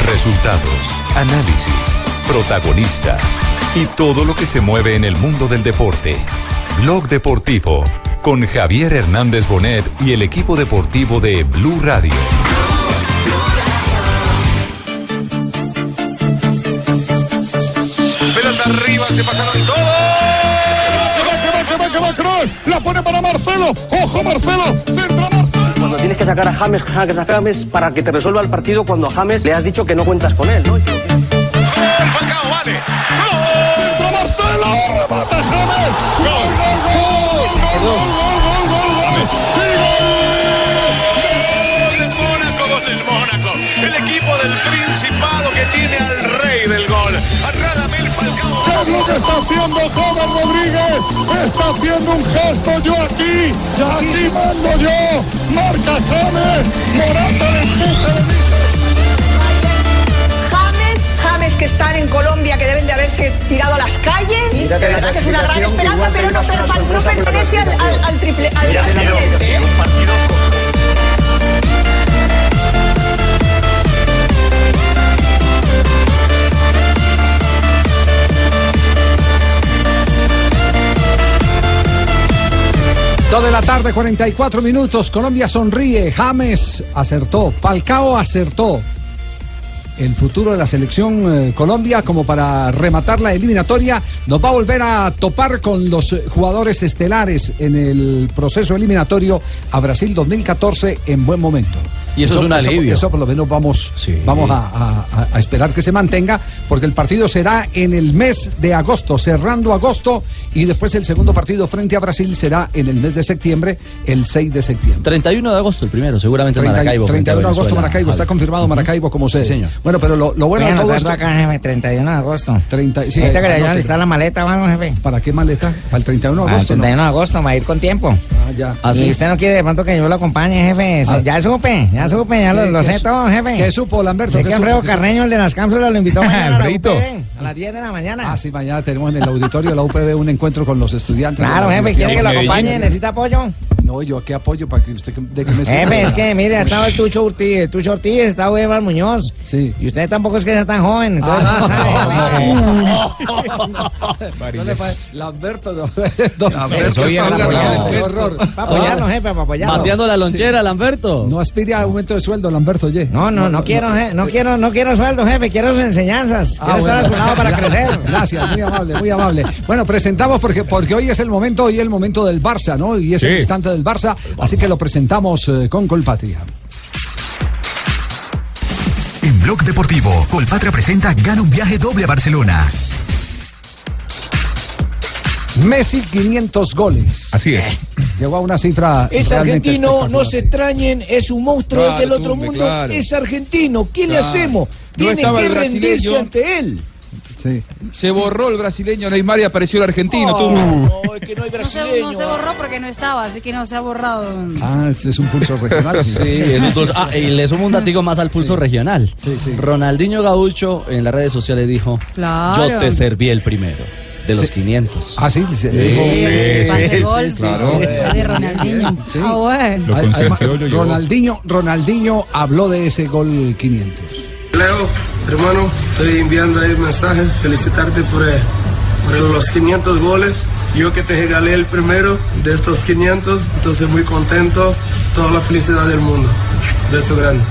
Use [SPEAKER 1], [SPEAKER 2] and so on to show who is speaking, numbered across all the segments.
[SPEAKER 1] Resultados, análisis, protagonistas y todo lo que se mueve en el mundo del deporte. Blog Deportivo con Javier Hernández Bonet y el equipo deportivo de Blue Radio.
[SPEAKER 2] Pelota arriba, se pasaron todos.
[SPEAKER 3] ¡Que va, Kroos! La pone para Marcelo. Ojo Marcelo. Centro Marcelo.
[SPEAKER 4] Cuando tienes que sacar a James, James, a James para que te resuelva el partido cuando a James le has dicho que no cuentas con él, ¿no? ¡Gol,
[SPEAKER 2] Falcao, vale! ¡Gol!
[SPEAKER 3] ¡Centro Marcelo! ¡Remata James! ¡Gol, gol, gol! ¡Gol, gol, gol, gol, gol!
[SPEAKER 2] ¡Sí, gol! del Mónaco, gol del Mónaco! El equipo del Principado que tiene al rey del gol. A Radamel Falcao.
[SPEAKER 3] ¿Qué es lo que está haciendo Joven Rodríguez? Está haciendo un gesto yo aquí, aquí mando yo. Marca James, Morata le empuja, le dice.
[SPEAKER 5] James, James que están en Colombia, que deben de haberse tirado a las calles. De
[SPEAKER 4] Mírate la
[SPEAKER 5] verdad que es una gran
[SPEAKER 4] clasificación, que
[SPEAKER 5] esperanza,
[SPEAKER 4] igual
[SPEAKER 5] pero no,
[SPEAKER 4] tenemos una
[SPEAKER 5] per- no
[SPEAKER 4] sorpresa con la
[SPEAKER 5] pertenece al, al- al triple. Al, al triplete, ¿eh?
[SPEAKER 6] Dos de la tarde, 44 minutos. Colombia sonríe. James acertó. Falcao acertó. El futuro de la selección eh, Colombia, como para rematar la eliminatoria, nos va a volver a topar con los eh, jugadores estelares en el proceso eliminatorio a Brasil 2014 en buen momento.
[SPEAKER 7] Y eso es un alivio.
[SPEAKER 6] eso por lo menos vamos, vamos a, a- a- a esperar que se mantenga, porque el partido será en el mes de agosto, cerrando agosto, y después el segundo partido frente a Brasil será en el mes de septiembre, el 6 de septiembre.
[SPEAKER 7] 31 de agosto el primero, seguramente en
[SPEAKER 6] 30
[SPEAKER 7] Maracaibo. frente a
[SPEAKER 6] 31 de agosto
[SPEAKER 7] Venezuela,
[SPEAKER 6] Maracaibo, está
[SPEAKER 7] Javi.
[SPEAKER 6] confirmado Maracaibo como sede.
[SPEAKER 7] señor.
[SPEAKER 6] Bueno, pero lo, lo bueno de
[SPEAKER 8] Bueno, ¿eh?
[SPEAKER 6] todo esto...
[SPEAKER 8] acá, jefe, 31 de agosto.
[SPEAKER 6] 30 sí,
[SPEAKER 8] Ahorita que le
[SPEAKER 6] anote.
[SPEAKER 8] ayudan a listar la maleta, vamos, jefe.
[SPEAKER 6] ¿Para qué maleta? Para el 31 de
[SPEAKER 8] Para el
[SPEAKER 6] agosto. ¿no?
[SPEAKER 8] 31 de agosto, va a ir con tiempo.
[SPEAKER 6] Ah, ya.
[SPEAKER 7] Ah, sí.
[SPEAKER 8] Y usted no quiere de pronto que yo lo acompañe, jefe. Sí,
[SPEAKER 6] Ah.
[SPEAKER 8] Ya supe, ya supe, ya lo,
[SPEAKER 6] ¿Qué-
[SPEAKER 8] lo
[SPEAKER 6] qué
[SPEAKER 8] sé
[SPEAKER 6] su-
[SPEAKER 8] todo, jefe.
[SPEAKER 6] ¿Qué supo Lamberto?
[SPEAKER 8] Sé
[SPEAKER 6] ¿Qué
[SPEAKER 8] que
[SPEAKER 6] supo?
[SPEAKER 8] Alfredo
[SPEAKER 6] ¿Qué supo?
[SPEAKER 8] Carreño, el de las cápsulas, lo invitó mañana a la
[SPEAKER 7] Alfredito.
[SPEAKER 8] UPB, a las 10 de la mañana.
[SPEAKER 6] Ah, sí, mañana tenemos en el auditorio de la UPB un encuentro con los estudiantes.
[SPEAKER 8] Claro,
[SPEAKER 6] de la
[SPEAKER 8] jefe, quiere que lo
[SPEAKER 6] Universidad
[SPEAKER 8] acompañe, necesita apoyo.
[SPEAKER 6] de- No, yo aquí apoyo para que usted... ¿De qué me
[SPEAKER 8] E.
[SPEAKER 6] sirve?
[SPEAKER 8] Jefe, es que mire, ha estado el Tucho Ortiz, el Tucho Ortiz, está Weber Muñoz.
[SPEAKER 6] Sí.
[SPEAKER 8] Y usted tampoco es que sea tan joven, entonces
[SPEAKER 6] Ah,
[SPEAKER 8] no sabe, jefe.
[SPEAKER 6] No le pare- Lamberto, no. no,
[SPEAKER 8] Lamberto
[SPEAKER 6] qué
[SPEAKER 8] está
[SPEAKER 6] horror,
[SPEAKER 8] hablando
[SPEAKER 6] qué
[SPEAKER 8] de
[SPEAKER 6] horror.
[SPEAKER 8] Para
[SPEAKER 6] Ah.
[SPEAKER 8] apoyarlo, jefe, para apoyarlo.
[SPEAKER 7] Mateando la lonchera, Lamberto.
[SPEAKER 6] No aspire a aumento de sueldo, Lamberto, oye.
[SPEAKER 8] No, no, no quiero, je- no quiero, no quiero sueldo, jefe, quiero sus enseñanzas.
[SPEAKER 6] Ah,
[SPEAKER 8] quiero
[SPEAKER 6] bueno.
[SPEAKER 8] estar a su lado para crecer.
[SPEAKER 6] Gracias, muy amable, muy amable. Bueno, presentamos porque, porque hoy es el momento, hoy es el momento del Barça, ¿no? Y es el instante del Barça, así que lo presentamos eh, con Colpatria.
[SPEAKER 9] En Blog Deportivo, Colpatria presenta Gana un viaje doble a Barcelona.
[SPEAKER 6] Messi 500 goles.
[SPEAKER 10] Así
[SPEAKER 11] Eh,
[SPEAKER 10] es.
[SPEAKER 6] Llegó a una cifra.
[SPEAKER 11] Es
[SPEAKER 6] realmente
[SPEAKER 11] argentino, no
[SPEAKER 6] espectacular.
[SPEAKER 11] se extrañen, es un monstruo
[SPEAKER 10] Claro,
[SPEAKER 11] del otro
[SPEAKER 10] Tumbe,
[SPEAKER 11] mundo,
[SPEAKER 10] claro.
[SPEAKER 11] es argentino, ¿qué le
[SPEAKER 10] Claro.
[SPEAKER 11] hacemos?
[SPEAKER 10] No
[SPEAKER 11] Tiene
[SPEAKER 10] estaba
[SPEAKER 11] que
[SPEAKER 10] el
[SPEAKER 11] rendirse
[SPEAKER 10] brasileño.
[SPEAKER 11] ante él.
[SPEAKER 6] Sí.
[SPEAKER 10] Se borró el brasileño Neymar y apareció el argentino.
[SPEAKER 11] Oh,
[SPEAKER 10] tú.
[SPEAKER 11] no, es que no hay
[SPEAKER 12] No se,
[SPEAKER 11] brasileño.
[SPEAKER 12] no se borró porque no estaba, así que no se ha borrado.
[SPEAKER 6] Ah, ese es un pulso regional.
[SPEAKER 7] Sí, eso es otro- ah, y le sumo un datico más al pulso regional.
[SPEAKER 6] Sí, sí.
[SPEAKER 7] Ronaldinho Gaucho en las redes sociales dijo:
[SPEAKER 12] Claro.
[SPEAKER 7] Yo te serví el primero de los 500.
[SPEAKER 6] Ah, sí, se dijo.
[SPEAKER 12] Eh, pase
[SPEAKER 7] sí,
[SPEAKER 12] gol,
[SPEAKER 7] sí,
[SPEAKER 10] claro.
[SPEAKER 12] sí, de Ronaldinho.
[SPEAKER 6] Sí.
[SPEAKER 12] Ah, bueno.
[SPEAKER 10] Lo
[SPEAKER 6] Ay,
[SPEAKER 10] consintió,
[SPEAKER 6] además,
[SPEAKER 10] lo llevó.
[SPEAKER 6] Ronaldinho, Ronaldinho habló de ese gol 500.
[SPEAKER 3] Leo, hermano, estoy enviando ahí mensajes, felicitarte por, eh, por los 500 goles. Yo que te regalé el primero de estos 500, entonces muy contento, toda la felicidad del mundo. Beso grande.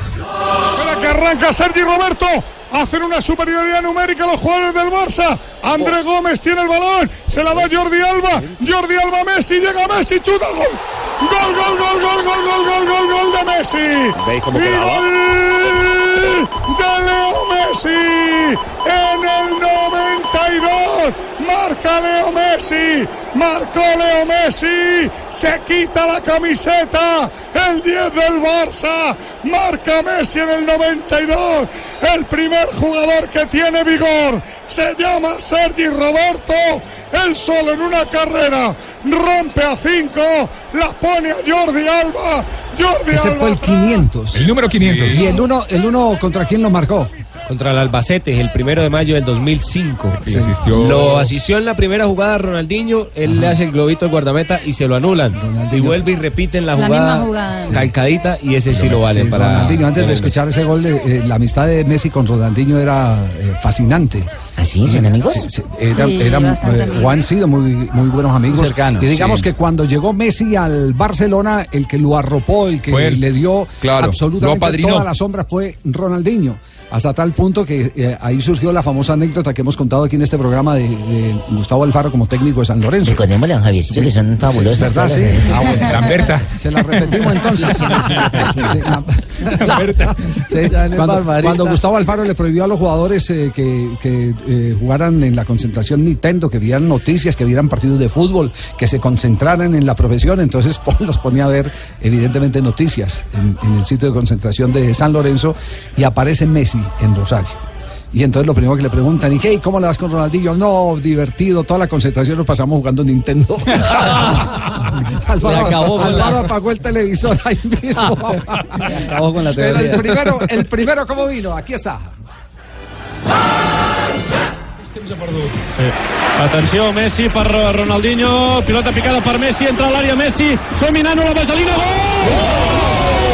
[SPEAKER 2] Espera que arranca Sergi Roberto. Hacen una superioridad numérica los jugadores del Barça. André Gómez tiene el balón. Se la da Jordi Alba. Jordi Alba a Messi. Llega Messi. Chuta gol. Gol, gol, gol, gol, gol, gol, gol, gol, gol de Messi. y gol de Leo Messi. En el 92. Marca Leo Messi. Marcó Leo Messi. Se quita la camiseta. El 10 del Barça. Marca Messi en el 92. El primer jugador que tiene vigor se llama Sergi Roberto. Él solo en una carrera rompe a 5. La pone a Jordi Alba. Jordi
[SPEAKER 6] Ese
[SPEAKER 2] Alba.
[SPEAKER 6] fue el
[SPEAKER 2] atrás.
[SPEAKER 6] 500.
[SPEAKER 10] El número 500.
[SPEAKER 6] Y el uno, el uno contra quién lo marcó?
[SPEAKER 13] Contra el Albacete, el primero de mayo del 2005.
[SPEAKER 10] Sí, asistió.
[SPEAKER 13] Lo asistió en la primera jugada Ronaldinho, él le hace el globito al guardameta y se lo anulan. Y vuelve y repiten la
[SPEAKER 6] La
[SPEAKER 13] jugada,
[SPEAKER 6] misma jugada. Sí.
[SPEAKER 13] calcadita y ese sí lo vale
[SPEAKER 6] Sí,
[SPEAKER 13] para...
[SPEAKER 6] Ronaldinho, antes de
[SPEAKER 13] tremendo.
[SPEAKER 6] escuchar ese gol, eh, eh, la amistad de Messi con Ronaldinho era eh, fascinante. ¿Así?
[SPEAKER 8] ¿Son amigos?
[SPEAKER 6] eran,
[SPEAKER 8] Sí,
[SPEAKER 6] eran,
[SPEAKER 8] bastante
[SPEAKER 6] eh,
[SPEAKER 8] amigos.
[SPEAKER 6] o han sido muy, muy buenos amigos.
[SPEAKER 7] Muy cercanos,
[SPEAKER 6] y digamos
[SPEAKER 7] sí.
[SPEAKER 6] que cuando llegó Messi al Barcelona, el que lo arropó, el que
[SPEAKER 10] Fue él.
[SPEAKER 6] le dio
[SPEAKER 10] Claro, lo
[SPEAKER 6] absolutamente
[SPEAKER 10] apadrinó.
[SPEAKER 6] toda la sombra fue Ronaldinho. Hasta tal punto que eh, ahí surgió la famosa anécdota que hemos contado aquí en este programa de, de Gustavo Alfaro como técnico de San Lorenzo. Recordémosle a Javiercito que son
[SPEAKER 8] fabulosas
[SPEAKER 6] ¿Verdad?
[SPEAKER 8] todas
[SPEAKER 6] Sí.
[SPEAKER 8] las anécdotas.
[SPEAKER 6] Ah, Lamberta. Se la repetimos entonces. Sí, cuando,
[SPEAKER 14] Barbarita.
[SPEAKER 6] cuando Gustavo Alfaro le prohibió a los jugadores eh, que, que, eh, jugaran en la concentración Nintendo, que vieran noticias, que vieran partidos de fútbol, que se concentraran en la profesión, entonces po- los ponía a ver evidentemente noticias en, en el sitio de concentración de San Lorenzo y aparece Messi en Rosario. Y entonces lo primero que le preguntan, y hey, ¿cómo le vas con Ronaldinho? No, divertido, toda la concentración nos pasamos jugando Nintendo. Alfaro,
[SPEAKER 7] Le acabó con la-
[SPEAKER 6] Alfaro apagó el televisor ahí mismo.
[SPEAKER 7] Acabó con la
[SPEAKER 6] Pero el
[SPEAKER 7] teoría.
[SPEAKER 6] primero, el primero cómo vino, aquí está.
[SPEAKER 15] Sí. Atenció, Messi per Ronaldinho, pilota picada per Messi, entra a l'àrea Messi, som Minano, la vaselina, gol!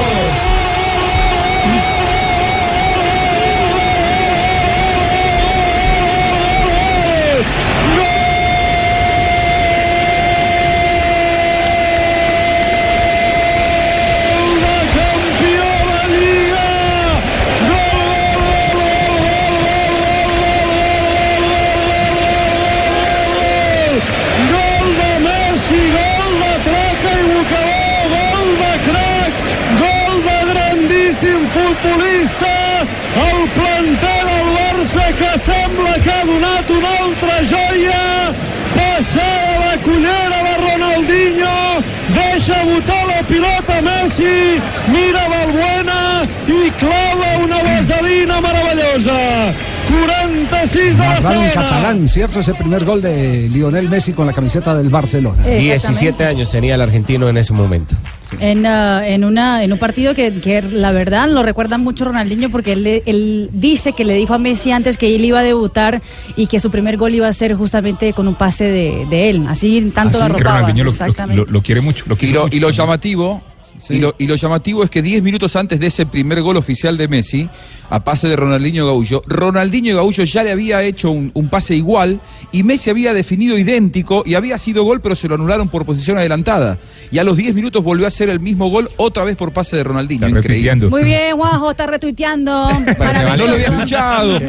[SPEAKER 2] Gol de Messi, gol de traca i bocador, gol de crac, gol de grandíssim futbolista, el planter del Barça que sembla que ha donat una altra joia, passada la cullera de Ronaldinho, deixa botar la pilota Messi, mira Valbuena i clava una vaselina meravellosa. 46 de la
[SPEAKER 6] Narrado en
[SPEAKER 2] segona.
[SPEAKER 6] catalán, ¿cierto? Ese primer gol de Lionel Messi con la camiseta del Barcelona.
[SPEAKER 13] 17 años tenía el argentino en ese momento.
[SPEAKER 12] En, ah, en, una, en un partido que, que la verdad lo recuerdan mucho Ronaldinho porque él, le- él dice que le dijo a Messi antes que él iba a debutar y que su primer gol iba a ser justamente con un pase de, de él. Así tanto
[SPEAKER 10] Así
[SPEAKER 12] lo
[SPEAKER 10] es que
[SPEAKER 12] arropaba.
[SPEAKER 10] Ronaldinho lo-
[SPEAKER 12] Exactamente.
[SPEAKER 10] quiere mucho. y, lo, y lo llamativo. Y, lo, y lo llamativo es que 10 minutos antes de ese primer gol oficial de Messi, a pase de Ronaldinho Gaullo, Ronaldinho Gaullo ya le había hecho un, un pase igual y Messi había definido idéntico y había sido gol, pero se lo anularon por posición adelantada. Y a los 10 minutos volvió a hacer el mismo gol otra vez por pase de Ronaldinho. Increíble.
[SPEAKER 12] Muy bien, Juanjo, está retuiteando.
[SPEAKER 10] No lo había escuchado.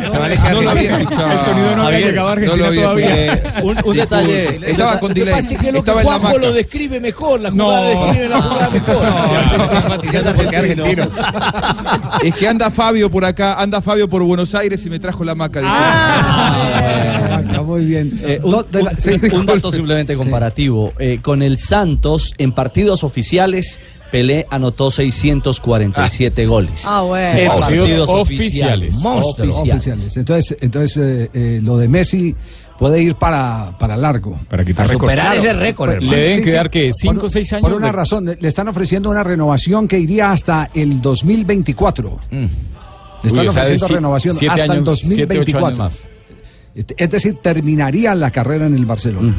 [SPEAKER 10] No lo había escuchado.
[SPEAKER 15] El sonido no había llegado a
[SPEAKER 10] No lo
[SPEAKER 15] Argentina
[SPEAKER 10] había
[SPEAKER 15] todavía.
[SPEAKER 10] escuchado.
[SPEAKER 15] Un- un detalle.
[SPEAKER 10] Disculpe. Estaba con
[SPEAKER 11] Lo que
[SPEAKER 10] delay.
[SPEAKER 11] pasa es que lo que
[SPEAKER 10] Estaba en la
[SPEAKER 11] Juanjo
[SPEAKER 10] hamaca.
[SPEAKER 11] lo describe mejor, la
[SPEAKER 10] No. Ah,
[SPEAKER 11] jugada describe la jugada mejor.
[SPEAKER 10] Es que anda Fabio por acá, anda Fabio por Buenos Aires y me trajo la maca.
[SPEAKER 15] Ah.
[SPEAKER 6] Está ah, muy bien.
[SPEAKER 7] Eh, un,
[SPEAKER 6] Do- de la-
[SPEAKER 7] un-
[SPEAKER 6] sí,
[SPEAKER 7] un
[SPEAKER 6] disculpe.
[SPEAKER 7] dato simplemente comparativo. Eh, con el Santos, en partidos oficiales, Pelé anotó 647 goles.
[SPEAKER 12] Ah, bueno.
[SPEAKER 7] En
[SPEAKER 6] Monstruos.
[SPEAKER 7] partidos
[SPEAKER 6] Oficiales.
[SPEAKER 7] Monstruos.
[SPEAKER 6] Oficiales. Entonces, entonces eh, eh, lo de Messi puede ir para, para largo. Para
[SPEAKER 16] quitar récord. superar ese récord, hermano. Le deben quedar, ¿qué? ¿Cinco o seis
[SPEAKER 6] Por
[SPEAKER 16] años
[SPEAKER 6] una
[SPEAKER 16] de-
[SPEAKER 6] razón, le le están ofreciendo una renovación que iría hasta el 2024.
[SPEAKER 16] Mm.
[SPEAKER 6] Le están
[SPEAKER 16] Uy, o sea, de
[SPEAKER 6] ofreciendo
[SPEAKER 16] si-
[SPEAKER 6] renovación
[SPEAKER 16] siete
[SPEAKER 6] hasta el
[SPEAKER 16] años, siete, ocho
[SPEAKER 6] 2024.
[SPEAKER 16] años más.
[SPEAKER 6] Este- Es decir, terminaría la carrera en el Barcelona.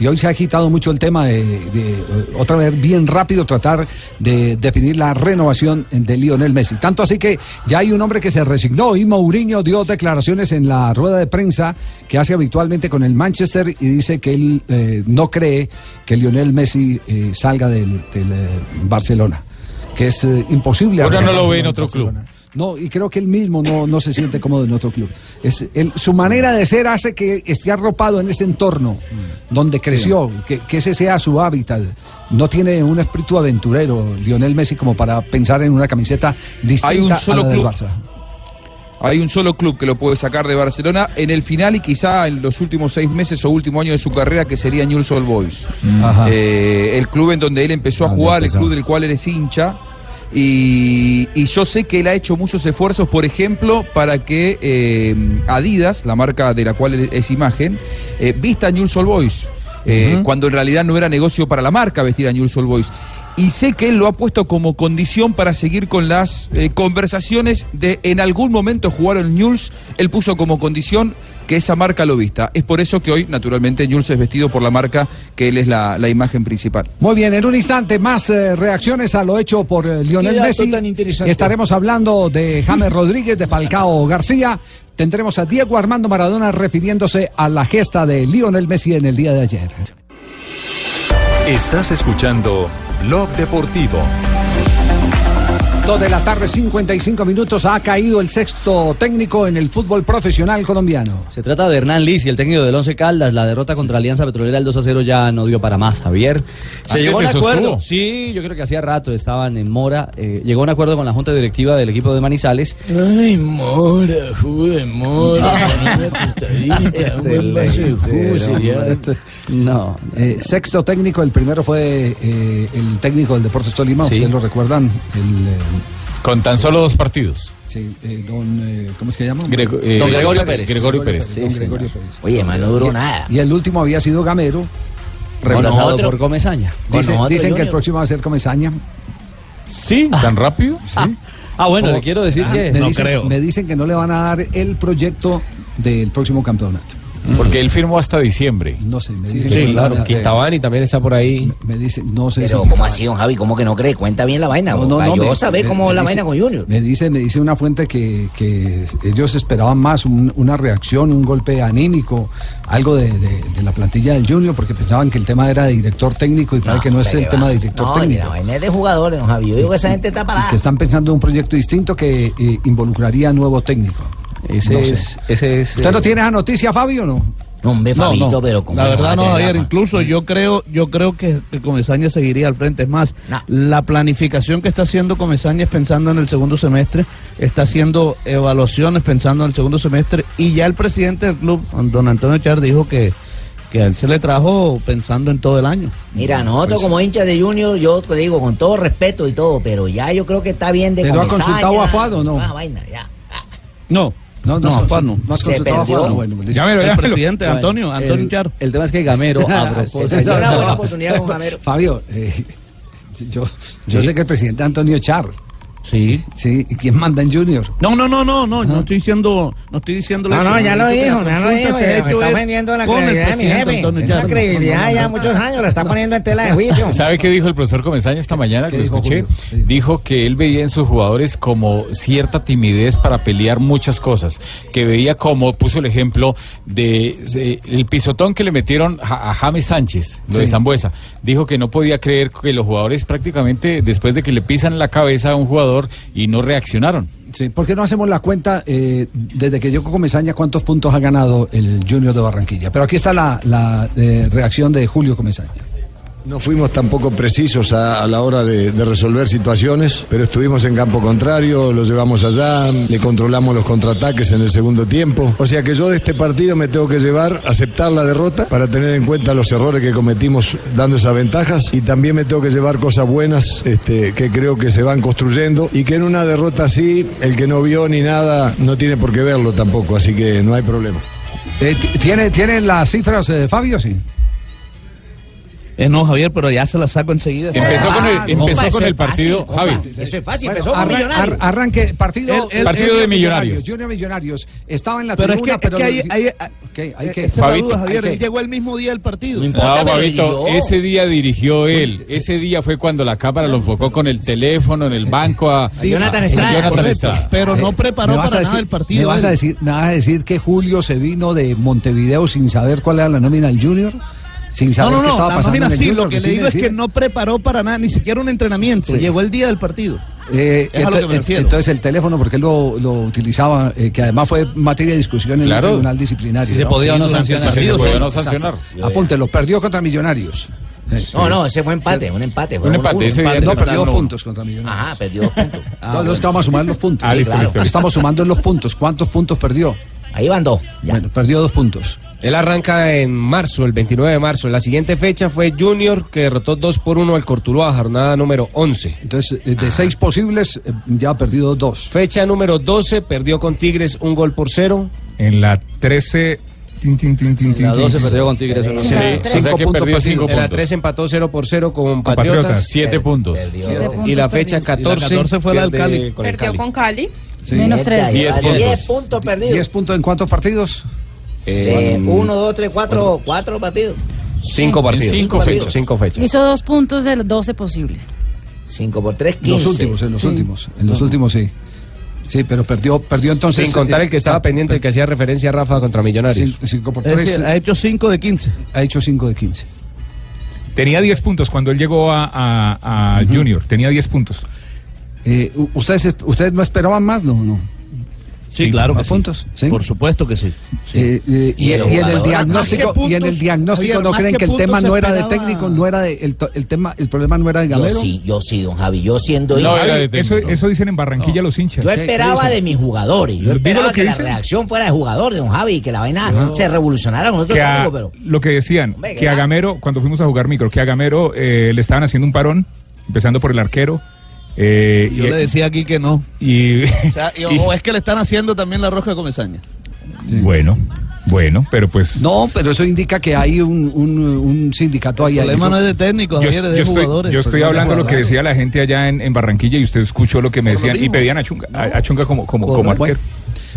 [SPEAKER 6] Y hoy se ha agitado mucho el tema de, de, eh, otra vez bien rápido tratar de definir la renovación de Lionel Messi. Tanto así que ya hay un hombre que se resignó y Mourinho dio declaraciones en la rueda de prensa que hace habitualmente con el Manchester y dice que él eh, no cree que Lionel Messi eh, salga del, del, eh, Barcelona. Que es eh, imposible.
[SPEAKER 16] Ahora no
[SPEAKER 6] arreglar
[SPEAKER 16] lo ve en
[SPEAKER 6] Barcelona.
[SPEAKER 16] otro club.
[SPEAKER 6] No, y creo que él mismo no, no se siente cómodo en otro club. Es, él- su manera de ser hace que esté arropado en ese entorno donde creció, que, que ese sea su hábitat. No tiene un espíritu aventurero Lionel Messi como para pensar en una camiseta distinta
[SPEAKER 10] Hay un solo
[SPEAKER 6] a la del
[SPEAKER 10] club.
[SPEAKER 6] Barça.
[SPEAKER 10] Hay un solo club que lo puede sacar de Barcelona en el final y quizá en los últimos seis meses o último año de su carrera, que sería Newell's Old Boys. Eh, el club en donde él empezó a jugar, el
[SPEAKER 17] empezó.
[SPEAKER 10] club del cual él es hincha. Y, y yo sé que él ha hecho muchos esfuerzos, por ejemplo, para que eh, Adidas, la marca de la cual él es imagen, eh, vista a Newell's Old Boys. eh, cuando en realidad no era negocio para la marca vestir a Newell's Old Boys. Y sé que él lo ha puesto como condición para seguir con las eh, conversaciones de en algún momento jugar en Newell's, él puso como condición que esa marca lo vista. Es por eso que hoy, naturalmente, Newell's es vestido por la marca que él es la, la imagen principal.
[SPEAKER 6] Muy bien, en un instante más eh, reacciones a lo hecho por eh, Lionel
[SPEAKER 11] dato
[SPEAKER 6] Messi.
[SPEAKER 11] tan interesante.
[SPEAKER 6] Estaremos hablando de James Rodríguez, de Palcao García. Tendremos a Diego Armando Maradona refiriéndose a la gesta de Lionel Messi en el día de ayer.
[SPEAKER 1] Estás escuchando Blog Deportivo.
[SPEAKER 6] Dos de la tarde, 55 minutos. Ha caído el sexto técnico en el fútbol profesional colombiano.
[SPEAKER 7] Se trata de Hernán Liz y el técnico del Once Caldas. La derrota contra Alianza Petrolera el 2 a 0 ya no dio para más, Javier. Se
[SPEAKER 16] Antes
[SPEAKER 7] llegó a un
[SPEAKER 16] se
[SPEAKER 7] acuerdo.
[SPEAKER 16] sostuvo.
[SPEAKER 7] Sí, yo creo que hacía rato estaban en Mora. eh, llegó a un acuerdo con la junta directiva del equipo de Manizales.
[SPEAKER 11] Ay, mora, jugo de mora,
[SPEAKER 10] Ah.
[SPEAKER 11] una
[SPEAKER 7] Este,
[SPEAKER 11] tostadita, un buen vaso de jugo sería.
[SPEAKER 7] No.
[SPEAKER 6] Eh, sexto técnico, el primero fue eh, el técnico del Deportes Tolima,
[SPEAKER 16] Sí.
[SPEAKER 6] ustedes lo recuerdan. El, eh,
[SPEAKER 16] Con tan solo dos partidos.
[SPEAKER 6] sí, eh, don, eh, ¿Cómo es que se llama?
[SPEAKER 16] Grego- eh,
[SPEAKER 6] Don
[SPEAKER 16] Gregorio Pérez. Gregorio Pérez.
[SPEAKER 6] don
[SPEAKER 16] Sí,
[SPEAKER 6] Gregorio
[SPEAKER 16] señor.
[SPEAKER 6] Pérez.
[SPEAKER 16] Oye, man, no duró
[SPEAKER 6] Y-
[SPEAKER 16] nada.
[SPEAKER 6] Y el último había sido Gamero.
[SPEAKER 7] Reemplazado por Comesaña.
[SPEAKER 6] Dicen, dicen que el próximo va a ser Comesaña.
[SPEAKER 16] ¿Sí? ¿Tan rápido?
[SPEAKER 7] Ah, bueno,
[SPEAKER 16] Oh.
[SPEAKER 6] Como-
[SPEAKER 7] le quiero decir
[SPEAKER 6] Ah,
[SPEAKER 7] que.
[SPEAKER 6] me dicen, Me dicen que no le van a dar el proyecto del próximo campeonato.
[SPEAKER 16] Porque él firmó hasta diciembre.
[SPEAKER 6] No sé, me
[SPEAKER 16] Sí,
[SPEAKER 6] dicen
[SPEAKER 16] sí,
[SPEAKER 6] que no le van
[SPEAKER 16] claro.
[SPEAKER 6] a-
[SPEAKER 16] Quintabani también está por ahí.
[SPEAKER 6] Me dicen, no sé
[SPEAKER 14] Pero,
[SPEAKER 6] si-
[SPEAKER 14] ¿cómo así, don Javi? ¿Cómo que no cree? Cuenta bien la vaina.
[SPEAKER 6] No, no, no,
[SPEAKER 14] yo
[SPEAKER 6] me-
[SPEAKER 14] saber
[SPEAKER 6] me-
[SPEAKER 14] cómo
[SPEAKER 6] me
[SPEAKER 14] la
[SPEAKER 6] dice-
[SPEAKER 14] vaina con Junior.
[SPEAKER 6] Me dice, me dice una fuente que, que ellos esperaban más un- una reacción, un golpe anímico, algo de, de- de la plantilla del Junior, porque pensaban que el tema era de director técnico y tal, que no es el
[SPEAKER 14] Pero,
[SPEAKER 6] tema de director
[SPEAKER 14] no,
[SPEAKER 6] técnico.
[SPEAKER 14] la vaina es de jugadores, don Javi. Yo digo que esa gente está
[SPEAKER 6] Y
[SPEAKER 14] parada.
[SPEAKER 6] que están pensando en un proyecto distinto que eh, involucraría nuevo técnico.
[SPEAKER 7] Ese
[SPEAKER 6] No sé.
[SPEAKER 7] es. Ese es
[SPEAKER 6] ¿Usted
[SPEAKER 7] eh,
[SPEAKER 6] no tiene esa noticia, Fabio, o no?
[SPEAKER 14] Hombre,
[SPEAKER 17] No,
[SPEAKER 14] Fabito,
[SPEAKER 17] no.
[SPEAKER 14] pero como
[SPEAKER 17] la verdad no, Javier,
[SPEAKER 14] Javier.
[SPEAKER 17] incluso yo creo, yo creo que, que Comesaña seguiría al frente. Es más, la planificación que está haciendo Comesaña es pensando en el segundo semestre, está haciendo evaluaciones pensando en el segundo semestre y ya el presidente del club, don Antonio Char, dijo que, que a él se le trajo pensando en todo el año.
[SPEAKER 14] Mira, nosotros
[SPEAKER 17] Pues-
[SPEAKER 14] como hinchas de Junior, yo te digo con todo respeto y todo, pero ya yo creo que está bien de
[SPEAKER 6] ¿Pero ha
[SPEAKER 14] Comesaña,
[SPEAKER 6] consultado a Fuad o no?
[SPEAKER 14] toda la vaina, ya.
[SPEAKER 17] No.
[SPEAKER 6] No, no,
[SPEAKER 17] No,
[SPEAKER 6] has-
[SPEAKER 17] Fabio, no.
[SPEAKER 6] has
[SPEAKER 17] Se
[SPEAKER 6] consultado a
[SPEAKER 17] perdió.
[SPEAKER 6] Fabio. Bueno, pues, listo.
[SPEAKER 17] Llámelo, El llámelo. presidente, Antonio, Antonio
[SPEAKER 7] el, el tema es que Gamero, a propósito.
[SPEAKER 6] Fabio, eh, yo, yo sé que el presidente Antonio Charles.
[SPEAKER 17] Sí.
[SPEAKER 6] Sí, ¿y quién manda en Junior?
[SPEAKER 17] No, no, no, no, no, no estoy diciendo, no estoy diciendo
[SPEAKER 8] No, no, ya lo dijo, ya lo dijo. y Me está vendiendo la credibilidad de mi jefe. Esa credibilidad ya muchos años la está poniendo en tela de juicio.
[SPEAKER 16] ¿Sabe qué dijo el profesor Comesaña esta mañana? Que lo escuché. Dijo que él veía en sus jugadores como cierta timidez para pelear muchas cosas. Que veía como, puso el ejemplo de eh, el pisotón que le metieron a, a James Sánchez, lo de
[SPEAKER 18] Sí.
[SPEAKER 16] Zambuesa. Dijo que no podía creer que los jugadores prácticamente después de que le pisan la cabeza a un jugador y no reaccionaron.
[SPEAKER 6] Sí, ¿por qué no hacemos la cuenta eh, desde que yo Comesaña cuántos puntos ha ganado el Junior de Barranquilla? Pero aquí está la, la, eh, reacción de Julio Comesaña.
[SPEAKER 19] No fuimos tampoco precisos a, a la hora de, de resolver situaciones, pero estuvimos en campo contrario, lo llevamos allá, le controlamos los contraataques en el segundo tiempo. O sea que yo de este partido me tengo que llevar, aceptar la derrota para tener en cuenta los errores que cometimos dando esas ventajas y también me tengo que llevar cosas buenas este, que creo que se van construyendo y que en una derrota así, el que no vio ni nada no tiene por qué verlo tampoco, así que no hay problema.
[SPEAKER 6] Eh, t- ¿tiene, ¿Tiene las cifras, eh, Fabio? Sí.
[SPEAKER 17] Eh, no, Javier, pero ya se la saco enseguida.
[SPEAKER 16] Empezó con el- empezó
[SPEAKER 17] Compa,
[SPEAKER 16] con
[SPEAKER 17] eso es
[SPEAKER 16] el partido,
[SPEAKER 17] compa,
[SPEAKER 16] Javi.
[SPEAKER 17] eso es fácil,
[SPEAKER 6] Bueno,
[SPEAKER 17] empezó con
[SPEAKER 6] arran-
[SPEAKER 17] Millonarios.
[SPEAKER 6] ar- arranque, partido,
[SPEAKER 17] El- el- Partido de Millonarios.
[SPEAKER 6] Junior Millonarios. Estaba en la
[SPEAKER 17] Pero es
[SPEAKER 6] tribuna,
[SPEAKER 17] que- es que ahí- ahí-
[SPEAKER 6] Ok, hay
[SPEAKER 17] Eh,
[SPEAKER 6] que-
[SPEAKER 17] esa es la
[SPEAKER 16] Fabito.
[SPEAKER 17] duda, Javier,
[SPEAKER 6] Hay
[SPEAKER 17] él
[SPEAKER 6] que-
[SPEAKER 17] llegó el mismo día del partido.
[SPEAKER 16] No, Ah, Fabito, ese día dirigió él. Ese día fue cuando la cámara lo enfocó con el teléfono en el banco a,
[SPEAKER 17] A Jonathan
[SPEAKER 16] a
[SPEAKER 17] Estrada.
[SPEAKER 16] Jonathan
[SPEAKER 17] Correcto.
[SPEAKER 16] Estrada.
[SPEAKER 17] Pero no
[SPEAKER 6] Eh,
[SPEAKER 17] preparó
[SPEAKER 6] ¿me vas
[SPEAKER 17] para
[SPEAKER 6] a
[SPEAKER 17] nada
[SPEAKER 6] decir-
[SPEAKER 17] el partido,
[SPEAKER 6] ¿Me vas
[SPEAKER 17] él?
[SPEAKER 6] a decir, me vas a decir que Julio se vino de Montevideo sin saber cuál era la nómina del Junior? Sin
[SPEAKER 17] No,
[SPEAKER 6] saber
[SPEAKER 17] no,
[SPEAKER 6] qué
[SPEAKER 17] no,
[SPEAKER 6] estaba
[SPEAKER 17] la
[SPEAKER 6] pasando
[SPEAKER 17] nómina
[SPEAKER 6] en el
[SPEAKER 17] sí,
[SPEAKER 6] Junior,
[SPEAKER 17] lo que le
[SPEAKER 6] sin
[SPEAKER 17] digo es que
[SPEAKER 6] decir.
[SPEAKER 17] no preparó para nada, ni siquiera un entrenamiento,
[SPEAKER 6] Sí.
[SPEAKER 17] llegó el día del partido.
[SPEAKER 6] Eh,
[SPEAKER 17] Es a lo
[SPEAKER 6] ento-
[SPEAKER 17] que me refiero.
[SPEAKER 6] entonces el teléfono, porque él lo, lo utilizaba, eh, que además fue materia de discusión en
[SPEAKER 16] Claro.
[SPEAKER 6] el tribunal disciplinario.
[SPEAKER 16] Si se podía o no
[SPEAKER 6] durante el
[SPEAKER 16] sancionar.
[SPEAKER 6] partido,
[SPEAKER 16] Si se podía o no
[SPEAKER 6] exacto.
[SPEAKER 16] sancionar.
[SPEAKER 6] Apúntelo, perdió contra Millonarios. Eh,
[SPEAKER 14] No,
[SPEAKER 6] sí.
[SPEAKER 14] no, ese fue empate, un empate. fue
[SPEAKER 6] Un
[SPEAKER 14] uno,
[SPEAKER 6] empate,
[SPEAKER 14] uno,
[SPEAKER 6] ese
[SPEAKER 14] un
[SPEAKER 6] día No, perdió dos puntos contra Millonarios.
[SPEAKER 14] Ajá, perdió dos puntos.
[SPEAKER 9] Ah,
[SPEAKER 6] No, no, es que vamos a sumar los puntos.
[SPEAKER 14] Ah, listo, listo, listo.
[SPEAKER 6] Estamos sumando los puntos. ¿Cuántos puntos perdió?
[SPEAKER 14] Ahí van dos.
[SPEAKER 6] Bueno, perdió dos puntos.
[SPEAKER 13] Él arranca en marzo, el 29 de marzo. La siguiente fecha fue Junior, que derrotó 2 por 1 al Cortuluá, jornada número 11.
[SPEAKER 6] Entonces, eh, de seis posibles, eh, ya ha perdido dos.
[SPEAKER 13] Fecha número 12, perdió con Tigres un gol por cero.
[SPEAKER 20] En la 13
[SPEAKER 16] Tin, tin, tin, tin,
[SPEAKER 7] La 12 perdió con Tigres. uno
[SPEAKER 16] Sí,
[SPEAKER 7] cero.
[SPEAKER 16] o sea que perdió 5
[SPEAKER 13] En la
[SPEAKER 16] puntos.
[SPEAKER 13] 3 empató 0 por 0 con
[SPEAKER 16] Patriotas,
[SPEAKER 13] Patriotas.
[SPEAKER 16] siete
[SPEAKER 13] Per-
[SPEAKER 16] puntos.
[SPEAKER 13] perdió.
[SPEAKER 16] Siete
[SPEAKER 13] Y la fecha
[SPEAKER 16] puntos perdidos.
[SPEAKER 13] 14.
[SPEAKER 16] Y la 14
[SPEAKER 6] fue la del
[SPEAKER 13] pierde
[SPEAKER 6] Cali.
[SPEAKER 13] con el Cali.
[SPEAKER 5] con Cali.
[SPEAKER 13] Sí. Menos tres.
[SPEAKER 14] Mierda,
[SPEAKER 13] Diez
[SPEAKER 14] lleva
[SPEAKER 13] puntos.
[SPEAKER 14] diez puntos perdidos.
[SPEAKER 6] 10
[SPEAKER 9] Eh,
[SPEAKER 6] puntos en cuántos partidos?
[SPEAKER 14] Eh, uno, dos, tres, cuatro, cuatro partidos.
[SPEAKER 13] Cinco partidos.
[SPEAKER 14] Cinco
[SPEAKER 13] Cinco
[SPEAKER 14] partidos.
[SPEAKER 13] fechas. Cinco fechas.
[SPEAKER 12] Hizo dos puntos de los 12 posibles.
[SPEAKER 14] 5 por 3,
[SPEAKER 6] Los últimos, en los últimos. En los últimos sí. Sí, pero perdió, perdió entonces.
[SPEAKER 13] Sin contar
[SPEAKER 6] eh,
[SPEAKER 13] el que estaba pendiente, el que hacía referencia a Rafa contra Millonarios.
[SPEAKER 6] cin- cinco por
[SPEAKER 13] Es
[SPEAKER 6] tres,
[SPEAKER 13] decir,
[SPEAKER 6] eh,
[SPEAKER 17] Ha hecho 5 de 15.
[SPEAKER 6] ha hecho 5 de 15.
[SPEAKER 18] Tenía 10 puntos cuando él llegó a, a- a Junior. Tenía 10 puntos.
[SPEAKER 6] Eh, u- ¿ustedes, ¿Ustedes no esperaban más? No, no.
[SPEAKER 17] Sí, claro que
[SPEAKER 6] ¿Más puntos? ¿Sí?
[SPEAKER 17] Por supuesto que sí.
[SPEAKER 6] Eh, eh, y,
[SPEAKER 17] Y el
[SPEAKER 6] y en el
[SPEAKER 17] jugador.
[SPEAKER 6] diagnóstico,
[SPEAKER 17] Más que
[SPEAKER 6] y en el
[SPEAKER 17] puntos,
[SPEAKER 6] diagnóstico
[SPEAKER 17] Javier,
[SPEAKER 6] no
[SPEAKER 17] más
[SPEAKER 6] creen
[SPEAKER 17] que
[SPEAKER 6] que el tema
[SPEAKER 17] puntos
[SPEAKER 6] no era de
[SPEAKER 17] esperaba-
[SPEAKER 6] técnico, no era de, el, to- el tema, el problema no era de
[SPEAKER 14] Yo
[SPEAKER 6] Gamero.
[SPEAKER 14] sí, yo sí, don Javi. Yo siendo
[SPEAKER 6] No, era de
[SPEAKER 18] eso,
[SPEAKER 6] técnico.
[SPEAKER 18] eso dicen en Barranquilla los hinchas.
[SPEAKER 14] Yo esperaba de mis jugadores. Yo
[SPEAKER 18] ¿Digo
[SPEAKER 14] esperaba
[SPEAKER 18] lo que
[SPEAKER 14] que, la
[SPEAKER 18] dicen?
[SPEAKER 14] reacción fuera de jugador, don Javi, y que la vaina se revolucionara con otro
[SPEAKER 18] que a-
[SPEAKER 14] técnico, pero.
[SPEAKER 18] lo que decían,
[SPEAKER 14] Hombre,
[SPEAKER 18] que a
[SPEAKER 14] ¿verdad?
[SPEAKER 18] Gamero, cuando fuimos a jugar micro, que a Gamero eh, le estaban haciendo un parón, empezando por el arquero. eh,
[SPEAKER 17] Y yo le decía aquí que no.
[SPEAKER 18] y-
[SPEAKER 17] O sea, y- o es que le están haciendo también la rosca a Comesaña.
[SPEAKER 18] Bueno, bueno, pero pues.
[SPEAKER 6] No, pero eso indica que hay un, un- un sindicato ahí.
[SPEAKER 17] El problema no es de técnicos, Javier, es de
[SPEAKER 18] estoy,
[SPEAKER 17] jugadores. Pues
[SPEAKER 18] yo estoy
[SPEAKER 17] Son
[SPEAKER 18] hablando lo que
[SPEAKER 17] jugadores.
[SPEAKER 18] decía la gente allá en, en Barranquilla y usted escuchó lo que me
[SPEAKER 6] Por lo
[SPEAKER 18] decían y
[SPEAKER 6] mismo.
[SPEAKER 18] pedían a Chunga, a, a Chunga como, como, como
[SPEAKER 6] Correcto.
[SPEAKER 18] arquero.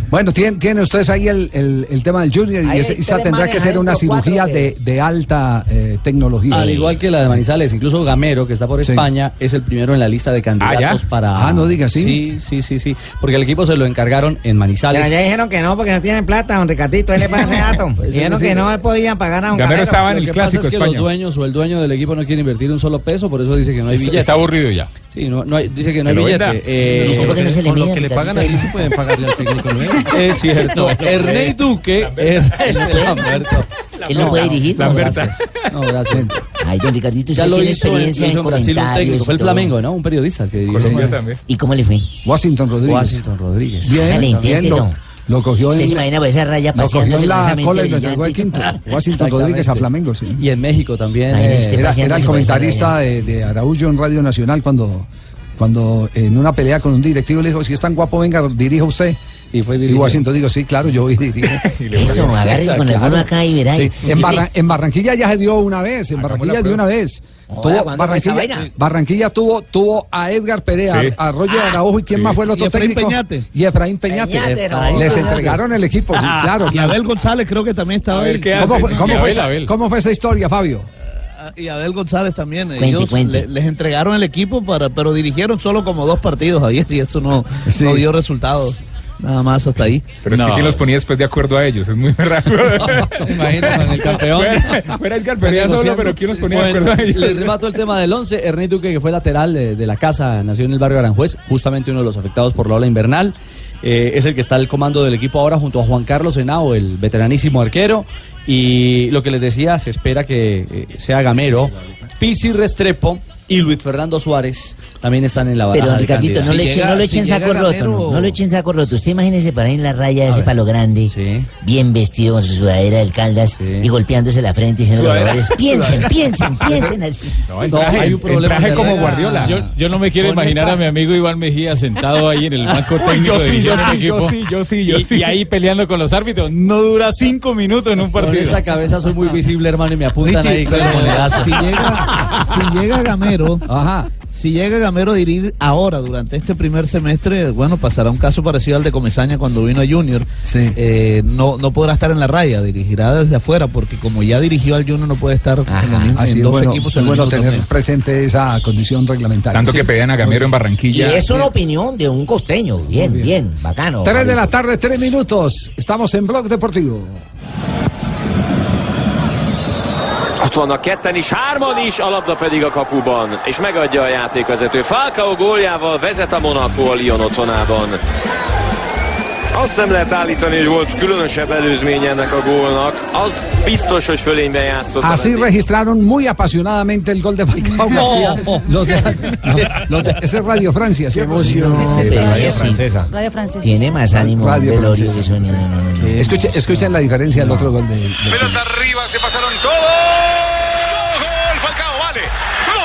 [SPEAKER 6] Bueno, tienen tiene ustedes ahí el, el- el tema del Junior
[SPEAKER 7] Ahí
[SPEAKER 6] y
[SPEAKER 7] hay
[SPEAKER 6] ese- esa
[SPEAKER 7] tres
[SPEAKER 6] tendrá
[SPEAKER 7] manes
[SPEAKER 6] que ser una
[SPEAKER 7] adentro, cuatro
[SPEAKER 6] cirugía
[SPEAKER 7] que-
[SPEAKER 6] de, de alta eh, tecnología.
[SPEAKER 7] Al igual que la de Manizales, incluso Gamero, que está por España, es el primero en la lista de candidatos
[SPEAKER 6] ¿ya?
[SPEAKER 7] para.
[SPEAKER 6] Ah, no diga, sí.
[SPEAKER 7] Sí, sí, sí, sí. Porque el equipo se lo encargaron en
[SPEAKER 8] Pero
[SPEAKER 7] Manizales.
[SPEAKER 8] ya dijeron que no porque no tienen plata, don Ricatito. Ahí le pasa ese dato.
[SPEAKER 7] Pues,
[SPEAKER 8] Dijeron
[SPEAKER 7] sí,
[SPEAKER 8] que
[SPEAKER 7] sí.
[SPEAKER 8] no podían pagar a Ah, un
[SPEAKER 7] Lo
[SPEAKER 8] Gamero.
[SPEAKER 7] que pasa es que los dueños o el dueño del equipo no quiere invertir un solo peso, por eso dice que no hay
[SPEAKER 16] Está-
[SPEAKER 7] billete.
[SPEAKER 16] está aburrido ya.
[SPEAKER 7] Sí, no, no hay- dice que no
[SPEAKER 16] Que
[SPEAKER 7] hay
[SPEAKER 16] lo
[SPEAKER 7] billete. Eh,
[SPEAKER 16] venda. Sí, no sé por qué no se le Con lo mide, que le Ricardito. pagan ahí sí pueden pagarle al técnico nuevo.
[SPEAKER 7] Es cierto.
[SPEAKER 16] No, no,
[SPEAKER 7] Ernei
[SPEAKER 16] eh,
[SPEAKER 7] Duque. Ernest Lamberto.
[SPEAKER 14] Él no puede dirigir.
[SPEAKER 7] No,
[SPEAKER 14] No,
[SPEAKER 7] gracias. No, gracias.
[SPEAKER 14] Ay, don Ricardito,
[SPEAKER 7] Ya
[SPEAKER 14] usted
[SPEAKER 7] lo
[SPEAKER 14] tiene
[SPEAKER 7] hizo, en-
[SPEAKER 14] experiencia
[SPEAKER 7] lo hizo en
[SPEAKER 14] en
[SPEAKER 7] Brasil un
[SPEAKER 14] comentarios.
[SPEAKER 7] técnico.
[SPEAKER 14] y
[SPEAKER 7] Fue el
[SPEAKER 14] todo.
[SPEAKER 7] Flamengo, ¿no? Un periodista que dirigió.
[SPEAKER 14] Colombia también. ¿Y cómo le fue?
[SPEAKER 6] Washington Rodríguez.
[SPEAKER 7] Washington Rodríguez.
[SPEAKER 6] Bien,
[SPEAKER 14] O sea, le
[SPEAKER 6] bien,
[SPEAKER 14] inténtelo.
[SPEAKER 6] lo, lo cogió
[SPEAKER 14] Usted
[SPEAKER 6] en,
[SPEAKER 14] se imagina
[SPEAKER 20] pues
[SPEAKER 14] por esa raya
[SPEAKER 6] lo cogió
[SPEAKER 14] paseándose con
[SPEAKER 6] en la
[SPEAKER 14] esa mente
[SPEAKER 6] cola y lo llegó al
[SPEAKER 14] brillante.
[SPEAKER 6] quinto. Washington Rodríguez a Flamengo, sí.
[SPEAKER 7] Y en México también.
[SPEAKER 6] Eh,
[SPEAKER 7] eh,
[SPEAKER 6] era, era el comentarista de, de Araújo en Radio Nacional cuando, cuando en una pelea con un directivo le dijo, si es tan guapo, venga, dirija usted.
[SPEAKER 7] Y, fue
[SPEAKER 6] y Washington dijo, sí, claro, yo voy y dirijo.
[SPEAKER 14] Eso, agárrese con el mano acá y verá. Y
[SPEAKER 6] Sí,
[SPEAKER 14] Ah,
[SPEAKER 6] En,
[SPEAKER 14] usted-
[SPEAKER 6] Barra- en Barranquilla ya se dio una vez, en Barranquilla dio una vez.
[SPEAKER 14] Joder,
[SPEAKER 6] Tuvo-
[SPEAKER 14] ¿cuándo fue esa
[SPEAKER 6] Barranquilla,
[SPEAKER 14] vaina? Ah,
[SPEAKER 6] Barranquilla tuvo, tuvo a Edgar Perea,
[SPEAKER 14] Sí.
[SPEAKER 6] a Roger Araujo y quién
[SPEAKER 17] sí.
[SPEAKER 6] más fue el otro
[SPEAKER 17] Y Efraín
[SPEAKER 6] técnico.
[SPEAKER 17] Peñate.
[SPEAKER 6] Y Efraín Peñate.
[SPEAKER 17] Peñate, no.
[SPEAKER 6] Les entregaron el equipo, sí, claro.
[SPEAKER 17] Ah, Y
[SPEAKER 6] claro.
[SPEAKER 17] Abel González creo que también estaba ahí.
[SPEAKER 6] ¿Cómo, fue, cómo fue esa, cómo fue esa historia, Fabio?
[SPEAKER 17] Y Abel González también.
[SPEAKER 6] Cuente,
[SPEAKER 17] Ellos
[SPEAKER 6] cuente.
[SPEAKER 17] le- les entregaron el equipo, para, pero dirigieron solo como dos partidos, Javier, y eso no, no dio resultados. Nada más hasta ahí.
[SPEAKER 18] Pero es que quién los ponía después de acuerdo a ellos, es muy raro.
[SPEAKER 7] Imagínate, con el campeón.
[SPEAKER 18] Fuera- fuera Edgar Perea solo, pero quién los ponía de
[SPEAKER 7] Bueno,
[SPEAKER 18] acuerdo a
[SPEAKER 7] Les
[SPEAKER 18] ellos.
[SPEAKER 7] remato el tema del 11. Ernie Duque, que fue lateral eh, de, la casa, nació en el barrio Aranjuez, justamente uno de los afectados por la ola invernal. Eh, es el que está al comando del equipo ahora junto a Juan Carlos Henao, el veteranísimo arquero. Y lo que les decía, se espera que eh, sea Gamero, Pisi Restrepo y Luis Fernando Suárez también están en la
[SPEAKER 14] Pero,
[SPEAKER 7] baraja
[SPEAKER 14] don
[SPEAKER 7] de
[SPEAKER 14] Ricardito,
[SPEAKER 7] candidatos.
[SPEAKER 14] no, le echen, no le echen saco roto. No, No le echen saco roto. Usted imagínese para ir en la raya de ese palo grande, bien vestido con su sudadera del Caldas y golpeándose la frente y diciendo a los
[SPEAKER 16] Sudadera.
[SPEAKER 14] jugadores, piensen,
[SPEAKER 16] Sudadera.
[SPEAKER 14] piensen, piensen así.
[SPEAKER 16] No, hay un problema.
[SPEAKER 18] traje como
[SPEAKER 16] Ah,
[SPEAKER 18] Guardiola.
[SPEAKER 16] Yo, yo no me quiero
[SPEAKER 18] Con
[SPEAKER 16] imaginar
[SPEAKER 18] esta-
[SPEAKER 16] a mi amigo Iván Mejía sentado ahí en el banco
[SPEAKER 18] Uy,
[SPEAKER 16] técnico
[SPEAKER 18] yo
[SPEAKER 16] de
[SPEAKER 18] sí, yo
[SPEAKER 16] ese
[SPEAKER 18] sí, yo
[SPEAKER 16] equipo
[SPEAKER 18] sí, yo sí, yo
[SPEAKER 16] y,
[SPEAKER 18] sí.
[SPEAKER 16] y ahí peleando con los árbitros. No dura cinco minutos en un partido.
[SPEAKER 7] Con esta cabeza soy
[SPEAKER 14] Ah.
[SPEAKER 7] muy visible, hermano, y me apuntan
[SPEAKER 16] Richie,
[SPEAKER 7] ahí con el
[SPEAKER 16] pero
[SPEAKER 7] monedazo.
[SPEAKER 17] si llega, si llega Gamero, si llega Gamero a dirigir ahora durante este primer semestre, bueno, pasará un caso parecido al de Comesaña cuando vino a Junior. Eh, no, no podrá estar en la raya, dirigirá desde afuera, porque como ya dirigió al Junior, no puede estar en, la misma-
[SPEAKER 6] Así
[SPEAKER 17] en
[SPEAKER 6] es
[SPEAKER 17] dos
[SPEAKER 6] bueno,
[SPEAKER 17] equipos
[SPEAKER 6] es
[SPEAKER 17] en el
[SPEAKER 6] bueno
[SPEAKER 17] mismo
[SPEAKER 6] tener
[SPEAKER 17] torneo.
[SPEAKER 6] presente esa condición reglamentaria.
[SPEAKER 18] Tanto que pedían a Gamero en
[SPEAKER 14] Y
[SPEAKER 18] Barranquilla.
[SPEAKER 14] es una opinión de un costeño. Bien, bien, bacano.
[SPEAKER 6] 3 de
[SPEAKER 14] Javier.
[SPEAKER 6] la tarde, 3 minutos. Estamos en Blog Deportivo.
[SPEAKER 20] Ott vannak ketten is, hárman is, a labda pedig a kapuban. És megadja a játékvezető. Falcao góljával vezet a Monaco a Lyon otthonában. Azt nem lehet állítani, hogy volt különösebb előzmény ennek a gólnak. Az biztos, hogy fölényben játszott.
[SPEAKER 6] Así registraron muy apasionadamente el gol de Falcao
[SPEAKER 20] No.
[SPEAKER 6] García. Los de, los- los de- ese es Radio Francia, ¿cierto?
[SPEAKER 14] Sí, pero Radio sí. Francesa.
[SPEAKER 12] Radio Francesa.
[SPEAKER 14] Tiene más ánimo
[SPEAKER 6] Radio
[SPEAKER 14] de lo
[SPEAKER 6] Francesa.
[SPEAKER 14] que suena. No, no, no.
[SPEAKER 6] Escuchen, escuchen la diferencia del otro gol de, de-
[SPEAKER 21] Pelota arriba, se pasaron todos. Gol, Falcao, vale. Gol.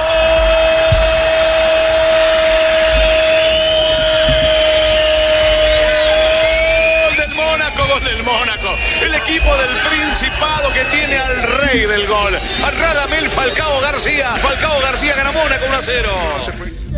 [SPEAKER 21] Gol del Mónaco, gol del Mónaco. El equipo del Principado que tiene al rey del gol. A Radamel Falcao García. Falcao García gana Mónaco 1 a 0.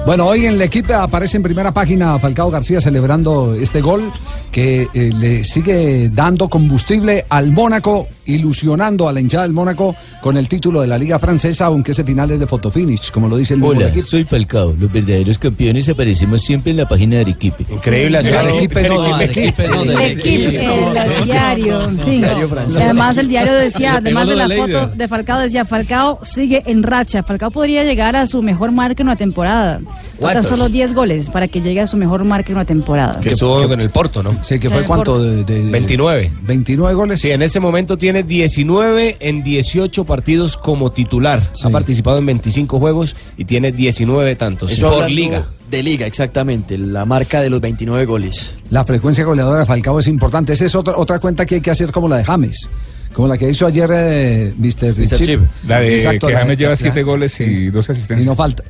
[SPEAKER 6] Bueno, hoy en la equipa aparece en primera página Falcao García celebrando este gol que eh, le sigue dando combustible al Mónaco, ilusionando a la hinchada del Mónaco con el título de la Liga Francesa, aunque ese final es de fotofinish, como lo dice el mismo
[SPEAKER 4] Hola,
[SPEAKER 6] equipo.
[SPEAKER 4] soy Falcao. Los verdaderos campeones aparecemos siempre en la página de Arequipe.
[SPEAKER 6] Increíble, así
[SPEAKER 4] Del
[SPEAKER 6] Del Arequipe no, del Arequipe no, del
[SPEAKER 12] Equipe, el diario, sí.
[SPEAKER 4] Diario francés.
[SPEAKER 12] Y además el diario decía,
[SPEAKER 4] Le
[SPEAKER 12] además
[SPEAKER 4] pegó
[SPEAKER 12] de
[SPEAKER 4] lo
[SPEAKER 12] la
[SPEAKER 4] de Leider.
[SPEAKER 12] foto de Falcao decía, Falcao sigue en racha. Falcao podría llegar a su mejor marca en una temporada. Faltan
[SPEAKER 6] ¿Cuántos?
[SPEAKER 12] solo 10 goles para que llegue a su mejor marca en una temporada.
[SPEAKER 13] Que estuvo con el Porto, ¿no?
[SPEAKER 6] Sí, que
[SPEAKER 12] fue En el cuánto, Porto.
[SPEAKER 6] De,
[SPEAKER 13] 29.
[SPEAKER 6] 29 goles.
[SPEAKER 13] Sí, en ese momento tiene 19 en 18 partidos como titular. Ha participado en 25 juegos y tiene 19 tantos
[SPEAKER 22] Eso
[SPEAKER 13] por
[SPEAKER 22] hablando
[SPEAKER 13] liga.
[SPEAKER 22] De liga, exactamente. La marca de los 29 goles.
[SPEAKER 6] La frecuencia goleadora de Falcao es importante. Esa es otra, otra cuenta que hay que hacer como la de James. Como la que hizo ayer eh, Mr.
[SPEAKER 18] Mr.
[SPEAKER 6] Chip.
[SPEAKER 18] Chip. La de que James lleva siete
[SPEAKER 6] goles y dos asistencias. Y no falta.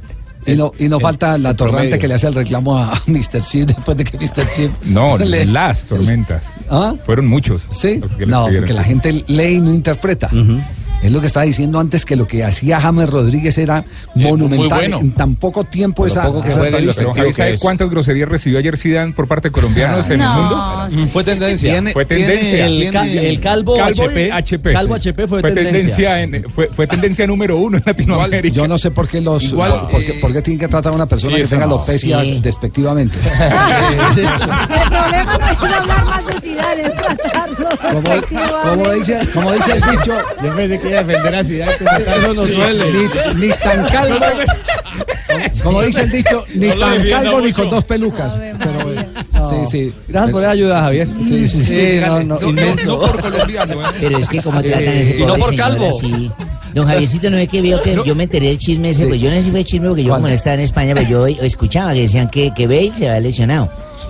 [SPEAKER 6] Y no, y no falta la tormenta
[SPEAKER 18] promedio.
[SPEAKER 6] que le hace el reclamo a Mr. Chip después de que Mr. Chip.
[SPEAKER 18] No,
[SPEAKER 6] le-
[SPEAKER 18] las tormentas.
[SPEAKER 6] ¿Ah?
[SPEAKER 18] Fueron muchos.
[SPEAKER 6] Sí.
[SPEAKER 18] los que le
[SPEAKER 6] No,
[SPEAKER 18] escribieron.
[SPEAKER 6] porque la gente lee y no interpreta. Es lo que estaba diciendo antes que lo que hacía James Rodríguez era monumental
[SPEAKER 18] bueno.
[SPEAKER 6] en tan poco tiempo esa, esa estadística.
[SPEAKER 18] Don Javi, ¿sabe cuántas groserías recibió ayer Zidane por parte de colombianos en
[SPEAKER 12] No,
[SPEAKER 18] el mundo?
[SPEAKER 12] sí.
[SPEAKER 18] Fue
[SPEAKER 7] tendencia.
[SPEAKER 18] fue
[SPEAKER 7] Tiene-
[SPEAKER 18] tendencia.
[SPEAKER 7] tiene el ca- el calvo HP,
[SPEAKER 18] HP,
[SPEAKER 7] calvo
[SPEAKER 18] sí.
[SPEAKER 7] HP fue
[SPEAKER 18] tendencia.
[SPEAKER 7] tendencia.
[SPEAKER 18] en- fue, fue tendencia número uno en Latinoamérica.
[SPEAKER 6] Yo no sé por qué los. ah,
[SPEAKER 18] Igual, eh,
[SPEAKER 6] por- por qué- por qué tienen que tratar a una persona
[SPEAKER 18] sí,
[SPEAKER 6] que
[SPEAKER 18] eso
[SPEAKER 6] tenga
[SPEAKER 18] no.
[SPEAKER 6] alopecia
[SPEAKER 18] Sí.
[SPEAKER 6] despectivamente?
[SPEAKER 12] El problema no es hablar más de Zidane, es tratarlo.
[SPEAKER 6] Como, como dice, como dice el dicho. Yo pensé que iba a defender a Ciudad,
[SPEAKER 13] matarlo nos duele.
[SPEAKER 6] Ni, ni tan calvo. Como dice el dicho, ni
[SPEAKER 13] No lo
[SPEAKER 6] tan
[SPEAKER 13] defienda
[SPEAKER 6] calvo ni
[SPEAKER 13] mucho.
[SPEAKER 6] con dos pelucas. Pero bueno, sí, sí.
[SPEAKER 7] Gracias por la ayuda, Javier.
[SPEAKER 6] Sí, sí, sí.
[SPEAKER 7] no, no, inmenso.
[SPEAKER 14] Pero es que como tratan a ese
[SPEAKER 7] Eh, y no
[SPEAKER 14] pobre
[SPEAKER 7] por
[SPEAKER 14] señor
[SPEAKER 7] calvo.
[SPEAKER 14] así. Don Javiercito, no es que veo que yo me enteré del chisme ese, pues yo no sé si fue chisme porque yo como no estaba en España, pues yo escuchaba que decían que, que Bale se había lesionado.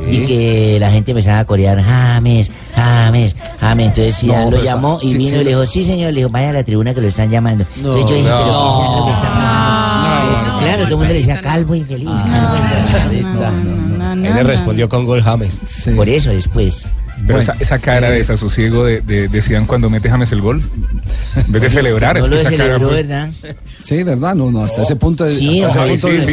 [SPEAKER 14] Y que la gente empezaba a corear, James, James, James. Entonces
[SPEAKER 22] No,
[SPEAKER 14] Zidane lo
[SPEAKER 22] pero
[SPEAKER 14] llamó
[SPEAKER 22] esa-
[SPEAKER 14] y
[SPEAKER 22] sí,
[SPEAKER 14] vino
[SPEAKER 22] sí.
[SPEAKER 14] y le dijo, sí señor, le dijo, vaya a la tribuna que lo están llamando. Entonces yo dije,
[SPEAKER 22] No.
[SPEAKER 14] pero pues, ¿qué será lo que están
[SPEAKER 12] llamando?
[SPEAKER 14] Entonces, claro, todo el mundo le decía, calvo infeliz.
[SPEAKER 13] Él le respondió con gol James.
[SPEAKER 14] Por eso después.
[SPEAKER 18] Pero esa, esa cara de desasosiego de, de, de Zidane cuando mete James el gol. En vez de
[SPEAKER 14] Sí,
[SPEAKER 18] celebrar,
[SPEAKER 14] no
[SPEAKER 18] es que pues.
[SPEAKER 14] lo
[SPEAKER 18] esa cara
[SPEAKER 14] celebró,
[SPEAKER 18] fue-
[SPEAKER 14] ¿verdad?
[SPEAKER 6] Sí, ¿verdad? No, no, hasta ese punto.
[SPEAKER 14] Sí,
[SPEAKER 6] hasta ese punto-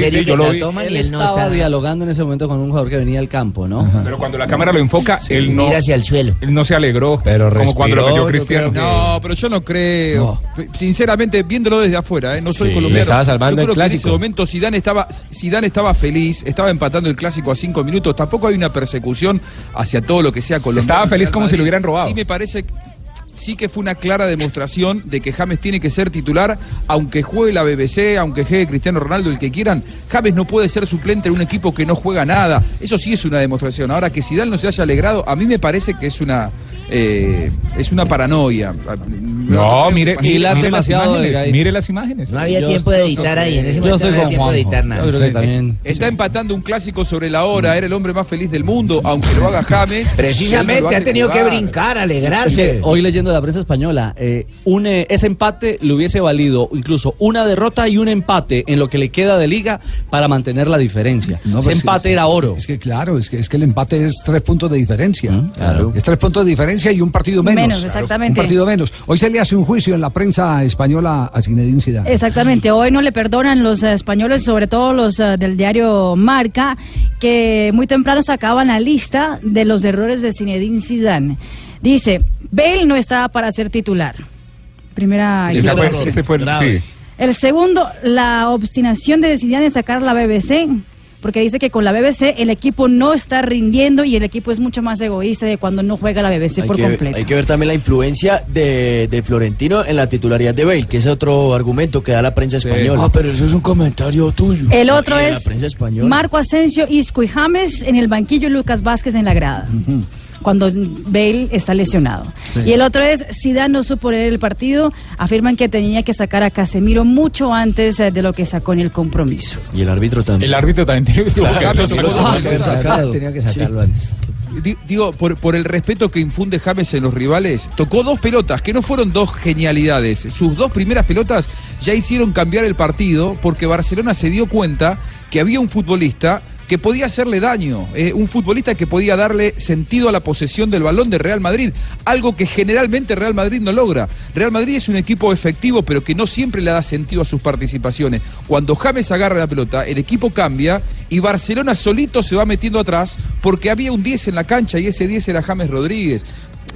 [SPEAKER 7] él estaba dialogando en ese momento con un jugador que venía al campo, ¿no?
[SPEAKER 18] Pero cuando la cámara lo enfoca, él no.
[SPEAKER 14] Mira hacia el suelo.
[SPEAKER 18] Él no se alegró.
[SPEAKER 13] Pero
[SPEAKER 18] como cuando lo metió
[SPEAKER 13] respiró,
[SPEAKER 18] Cristiano.
[SPEAKER 13] yo creo que-
[SPEAKER 10] No, pero yo no creo. Sinceramente, viéndolo desde afuera, ¿eh? no soy
[SPEAKER 13] Sí.
[SPEAKER 10] colombiano.
[SPEAKER 13] Le estaba
[SPEAKER 10] yo
[SPEAKER 13] salvando
[SPEAKER 10] creo
[SPEAKER 13] el
[SPEAKER 10] que
[SPEAKER 13] clásico.
[SPEAKER 10] en ese momento Zidane estaba, Zidane estaba feliz, estaba empatando el clásico a cinco minutos. Tampoco hay una persecución hacia todo lo que sea colombiano.
[SPEAKER 18] Estaba feliz como si lo hubieran robado.
[SPEAKER 10] Sí me parece que- sí que fue una clara demostración de que James tiene que ser titular, aunque juegue la BBC, aunque juegue Cristiano Ronaldo, el que quieran. James no puede ser suplente en un equipo que no juega nada. Eso sí es una demostración. Ahora que Zidane no se haya alegrado, a mí me parece que es una eh, es una paranoia.
[SPEAKER 18] No, mire,
[SPEAKER 10] creo que-
[SPEAKER 18] mire,
[SPEAKER 10] Hilar
[SPEAKER 18] las
[SPEAKER 10] demasiado,
[SPEAKER 18] imágenes.
[SPEAKER 10] Delgadito.
[SPEAKER 18] Mire las imágenes.
[SPEAKER 10] No había Yo- tiempo de yo editar creo- ahí, en ese yo momento no estoy había con tiempo de Juanjo. editar nada. Yo creo que también- Está empatando un clásico sobre la hora, era el hombre más feliz del mundo, aunque lo haga James. él lo hace jugar.
[SPEAKER 7] Es que Hoy leyendo la prensa española, eh, un, eh, ese empate le hubiese valido incluso una derrota y un empate en lo que le queda de liga para mantener la diferencia.
[SPEAKER 6] No,
[SPEAKER 7] ese
[SPEAKER 6] pues,
[SPEAKER 7] empate
[SPEAKER 6] es-
[SPEAKER 7] era oro.
[SPEAKER 6] Es que claro, es que, es que el empate es tres puntos de diferencia.
[SPEAKER 18] Mm,
[SPEAKER 6] Es tres puntos de diferencia y un partido menos.
[SPEAKER 12] Menos, exactamente.
[SPEAKER 6] Un partido menos. Hoy se le hace un juicio en la prensa española a Zinedine Zidane.
[SPEAKER 12] Exactamente, hoy no le perdonan los eh, españoles, sobre todo los eh, del diario Marca, que muy temprano sacaban la lista de los errores de Zinedine Zidane. Dice, Bale no estaba para ser titular. Primera
[SPEAKER 18] Ese fue,
[SPEAKER 12] equivocación.
[SPEAKER 18] ese fue el.
[SPEAKER 12] Grave.
[SPEAKER 18] Sí.
[SPEAKER 12] El segundo, la obstinación de Zidane de sacar la BBC, porque dice que con la BBC el equipo no está rindiendo y el equipo es mucho más egoísta de cuando no juega la BBC
[SPEAKER 22] hay,
[SPEAKER 12] por
[SPEAKER 22] que,
[SPEAKER 12] completo.
[SPEAKER 22] hay que ver también la influencia de, de Florentino en la titularidad de Bale, que es otro argumento que da la prensa española.
[SPEAKER 11] Ah, pero eso es un comentario tuyo.
[SPEAKER 12] El otro
[SPEAKER 22] Y de
[SPEAKER 12] es
[SPEAKER 22] la prensa española.
[SPEAKER 12] Marco Asensio, Isco y James en el banquillo y Lucas Vázquez en la grada. Cuando Bale está lesionado.
[SPEAKER 5] Sí.
[SPEAKER 12] Y el otro es, Zidane no supo leer el partido. Afirman que tenía que sacar a Casemiro mucho antes eh, de lo que sacó en el compromiso.
[SPEAKER 22] Y el árbitro también.
[SPEAKER 16] El árbitro también tiene
[SPEAKER 22] Claro,
[SPEAKER 16] tuvo que
[SPEAKER 22] James
[SPEAKER 16] haber
[SPEAKER 22] lo tuvo
[SPEAKER 16] sacado.
[SPEAKER 22] que haber sacado. Tenía que sacarlo
[SPEAKER 16] antes.
[SPEAKER 10] Di- Digo, por, por el respeto que infunde James en los rivales, tocó dos pelotas, que no fueron dos genialidades. Sus dos primeras pelotas ya hicieron cambiar el partido porque Barcelona se dio cuenta que había un futbolista que podía hacerle daño, eh, un futbolista que podía darle sentido a la posesión del balón de Real Madrid, algo que generalmente Real Madrid no logra. Real Madrid es un equipo efectivo, pero que no siempre le da sentido a sus participaciones. Cuando James agarra la pelota, el equipo cambia y Barcelona solito se va metiendo atrás porque había un 10 en la cancha y ese 10 era James Rodríguez.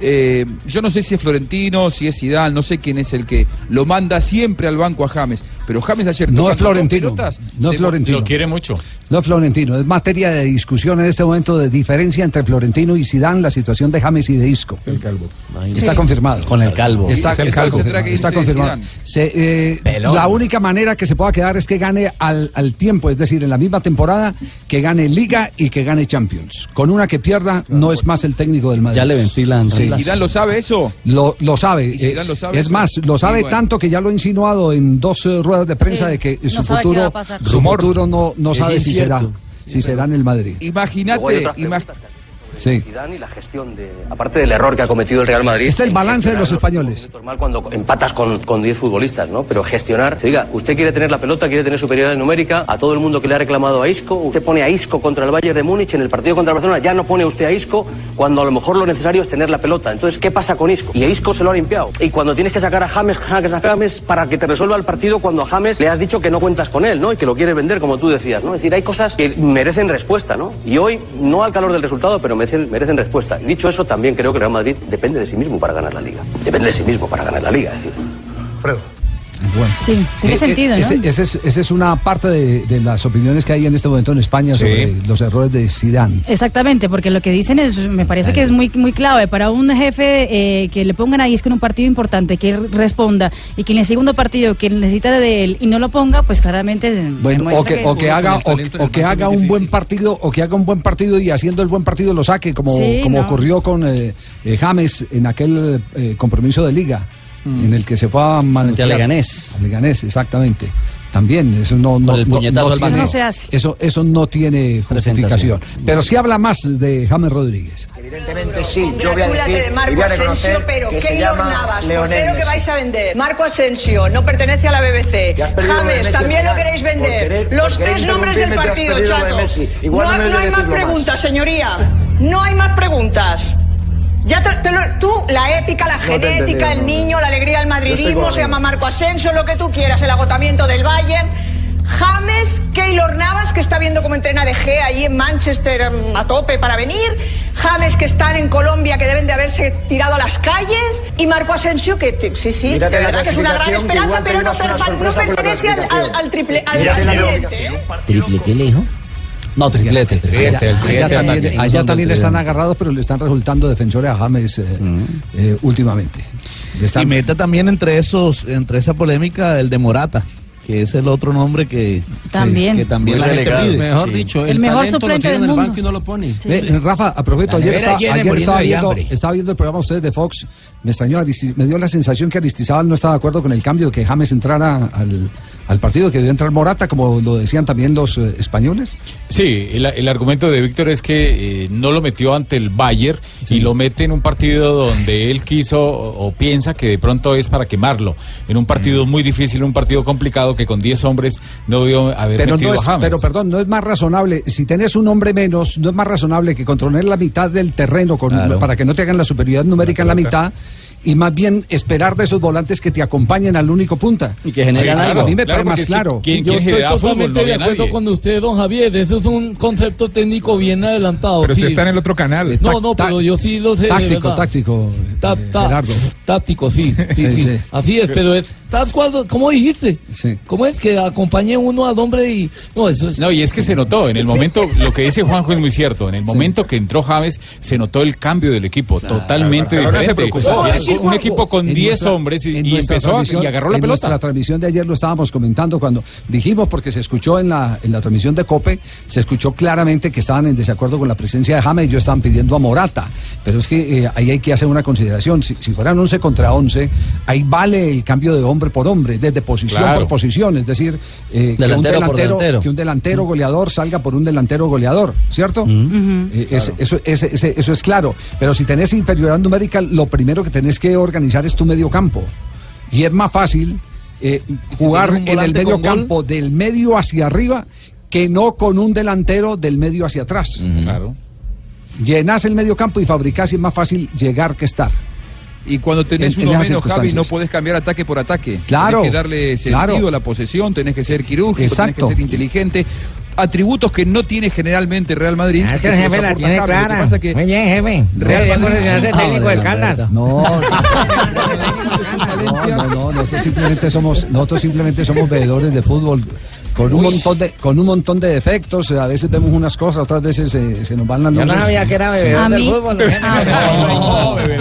[SPEAKER 10] Eh, yo no sé si es Florentino, si es Zidane, no sé quién es el que lo manda siempre al banco a James. Pero James ayer
[SPEAKER 6] No
[SPEAKER 10] tocando
[SPEAKER 6] es Florentino.
[SPEAKER 10] dos pelotas,
[SPEAKER 6] No es
[SPEAKER 10] de-
[SPEAKER 6] Florentino.
[SPEAKER 10] mucho.
[SPEAKER 6] No es Florentino, es materia de discusión en este momento de diferencia entre Florentino y Zidane, la situación de James y de Isco.
[SPEAKER 18] El calvo.
[SPEAKER 6] Está confirmado.
[SPEAKER 7] Con el calvo.
[SPEAKER 6] Está,
[SPEAKER 7] Es el
[SPEAKER 6] está
[SPEAKER 7] calvo.
[SPEAKER 6] confirmado.
[SPEAKER 7] Tendrá que
[SPEAKER 6] está
[SPEAKER 7] irse
[SPEAKER 6] confirmado.
[SPEAKER 7] Zidane.
[SPEAKER 6] Se, eh,
[SPEAKER 7] Pelón.
[SPEAKER 6] la única manera que se pueda quedar es que gane al, al tiempo, es decir, en la misma temporada, que gane Liga y que gane Champions. Con una que pierda, no es más el técnico del Madrid.
[SPEAKER 7] Ya le ventilan.
[SPEAKER 6] Sí.
[SPEAKER 10] ¿Y Zidane lo sabe eso?
[SPEAKER 6] Lo, lo sabe.
[SPEAKER 10] ¿Y Zidane
[SPEAKER 6] eh,
[SPEAKER 10] lo sabe
[SPEAKER 6] es
[SPEAKER 10] eso?
[SPEAKER 6] más, lo sabe
[SPEAKER 10] Y bueno.
[SPEAKER 6] tanto que ya lo ha insinuado en dos eh, ruedas de prensa
[SPEAKER 10] Sí,
[SPEAKER 6] de que
[SPEAKER 10] no
[SPEAKER 6] su
[SPEAKER 10] sabe qué va a
[SPEAKER 6] futuro,
[SPEAKER 10] pasar.
[SPEAKER 6] su
[SPEAKER 10] Rumor.
[SPEAKER 6] futuro no, no
[SPEAKER 10] Ese
[SPEAKER 6] sabe
[SPEAKER 10] es
[SPEAKER 6] si será,
[SPEAKER 10] cierto.
[SPEAKER 6] si será en el Madrid.
[SPEAKER 3] Luego hay
[SPEAKER 10] Imagínate,
[SPEAKER 3] otras
[SPEAKER 10] ima-
[SPEAKER 6] Sí.
[SPEAKER 3] Zidane y la gestión de, aparte del error que ha cometido el Real Madrid.
[SPEAKER 6] Está el
[SPEAKER 3] en
[SPEAKER 6] balance de
[SPEAKER 3] gestionar
[SPEAKER 6] los españoles.
[SPEAKER 3] minutos mal cuando empatas con con 10 futbolistas, ¿no? Pero gestionar, oiga, usted quiere tener la pelota, quiere tener superioridad numérica, a todo el mundo que le ha reclamado a Isco, usted pone a Isco contra el Bayern de Múnich en el partido contra el Barcelona, ya no pone usted a Isco cuando a lo mejor lo necesario es tener la pelota. Entonces, ¿qué pasa con Isco? Y a Isco se lo ha limpiado. Y cuando tienes que sacar a James, James, a James para que te resuelva el partido cuando a James le has dicho que no cuentas con él, ¿no? Y que lo quieres vender como tú decías, ¿no? Es decir, hay cosas que merecen respuesta, ¿no? Y hoy no al calor del resultado, pero merecen, merecen respuesta. Y dicho eso, también creo que Real Madrid depende de sí mismo para ganar la liga. Depende de sí mismo para ganar la liga, es decir.
[SPEAKER 12] Sí,
[SPEAKER 6] Eh,
[SPEAKER 12] tiene
[SPEAKER 6] eh,
[SPEAKER 12] sentido, ¿no?
[SPEAKER 6] ese- ese es- Esa es una parte de, de las opiniones que hay en este momento en España sobre los errores de Zidane.
[SPEAKER 12] Exactamente, porque lo que dicen es, me parece que es muy muy clave para un jefe eh, que le pongan a Isco en un partido importante, que él responda y que en el segundo partido que necesita de él y no lo ponga, pues claramente
[SPEAKER 6] Bueno,
[SPEAKER 12] demuestra
[SPEAKER 6] o que, o que haga, o, o que haga un buen partido, o que haga un buen partido y haciendo el buen partido lo saque, como,
[SPEAKER 12] Sí,
[SPEAKER 6] como
[SPEAKER 12] no.
[SPEAKER 6] ocurrió con eh, eh, James en aquel eh, compromiso de liga, en el que se fue a manotear.
[SPEAKER 7] Leganés.
[SPEAKER 6] A Leganés, exactamente. También, eso no, no,
[SPEAKER 7] el
[SPEAKER 6] no-
[SPEAKER 7] puñetazo
[SPEAKER 6] no
[SPEAKER 7] al
[SPEAKER 6] tiene,
[SPEAKER 7] banco. Eso no se
[SPEAKER 12] hace.
[SPEAKER 6] Eso, eso no tiene justificación.
[SPEAKER 7] Presentación.
[SPEAKER 6] Pero sí habla más de James Rodríguez.
[SPEAKER 9] Evidentemente sí, yo voy a
[SPEAKER 5] Congratúlate
[SPEAKER 9] decir
[SPEAKER 5] de
[SPEAKER 9] y
[SPEAKER 5] Marco
[SPEAKER 9] voy a
[SPEAKER 5] Asensio,
[SPEAKER 9] reconocer
[SPEAKER 5] pero pues,
[SPEAKER 9] que se
[SPEAKER 5] Keylor
[SPEAKER 9] llama
[SPEAKER 5] Navas,
[SPEAKER 9] Leonel
[SPEAKER 5] portero que
[SPEAKER 9] Messi.
[SPEAKER 5] vais a vender. Marco Asensio, no pertenece a la BBC.
[SPEAKER 9] has perdido lo de
[SPEAKER 5] James,
[SPEAKER 9] Messi al
[SPEAKER 5] también lo
[SPEAKER 9] final.
[SPEAKER 5] queréis
[SPEAKER 9] Por
[SPEAKER 5] vender.
[SPEAKER 9] querer-
[SPEAKER 5] Los
[SPEAKER 9] por querer
[SPEAKER 5] tres nombres del
[SPEAKER 9] interrumpirme, te has perdido
[SPEAKER 5] partido,
[SPEAKER 9] lo de
[SPEAKER 5] chatos.
[SPEAKER 9] Messi. Igual
[SPEAKER 5] No,
[SPEAKER 9] no me
[SPEAKER 5] no hay
[SPEAKER 9] debes
[SPEAKER 5] más
[SPEAKER 9] decirlo más.
[SPEAKER 5] preguntas, señoría. No hay más preguntas. Ya te- te lo- tú, la épica, la
[SPEAKER 9] No te he entendido,
[SPEAKER 5] genética, el
[SPEAKER 9] no, no.
[SPEAKER 5] niño, la alegría del
[SPEAKER 9] Yo estoy
[SPEAKER 5] madridismo, se
[SPEAKER 9] conmigo.
[SPEAKER 5] llama Marco Asensio, lo que tú quieras, el agotamiento del Bayern. James, Keylor Navas, que está viendo cómo entrena De Gea ahí en Manchester mm, a tope para venir. James, que están en Colombia, que deben de haberse tirado a las calles. Y Marco Asensio, que te- sí, sí,
[SPEAKER 9] Mírate
[SPEAKER 5] de
[SPEAKER 9] la
[SPEAKER 5] verdad que es una gran
[SPEAKER 9] clasificación, que
[SPEAKER 5] esperanza,
[SPEAKER 9] igual
[SPEAKER 5] pero no,
[SPEAKER 9] tendrás una
[SPEAKER 5] per- no
[SPEAKER 9] sorpresa con la
[SPEAKER 5] pertenece al, al, al triple. Al,
[SPEAKER 9] Mírate
[SPEAKER 5] al
[SPEAKER 9] la-
[SPEAKER 5] siguiente, ¿eh?
[SPEAKER 14] Triple, ¿qué le dijo?
[SPEAKER 7] No, triplete.
[SPEAKER 6] Allá, allá también, allá también están agarrados, pero le están resultando defensores a James eh,
[SPEAKER 7] Mm.
[SPEAKER 6] eh, últimamente. Le
[SPEAKER 17] Y
[SPEAKER 6] están-
[SPEAKER 17] meta también entre esos, entre esa polémica el de Morata, que es el otro nombre que
[SPEAKER 12] También.
[SPEAKER 17] que también
[SPEAKER 12] Muy
[SPEAKER 17] la gente
[SPEAKER 12] relegado.
[SPEAKER 17] pide.
[SPEAKER 12] Mejor Sí. dicho, el El mejor talento lo suplente tiene del en el mundo. banco y
[SPEAKER 17] no lo pone.
[SPEAKER 6] Ve, Rafa, a propósito,
[SPEAKER 17] La
[SPEAKER 6] ayer,
[SPEAKER 17] nevera
[SPEAKER 6] estaba,
[SPEAKER 17] llena y
[SPEAKER 6] ayer
[SPEAKER 17] muriendo
[SPEAKER 6] estaba
[SPEAKER 17] de
[SPEAKER 6] viendo,
[SPEAKER 17] hambre.
[SPEAKER 6] estaba viendo el programa ustedes de Fox, me extrañó, Aristi- me dio la sensación que Aristizábal no estaba de acuerdo con el cambio de que James entrara al, al partido, que debió entrar Morata, como lo decían también los eh, españoles.
[SPEAKER 16] Sí, el, el argumento de Víctor es que eh, no lo metió ante el Bayern y lo mete en un partido donde él quiso o, o piensa que de pronto es para quemarlo. En un partido muy difícil, un partido complicado que con 10 hombres no debió haber
[SPEAKER 6] Pero,
[SPEAKER 16] metido
[SPEAKER 6] no es,
[SPEAKER 16] a James.
[SPEAKER 6] pero perdón, no es más razonable, si tenés un hombre menos, no es más razonable que controlar la mitad del terreno con-
[SPEAKER 16] Claro.
[SPEAKER 6] para que no te hagan la superioridad numérica en la mitad. Y más bien esperar de esos volantes que te acompañen al único punta. Y
[SPEAKER 7] que generan algo.
[SPEAKER 6] A mí me parece
[SPEAKER 7] Claro, porque
[SPEAKER 6] más
[SPEAKER 7] es que
[SPEAKER 6] claro.
[SPEAKER 7] ¿quién-
[SPEAKER 11] Yo
[SPEAKER 7] quién
[SPEAKER 11] estoy
[SPEAKER 7] generaba fútbol?
[SPEAKER 11] totalmente
[SPEAKER 7] No
[SPEAKER 11] de
[SPEAKER 7] había
[SPEAKER 11] acuerdo
[SPEAKER 7] nadie.
[SPEAKER 11] con usted, don Javier. Eso es un concepto técnico bien adelantado.
[SPEAKER 18] Pero
[SPEAKER 11] sí.
[SPEAKER 18] usted está en el otro canal.
[SPEAKER 11] No, no, pero yo sí lo sé. de
[SPEAKER 18] Táctico,
[SPEAKER 11] verdad.
[SPEAKER 6] táctico.
[SPEAKER 11] Ta- ta- táctico, sí. sí,
[SPEAKER 18] Sí,
[SPEAKER 11] sí.
[SPEAKER 18] sí.
[SPEAKER 11] Así es, pero es, ¿estás cuando- ¿cómo dijiste?
[SPEAKER 6] Sí.
[SPEAKER 11] ¿Cómo es que acompañe uno al hombre y. No, eso es.
[SPEAKER 16] No, y es que se notó, en el momento, lo que dice Juanjo es muy cierto, en el momento que entró James se notó el cambio del equipo, totalmente
[SPEAKER 18] Barcelona se
[SPEAKER 16] diferente.
[SPEAKER 18] preocupó.
[SPEAKER 16] Era
[SPEAKER 18] Sí,
[SPEAKER 16] un equipo con
[SPEAKER 6] En
[SPEAKER 16] 10
[SPEAKER 6] nuestra-
[SPEAKER 16] hombres y,
[SPEAKER 6] en
[SPEAKER 16] y
[SPEAKER 6] nuestra
[SPEAKER 16] empezó a-
[SPEAKER 6] transmisión-
[SPEAKER 16] y agarró la
[SPEAKER 6] en
[SPEAKER 16] pelota.
[SPEAKER 6] Nuestra transmisión de ayer lo estábamos comentando cuando dijimos, porque se escuchó en la, en la transmisión de COPE, se escuchó claramente que estaban en desacuerdo con la presencia de James, yo estaban pidiendo a Morata. Pero es que eh, ahí hay que hacer una consideración. Si, si fueran 11 contra 11, ahí vale el cambio de hombre por hombre, desde posición
[SPEAKER 7] Claro.
[SPEAKER 6] por posición. Es decir, eh, que, un
[SPEAKER 7] Delantero por
[SPEAKER 6] delantero,
[SPEAKER 7] delantero.
[SPEAKER 6] que un delantero goleador salga por un delantero goleador, ¿cierto?
[SPEAKER 10] Mm.
[SPEAKER 6] Eh, es- eso, es- es- eso es claro. Pero si tenés inferioridad numérica, lo primero que tenés que organizar es tu medio campo. Y es más fácil eh, jugar
[SPEAKER 17] tenés
[SPEAKER 6] en
[SPEAKER 17] un
[SPEAKER 6] el
[SPEAKER 17] volante
[SPEAKER 6] medio
[SPEAKER 17] con gol?
[SPEAKER 6] campo del medio hacia arriba que no con un delantero del medio hacia atrás.
[SPEAKER 10] Claro.
[SPEAKER 6] Llenás el medio campo y fabricás y es más fácil llegar que estar.
[SPEAKER 10] Y cuando tenés
[SPEAKER 6] En- en
[SPEAKER 10] uno
[SPEAKER 6] esas
[SPEAKER 10] menos, Javi, no
[SPEAKER 6] circunstancias.
[SPEAKER 10] podés cambiar ataque por ataque.
[SPEAKER 6] Claro,
[SPEAKER 10] Tenés que darle sentido
[SPEAKER 6] claro.
[SPEAKER 10] a la posesión, tenés que ser quirúrgico,
[SPEAKER 6] Exacto.
[SPEAKER 10] tenés que ser inteligente. Atributos que no tiene generalmente Real Madrid.
[SPEAKER 8] Ah, este
[SPEAKER 10] que se
[SPEAKER 8] jefe
[SPEAKER 10] los
[SPEAKER 8] la
[SPEAKER 10] aporta
[SPEAKER 8] tiene
[SPEAKER 10] Javi. Lo que
[SPEAKER 8] clara.
[SPEAKER 10] pasa que
[SPEAKER 8] Muy bien, jefe.
[SPEAKER 10] Real
[SPEAKER 8] Muy bien
[SPEAKER 10] Madrid-
[SPEAKER 8] posicionarse
[SPEAKER 10] Ah,
[SPEAKER 8] técnico del
[SPEAKER 10] bueno,
[SPEAKER 8] Caldas.
[SPEAKER 6] No, No, no, no, nosotros simplemente somos, nosotros simplemente somos veedores de fútbol con un montón de, con un montón de defectos, a veces vemos unas cosas, otras veces eh, se nos van las
[SPEAKER 8] Yo no
[SPEAKER 6] luces.
[SPEAKER 8] sabía que era
[SPEAKER 6] Sí.
[SPEAKER 8] bebedor del fútbol.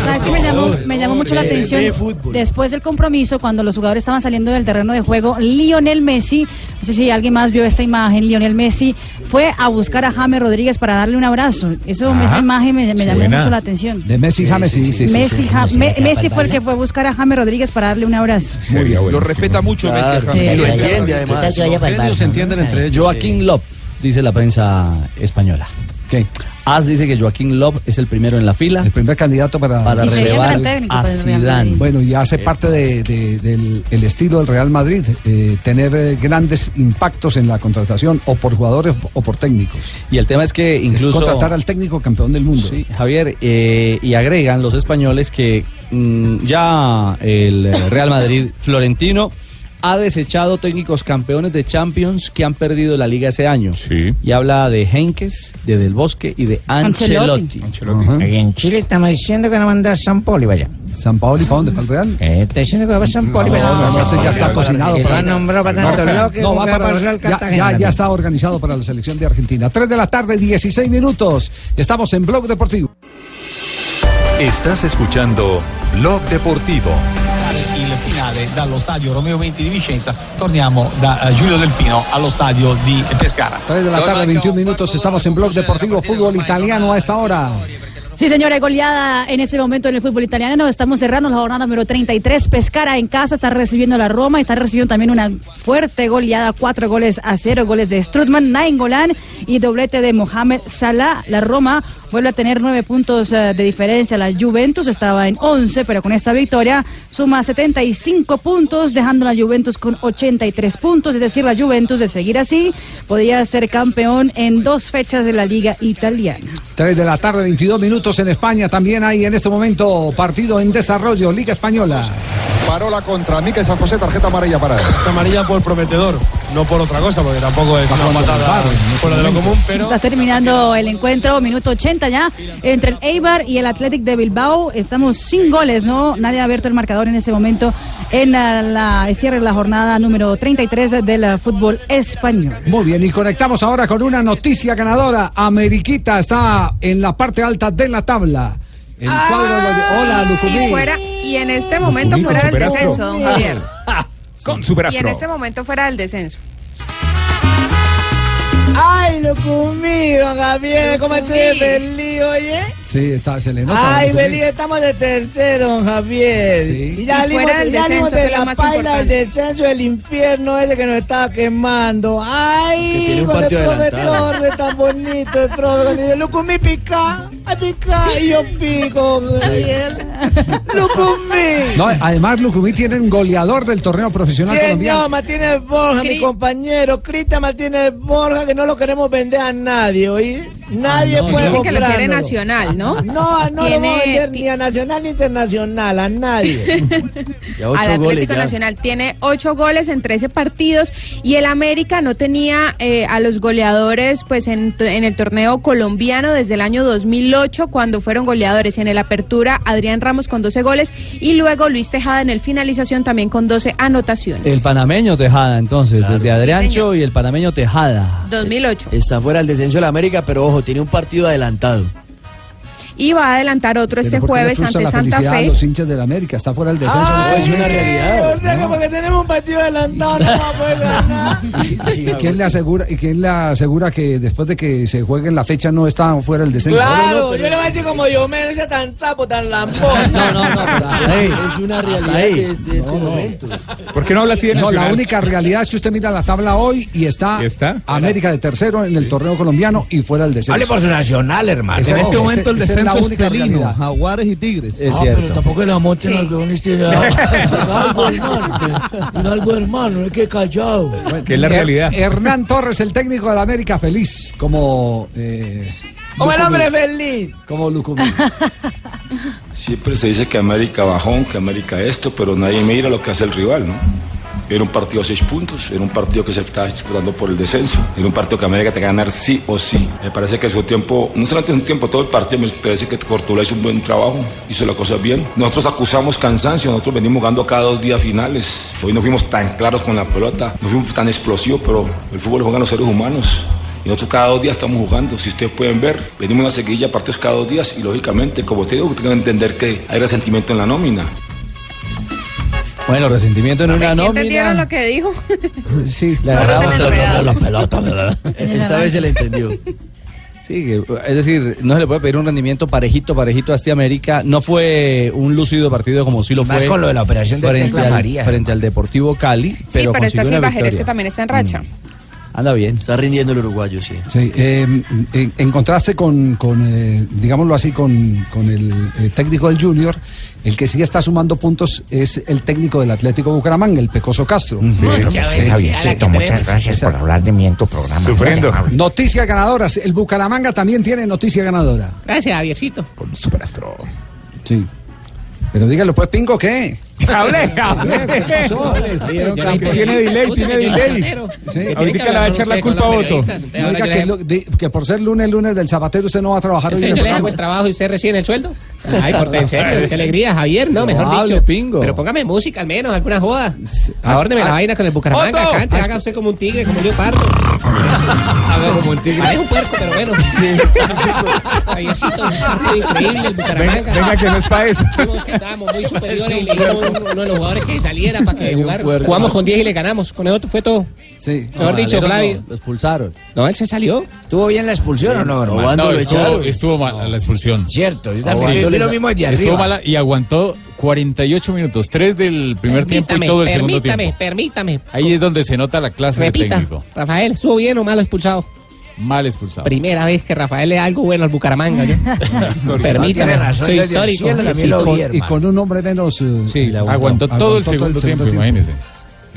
[SPEAKER 12] ¿Sabes qué me llamó, me llamó mucho la
[SPEAKER 8] Bebé
[SPEAKER 12] atención?
[SPEAKER 8] de fútbol.
[SPEAKER 12] Después del compromiso, cuando los jugadores estaban saliendo del terreno de juego, Lionel Messi, no sé si alguien más vio esta imagen, Lionel Messi fue a buscar a James Rodríguez para darle un abrazo. Eso,
[SPEAKER 6] Ajá.
[SPEAKER 12] esa imagen me, me llamó
[SPEAKER 6] Buena.
[SPEAKER 12] mucho la atención.
[SPEAKER 6] De Messi James, sí, sí, sí,
[SPEAKER 12] Messi,
[SPEAKER 6] sí.
[SPEAKER 12] Ja- Me- Messi fue el que fue a buscar a James Rodríguez para darle un abrazo.
[SPEAKER 10] Muy bien, Lo respeta mucho Messi. a James.
[SPEAKER 7] Sí,
[SPEAKER 10] Lo
[SPEAKER 7] sí,
[SPEAKER 10] entiende,
[SPEAKER 7] sí.
[SPEAKER 10] además.
[SPEAKER 7] Los genios se entienden entre ellos. Joaquín Lop, dice la prensa española.
[SPEAKER 6] ¿Qué?
[SPEAKER 7] As dice que Joaquín Lop es el primero en la fila. El
[SPEAKER 6] primer candidato para,
[SPEAKER 7] para relevar a Zidane.
[SPEAKER 6] Bueno, y hace parte de- de- del el estilo del Real Madrid, eh, tener eh, grandes impactos en la contratación, o por jugadores o por técnicos.
[SPEAKER 7] Y el tema es que incluso...
[SPEAKER 6] Es contratar al técnico campeón del mundo.
[SPEAKER 7] Sí, Javier, eh, y agregan los españoles que mm, ya el eh, Real Madrid florentino ha desechado técnicos campeones de Champions que han perdido la liga ese año. Y habla de Henkes, de Del Bosque y de Ancelotti.
[SPEAKER 8] Ajá. Y en Chile estamos diciendo que no manda a San Poli, vaya. Eh,
[SPEAKER 6] ¿San Paoli para dónde? ¿Para el Real?
[SPEAKER 8] Está diciendo que va a San Poli, vaya.
[SPEAKER 6] Ah, pues, No, no, no, ese ya está cocinado
[SPEAKER 8] Que lo
[SPEAKER 6] para-
[SPEAKER 8] han nombrado para
[SPEAKER 6] No,
[SPEAKER 8] tanto
[SPEAKER 6] espera,
[SPEAKER 8] bloque,
[SPEAKER 6] no, va
[SPEAKER 8] nunca
[SPEAKER 6] para-
[SPEAKER 8] pasó al
[SPEAKER 6] ya-
[SPEAKER 8] Cartagena.
[SPEAKER 6] ya, ya está organizado para la selección de Argentina. 3 de la tarde, 16 minutos. Estamos en Blog Deportivo.
[SPEAKER 1] Estás escuchando Blog Deportivo.
[SPEAKER 2] il finale dallo stadio Romeo 20 di Vicenza. Torniamo da eh, Giulio Delpino allo stadio di Pescara.
[SPEAKER 6] 3 de la tarde, 21 minutos. Estamos en Blog Deportivo, fútbol italiano a esta hora.
[SPEAKER 12] Sí, señora, goleada en ese momento en el fútbol italiano. Estamos cerrando la jornada número 33. Pescara en casa está recibiendo a la Roma. Está recibiendo también una fuerte goleada. Cuatro goles a cero. Goles de Strutman, Nainggolan y doblete de Mohamed Salah. La Roma vuelve a tener nueve puntos eh, de diferencia. La Juventus estaba en 11, pero con esta victoria suma 75 puntos, dejando a la Juventus con 83 puntos. Es decir, la Juventus, de seguir así, podría ser campeón en dos fechas de la Liga Italiana.
[SPEAKER 6] 3 de la tarde, 22 minutos en España. También hay en este momento partido en desarrollo, Liga Española.
[SPEAKER 15] Parola contra Miquel San José, tarjeta amarilla para él.
[SPEAKER 23] Es amarilla por prometedor, no por otra cosa, porque tampoco es una patada fuera de lo común, pero
[SPEAKER 12] Está terminando el encuentro, minuto 80 ya, entre el Eibar y el Athletic de Bilbao. Estamos sin goles, ¿no? Nadie ha abierto el marcador en ese momento en la, la- el cierre de la jornada número 33 del eh, fútbol español.
[SPEAKER 6] Muy bien, y conectamos ahora con una noticia ganadora. Ameriquita está en la parte alta de la tabla. El cuadro de los- Hola, Lucumí.
[SPEAKER 24] Ah, Y, fuera, y en este momento
[SPEAKER 6] Lucumí con
[SPEAKER 24] fuera del
[SPEAKER 6] superastro.
[SPEAKER 24] descenso, don Javier.
[SPEAKER 18] Con
[SPEAKER 24] Y en
[SPEAKER 18] superastro.
[SPEAKER 24] este momento fuera del descenso.
[SPEAKER 9] Ay, lo conmigo, Javier. ¿Cómo estás, feliz, oye?
[SPEAKER 6] Sí, está, se le nota.
[SPEAKER 9] Ay,
[SPEAKER 6] Lucumí.
[SPEAKER 9] feliz, estamos de tercero, Javier.
[SPEAKER 6] Sí.
[SPEAKER 9] Y ya
[SPEAKER 24] Y
[SPEAKER 9] salimos
[SPEAKER 24] fuera
[SPEAKER 9] de,
[SPEAKER 24] del
[SPEAKER 9] ya salimos
[SPEAKER 24] descenso, que
[SPEAKER 9] de
[SPEAKER 24] es lo
[SPEAKER 9] la
[SPEAKER 24] más
[SPEAKER 9] paila del
[SPEAKER 24] importante.
[SPEAKER 9] descenso, del infierno ese que nos estaba quemando.
[SPEAKER 22] Que
[SPEAKER 9] Ay,
[SPEAKER 22] tiene un
[SPEAKER 9] con el
[SPEAKER 22] partido
[SPEAKER 9] profe
[SPEAKER 22] adelantado.
[SPEAKER 9] Torres tan bonito, el profe. Cuando dice, Lucumí pica, ay, pica, y yo pico, Javier. Lucumí.
[SPEAKER 6] No, además, Lucumí tiene un goleador del torneo profesional
[SPEAKER 9] Señor
[SPEAKER 6] colombiano.
[SPEAKER 9] Martínez Borja, mi compañero, Cristian Martínez Borja, que no lo queremos vender a nadie, ¿oí? Nadie
[SPEAKER 24] Ah, no,
[SPEAKER 9] puede
[SPEAKER 24] Dicen que lo
[SPEAKER 9] comprarlo.
[SPEAKER 24] quiere Nacional, ¿no?
[SPEAKER 9] No, no lo vamos a
[SPEAKER 24] Tiene-
[SPEAKER 9] vender ni a Nacional ni a Internacional, a nadie.
[SPEAKER 22] Ya
[SPEAKER 24] al
[SPEAKER 22] ocho
[SPEAKER 24] Atlético
[SPEAKER 22] goles. ya.
[SPEAKER 24] Nacional. Tiene ocho goles en 13 partidos y el América no tenía eh, a los goleadores pues en, t- en el torneo colombiano desde el año 2008 cuando fueron goleadores. En el Apertura, Adrián Ramos con 12 goles y luego Luis Tejada en el finalización también con 12 anotaciones.
[SPEAKER 7] El panameño Tejada, entonces, desde Adriancho y el panameño Tejada.
[SPEAKER 24] 2008.
[SPEAKER 22] Está fuera del descenso de la América, pero ojo, tiene un partido adelantado.
[SPEAKER 24] Y va a adelantar otro este
[SPEAKER 6] ¿Por qué le
[SPEAKER 24] jueves
[SPEAKER 6] frustra
[SPEAKER 24] ante
[SPEAKER 6] la
[SPEAKER 24] Santa
[SPEAKER 6] felicidad a
[SPEAKER 24] Fe.
[SPEAKER 6] los hinchas del América, está fuera del descenso.
[SPEAKER 9] Ay,
[SPEAKER 6] no es una realidad.
[SPEAKER 9] O sea que porque tenemos un partido adelantado no vamos a poder ganar.
[SPEAKER 6] ¿Y quién le asegura, y quién le asegura que después de que se juegue en la fecha no está fuera del descenso?
[SPEAKER 9] Claro, yo le voy a decir como yo, menos no sea tan sapo, tan lampón. No, no, no.
[SPEAKER 22] Es una realidad
[SPEAKER 6] ahí.
[SPEAKER 22] de, de este
[SPEAKER 11] Ah,
[SPEAKER 22] momento.
[SPEAKER 18] ¿Por qué no habla así de
[SPEAKER 6] No,
[SPEAKER 18] Nacional?
[SPEAKER 6] la única realidad es que usted mira la tabla hoy y está, América de tercero en el torneo colombiano y fuera del descenso.
[SPEAKER 22] Hable por su Nacional, hermano.
[SPEAKER 6] Esa-
[SPEAKER 22] En este
[SPEAKER 6] esa-
[SPEAKER 22] momento el
[SPEAKER 6] esa es
[SPEAKER 22] descenso
[SPEAKER 6] la
[SPEAKER 17] es
[SPEAKER 6] única
[SPEAKER 17] felino,
[SPEAKER 6] realidad.
[SPEAKER 17] jaguares y tigres.
[SPEAKER 12] Ah,
[SPEAKER 6] Es cierto.
[SPEAKER 17] pero tampoco
[SPEAKER 11] la mocha en los huevones tiene algo hermano. tiene algo hermano, es que callado.
[SPEAKER 18] Eh, Que es la
[SPEAKER 6] Her-
[SPEAKER 18] realidad.
[SPEAKER 6] Hernán Torres, el técnico de la América, feliz como. Eh,
[SPEAKER 9] Como el hombre
[SPEAKER 6] Lucumí,
[SPEAKER 9] feliz.
[SPEAKER 6] Como Lucumí.
[SPEAKER 4] Siempre se dice que América bajón, que América esto, pero nadie mira lo que hace el rival, ¿no? Era un partido a seis puntos, era un partido que se estaba disputando por el descenso, era un partido que América tenía que ganar sí o sí. Me parece que su tiempo, no solamente su tiempo, todo el partido, me parece que Cortula hizo un buen trabajo, hizo las cosas bien. Nosotros acusamos cansancio, nosotros venimos jugando cada dos días finales. Hoy no fuimos tan claros con la pelota, no fuimos tan explosivos, pero el fútbol juegan los seres humanos. Y nosotros cada dos días estamos jugando. Si ustedes pueden ver, venimos a una seguilla de partidos cada dos días y lógicamente, como te digo, tengo que entender que hay resentimiento en la nómina.
[SPEAKER 7] Bueno, resentimiento en una
[SPEAKER 24] ¿Sí
[SPEAKER 7] nómina.
[SPEAKER 24] entendieron lo que dijo?
[SPEAKER 7] Sí, le
[SPEAKER 22] No, no,
[SPEAKER 7] agarramos
[SPEAKER 22] no, no,
[SPEAKER 7] la
[SPEAKER 22] no,
[SPEAKER 7] pelota,
[SPEAKER 22] Esta vez se le entendió.
[SPEAKER 7] Sí, que, es decir, no se le puede pedir un rendimiento parejito, parejito a este América. No fue un lúcido partido como sí lo fue.
[SPEAKER 22] Más con lo de la operación del
[SPEAKER 7] frente
[SPEAKER 22] Tecla
[SPEAKER 7] al,
[SPEAKER 22] María,
[SPEAKER 7] Frente al Deportivo Cali. Pero
[SPEAKER 24] sí, pero
[SPEAKER 7] consiguió
[SPEAKER 24] está
[SPEAKER 7] una
[SPEAKER 24] Silva Jerez,
[SPEAKER 7] victoria.
[SPEAKER 24] que también está en
[SPEAKER 6] Mm.
[SPEAKER 24] racha.
[SPEAKER 7] Anda bien.
[SPEAKER 22] Está rindiendo el uruguayo, sí.
[SPEAKER 6] Sí, eh, en, en contraste con, con, eh, digámoslo así, con, con el eh, técnico del Junior, el que sí está sumando puntos es el técnico del Atlético Bucaramanga, el Pecoso Castro.
[SPEAKER 14] Bueno, pues, Javiercito, muchas gracias por hablar de mí en tu programa. Es muy amable.
[SPEAKER 6] Noticias ganadoras. El Bucaramanga también tiene noticia ganadora.
[SPEAKER 19] Gracias, Javiercito.
[SPEAKER 6] Con Superastro. Sí. Pero dígalo, pues, Pingo, ¿qué?
[SPEAKER 19] Hable,
[SPEAKER 6] hable. ¿Qué pasó?
[SPEAKER 18] Tiene delay, tiene delay. Ahorita le va a echar la culpa a Otto.
[SPEAKER 6] No diga que, lo- di- que por ser lunes, lunes del zapatero, usted no va a trabajar hoy. en el
[SPEAKER 19] Entonces yo le hago
[SPEAKER 6] programa.
[SPEAKER 19] el trabajo y usted recibe el sueldo. Ay, por en serio, qué alegría, Javier, no, mejor
[SPEAKER 6] Hable,
[SPEAKER 19] dicho.
[SPEAKER 6] pingo.
[SPEAKER 19] Pero póngame música al menos, alguna joda.
[SPEAKER 6] ah,
[SPEAKER 19] Abórdeme la
[SPEAKER 6] ah,
[SPEAKER 19] vaina con el Bucaramanga,
[SPEAKER 6] Otto.
[SPEAKER 19] cante, haga usted como un tigre, como un leopardo. Haga como un tigre. Parece un puerco, pero bueno. Sí. Javiercito, un partido increíble el Bucaramanga.
[SPEAKER 18] Venga, que no es para eso.
[SPEAKER 19] Vimos que estábamos muy superiores y le dijimos a uno de los jugadores que saliera para que jugara.
[SPEAKER 7] puerco.
[SPEAKER 19] Jugamos con 10 y le ganamos. Con eso fue todo.
[SPEAKER 6] Sí.
[SPEAKER 19] Mejor dicho, Flavio.
[SPEAKER 7] Lo expulsaron.
[SPEAKER 19] No, él se salió.
[SPEAKER 22] ¿Estuvo bien la expulsión o no, hermano?
[SPEAKER 16] No, estuvo, estuvo mal la expulsión.
[SPEAKER 22] Cierto, yo
[SPEAKER 16] Aguantó.
[SPEAKER 22] también vi lo mismo desde
[SPEAKER 16] Estuvo
[SPEAKER 22] arriba.
[SPEAKER 16] mala y aguantó 48 minutos, 3 del primer tiempo y todo el segundo
[SPEAKER 19] permítame,
[SPEAKER 16] tiempo.
[SPEAKER 19] permítame.
[SPEAKER 16] Ahí es donde se nota la clase de
[SPEAKER 19] Repita,
[SPEAKER 16] técnico.
[SPEAKER 19] Rafael, ¿estuvo bien o malo expulsado?
[SPEAKER 16] Mal expulsado.
[SPEAKER 19] Primera vez que Rafael le da algo bueno al Bucaramanga. ¿yo? Permítame, soy histórico.
[SPEAKER 6] Y con- y con un hombre menos. eh, Sí,
[SPEAKER 7] aguantó todo el segundo tiempo, imagínese.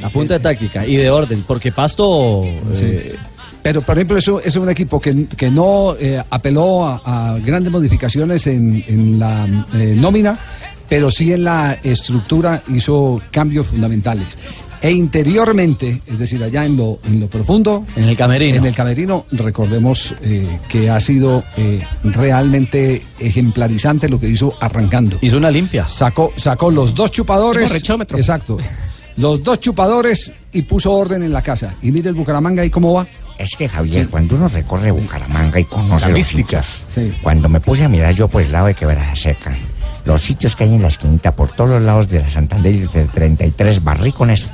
[SPEAKER 7] A punta de táctica y de orden, porque Pasto. eh,
[SPEAKER 6] Pero, por ejemplo, eso, eso es un equipo que, que no eh, apeló a, a grandes modificaciones en, en la eh, nómina, pero sí en la estructura hizo cambios fundamentales. E interiormente, es decir, allá en lo, en lo profundo.
[SPEAKER 7] En el camerino.
[SPEAKER 6] En el camerino, recordemos eh, que ha sido eh, realmente ejemplarizante lo que hizo arrancando.
[SPEAKER 7] Hizo una limpia.
[SPEAKER 6] Sacó, sacó los dos chupadores.
[SPEAKER 19] Tipo rechómetro.
[SPEAKER 6] Exacto. Los dos chupadores y puso orden en la casa. Y mire el Bucaramanga ahí cómo va.
[SPEAKER 14] Es que Javier, cuando uno recorre Bucaramanga y conoce los
[SPEAKER 6] Las místicas.
[SPEAKER 14] sitios, cuando me puse a mirar yo por el lado de Quebrada Seca, los sitios que hay en la esquinita, por todos los lados de la Santander y de 33 barricones,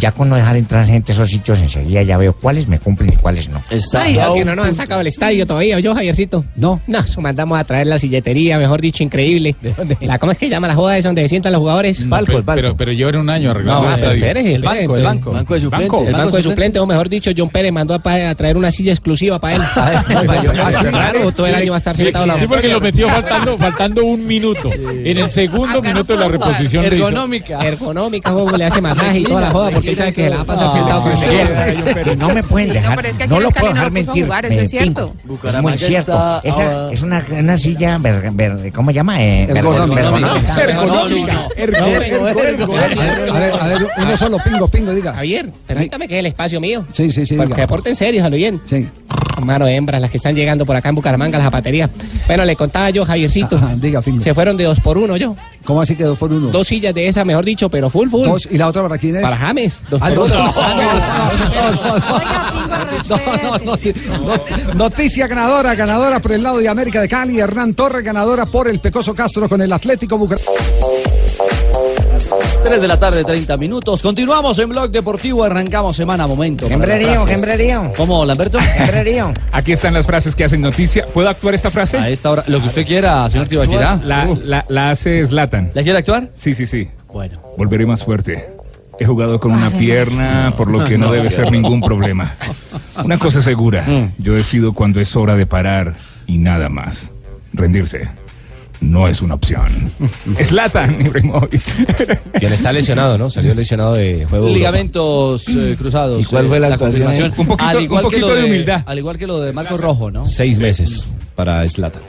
[SPEAKER 14] ya con no dejar entrar gente a esos sitios, enseguida ya veo cuáles me cumplen y cuáles no.
[SPEAKER 19] Ay, Dios, que no nos han sacado el estadio todavía, yo Javiercito?
[SPEAKER 6] No.
[SPEAKER 19] No, eso mandamos a traer la silletería, mejor dicho, increíble. La, ¿Cómo es que llama la joda es donde se sientan los jugadores?
[SPEAKER 16] Pe- Pero, pero llevan un año arreglando
[SPEAKER 19] No,
[SPEAKER 16] el
[SPEAKER 19] pero
[SPEAKER 16] estadio.
[SPEAKER 19] espérese, espérese, entonces.
[SPEAKER 16] Banco de
[SPEAKER 19] El banco de suplentes, o mejor dicho, John Pérez mandó a, pa- a traer una silla exclusiva para él.
[SPEAKER 16] Ah, sí,
[SPEAKER 19] claro, todo el año va a estar
[SPEAKER 16] sí,
[SPEAKER 19] sentado la
[SPEAKER 16] Sí, porque lo metió faltando, faltando un minuto. En el segundo minuto de la reposición lo hizo.
[SPEAKER 19] Ergonómica, como le hace masaje y toda la joda, porque él sabe que se la va a
[SPEAKER 8] Ah,
[SPEAKER 19] pasar sentado.
[SPEAKER 14] No,
[SPEAKER 19] frente a él.
[SPEAKER 14] pero no me pueden
[SPEAKER 19] Sí, no,
[SPEAKER 14] dejar,
[SPEAKER 19] pero es que
[SPEAKER 14] no,
[SPEAKER 19] aquí en
[SPEAKER 14] lo
[SPEAKER 19] el Cali
[SPEAKER 14] puedo
[SPEAKER 19] no
[SPEAKER 14] dejar
[SPEAKER 19] lo puso a
[SPEAKER 14] mentir.
[SPEAKER 19] jugar, eso
[SPEAKER 14] me
[SPEAKER 19] es cierto.
[SPEAKER 14] pinco. Es
[SPEAKER 19] Bucaramanga
[SPEAKER 14] muy cierto.
[SPEAKER 19] está
[SPEAKER 14] Esa
[SPEAKER 19] ahora-
[SPEAKER 14] es una, una silla, ver- ver- ¿cómo llama? Eh, ver-
[SPEAKER 6] Ergonómica.
[SPEAKER 14] ergonómica.
[SPEAKER 19] Ergonómica.
[SPEAKER 6] A ver, a ver, uno solo, pingo, pingo, diga.
[SPEAKER 19] Ah.
[SPEAKER 6] Eh.
[SPEAKER 19] Javier, permítame que es el espacio mío.
[SPEAKER 6] Sí, sí, sí.
[SPEAKER 19] Porque aporten serios, a lo bien.
[SPEAKER 6] Sí.
[SPEAKER 19] Hermano, hembras, las que están llegando por acá en Bucaramanga, las zapaterías. Bueno, le contaba yo, Javiercito.
[SPEAKER 6] Ah, diga,
[SPEAKER 19] Se fueron de dos por uno yo.
[SPEAKER 6] ¿Cómo así quedó por uno?
[SPEAKER 19] Dos sillas de esa, mejor dicho, pero full, full.
[SPEAKER 6] Dos, ¿Y la otra para quién es?
[SPEAKER 19] Para James. Dos
[SPEAKER 6] Ah, no,
[SPEAKER 19] por uno.
[SPEAKER 6] no, No, no, no, no. Noticia ganadora, ganadora por el lado de América de Cali, Hernán Torres, ganadora por el Pecoso Castro con el Atlético Bucaramanga.
[SPEAKER 7] 3 de la tarde, 30 minutos. Continuamos en Blog Deportivo, arrancamos semana, momento. para
[SPEAKER 18] Jembrerío,
[SPEAKER 7] las frases.
[SPEAKER 18] jembrerío.
[SPEAKER 7] ¿Cómo, Lamberto?
[SPEAKER 18] Aquí están las frases que hacen noticia. ¿Puedo actuar esta frase? A
[SPEAKER 7] esta hora, lo que usted quiera, señor Tibaquirá.
[SPEAKER 18] La, la, la hace Zlatan.
[SPEAKER 7] ¿La quiere actuar?
[SPEAKER 18] Sí, sí, sí.
[SPEAKER 7] Bueno.
[SPEAKER 18] Volveré más fuerte. He jugado con una
[SPEAKER 7] Ay,
[SPEAKER 18] pierna,
[SPEAKER 7] no.
[SPEAKER 18] por lo que no
[SPEAKER 7] No,
[SPEAKER 18] debe
[SPEAKER 7] no. Mm.
[SPEAKER 18] ser ningún problema. Una cosa segura, yo decido cuando es hora de parar y nada más. rendirse no es una opción. Slatan Ibrahimovic.
[SPEAKER 3] Y él está lesionado, ¿no? Salió lesionado de juego. de Europa.
[SPEAKER 7] Ligamentos eh, cruzados.
[SPEAKER 3] ¿Y cuál fue la actuación?
[SPEAKER 7] confirmación?
[SPEAKER 3] Un poquito-
[SPEAKER 7] al igual
[SPEAKER 3] un
[SPEAKER 7] que lo
[SPEAKER 3] poquito de humildad.
[SPEAKER 7] Al igual que lo de Marco Rojo, ¿no?
[SPEAKER 3] Seis meses para Slatan.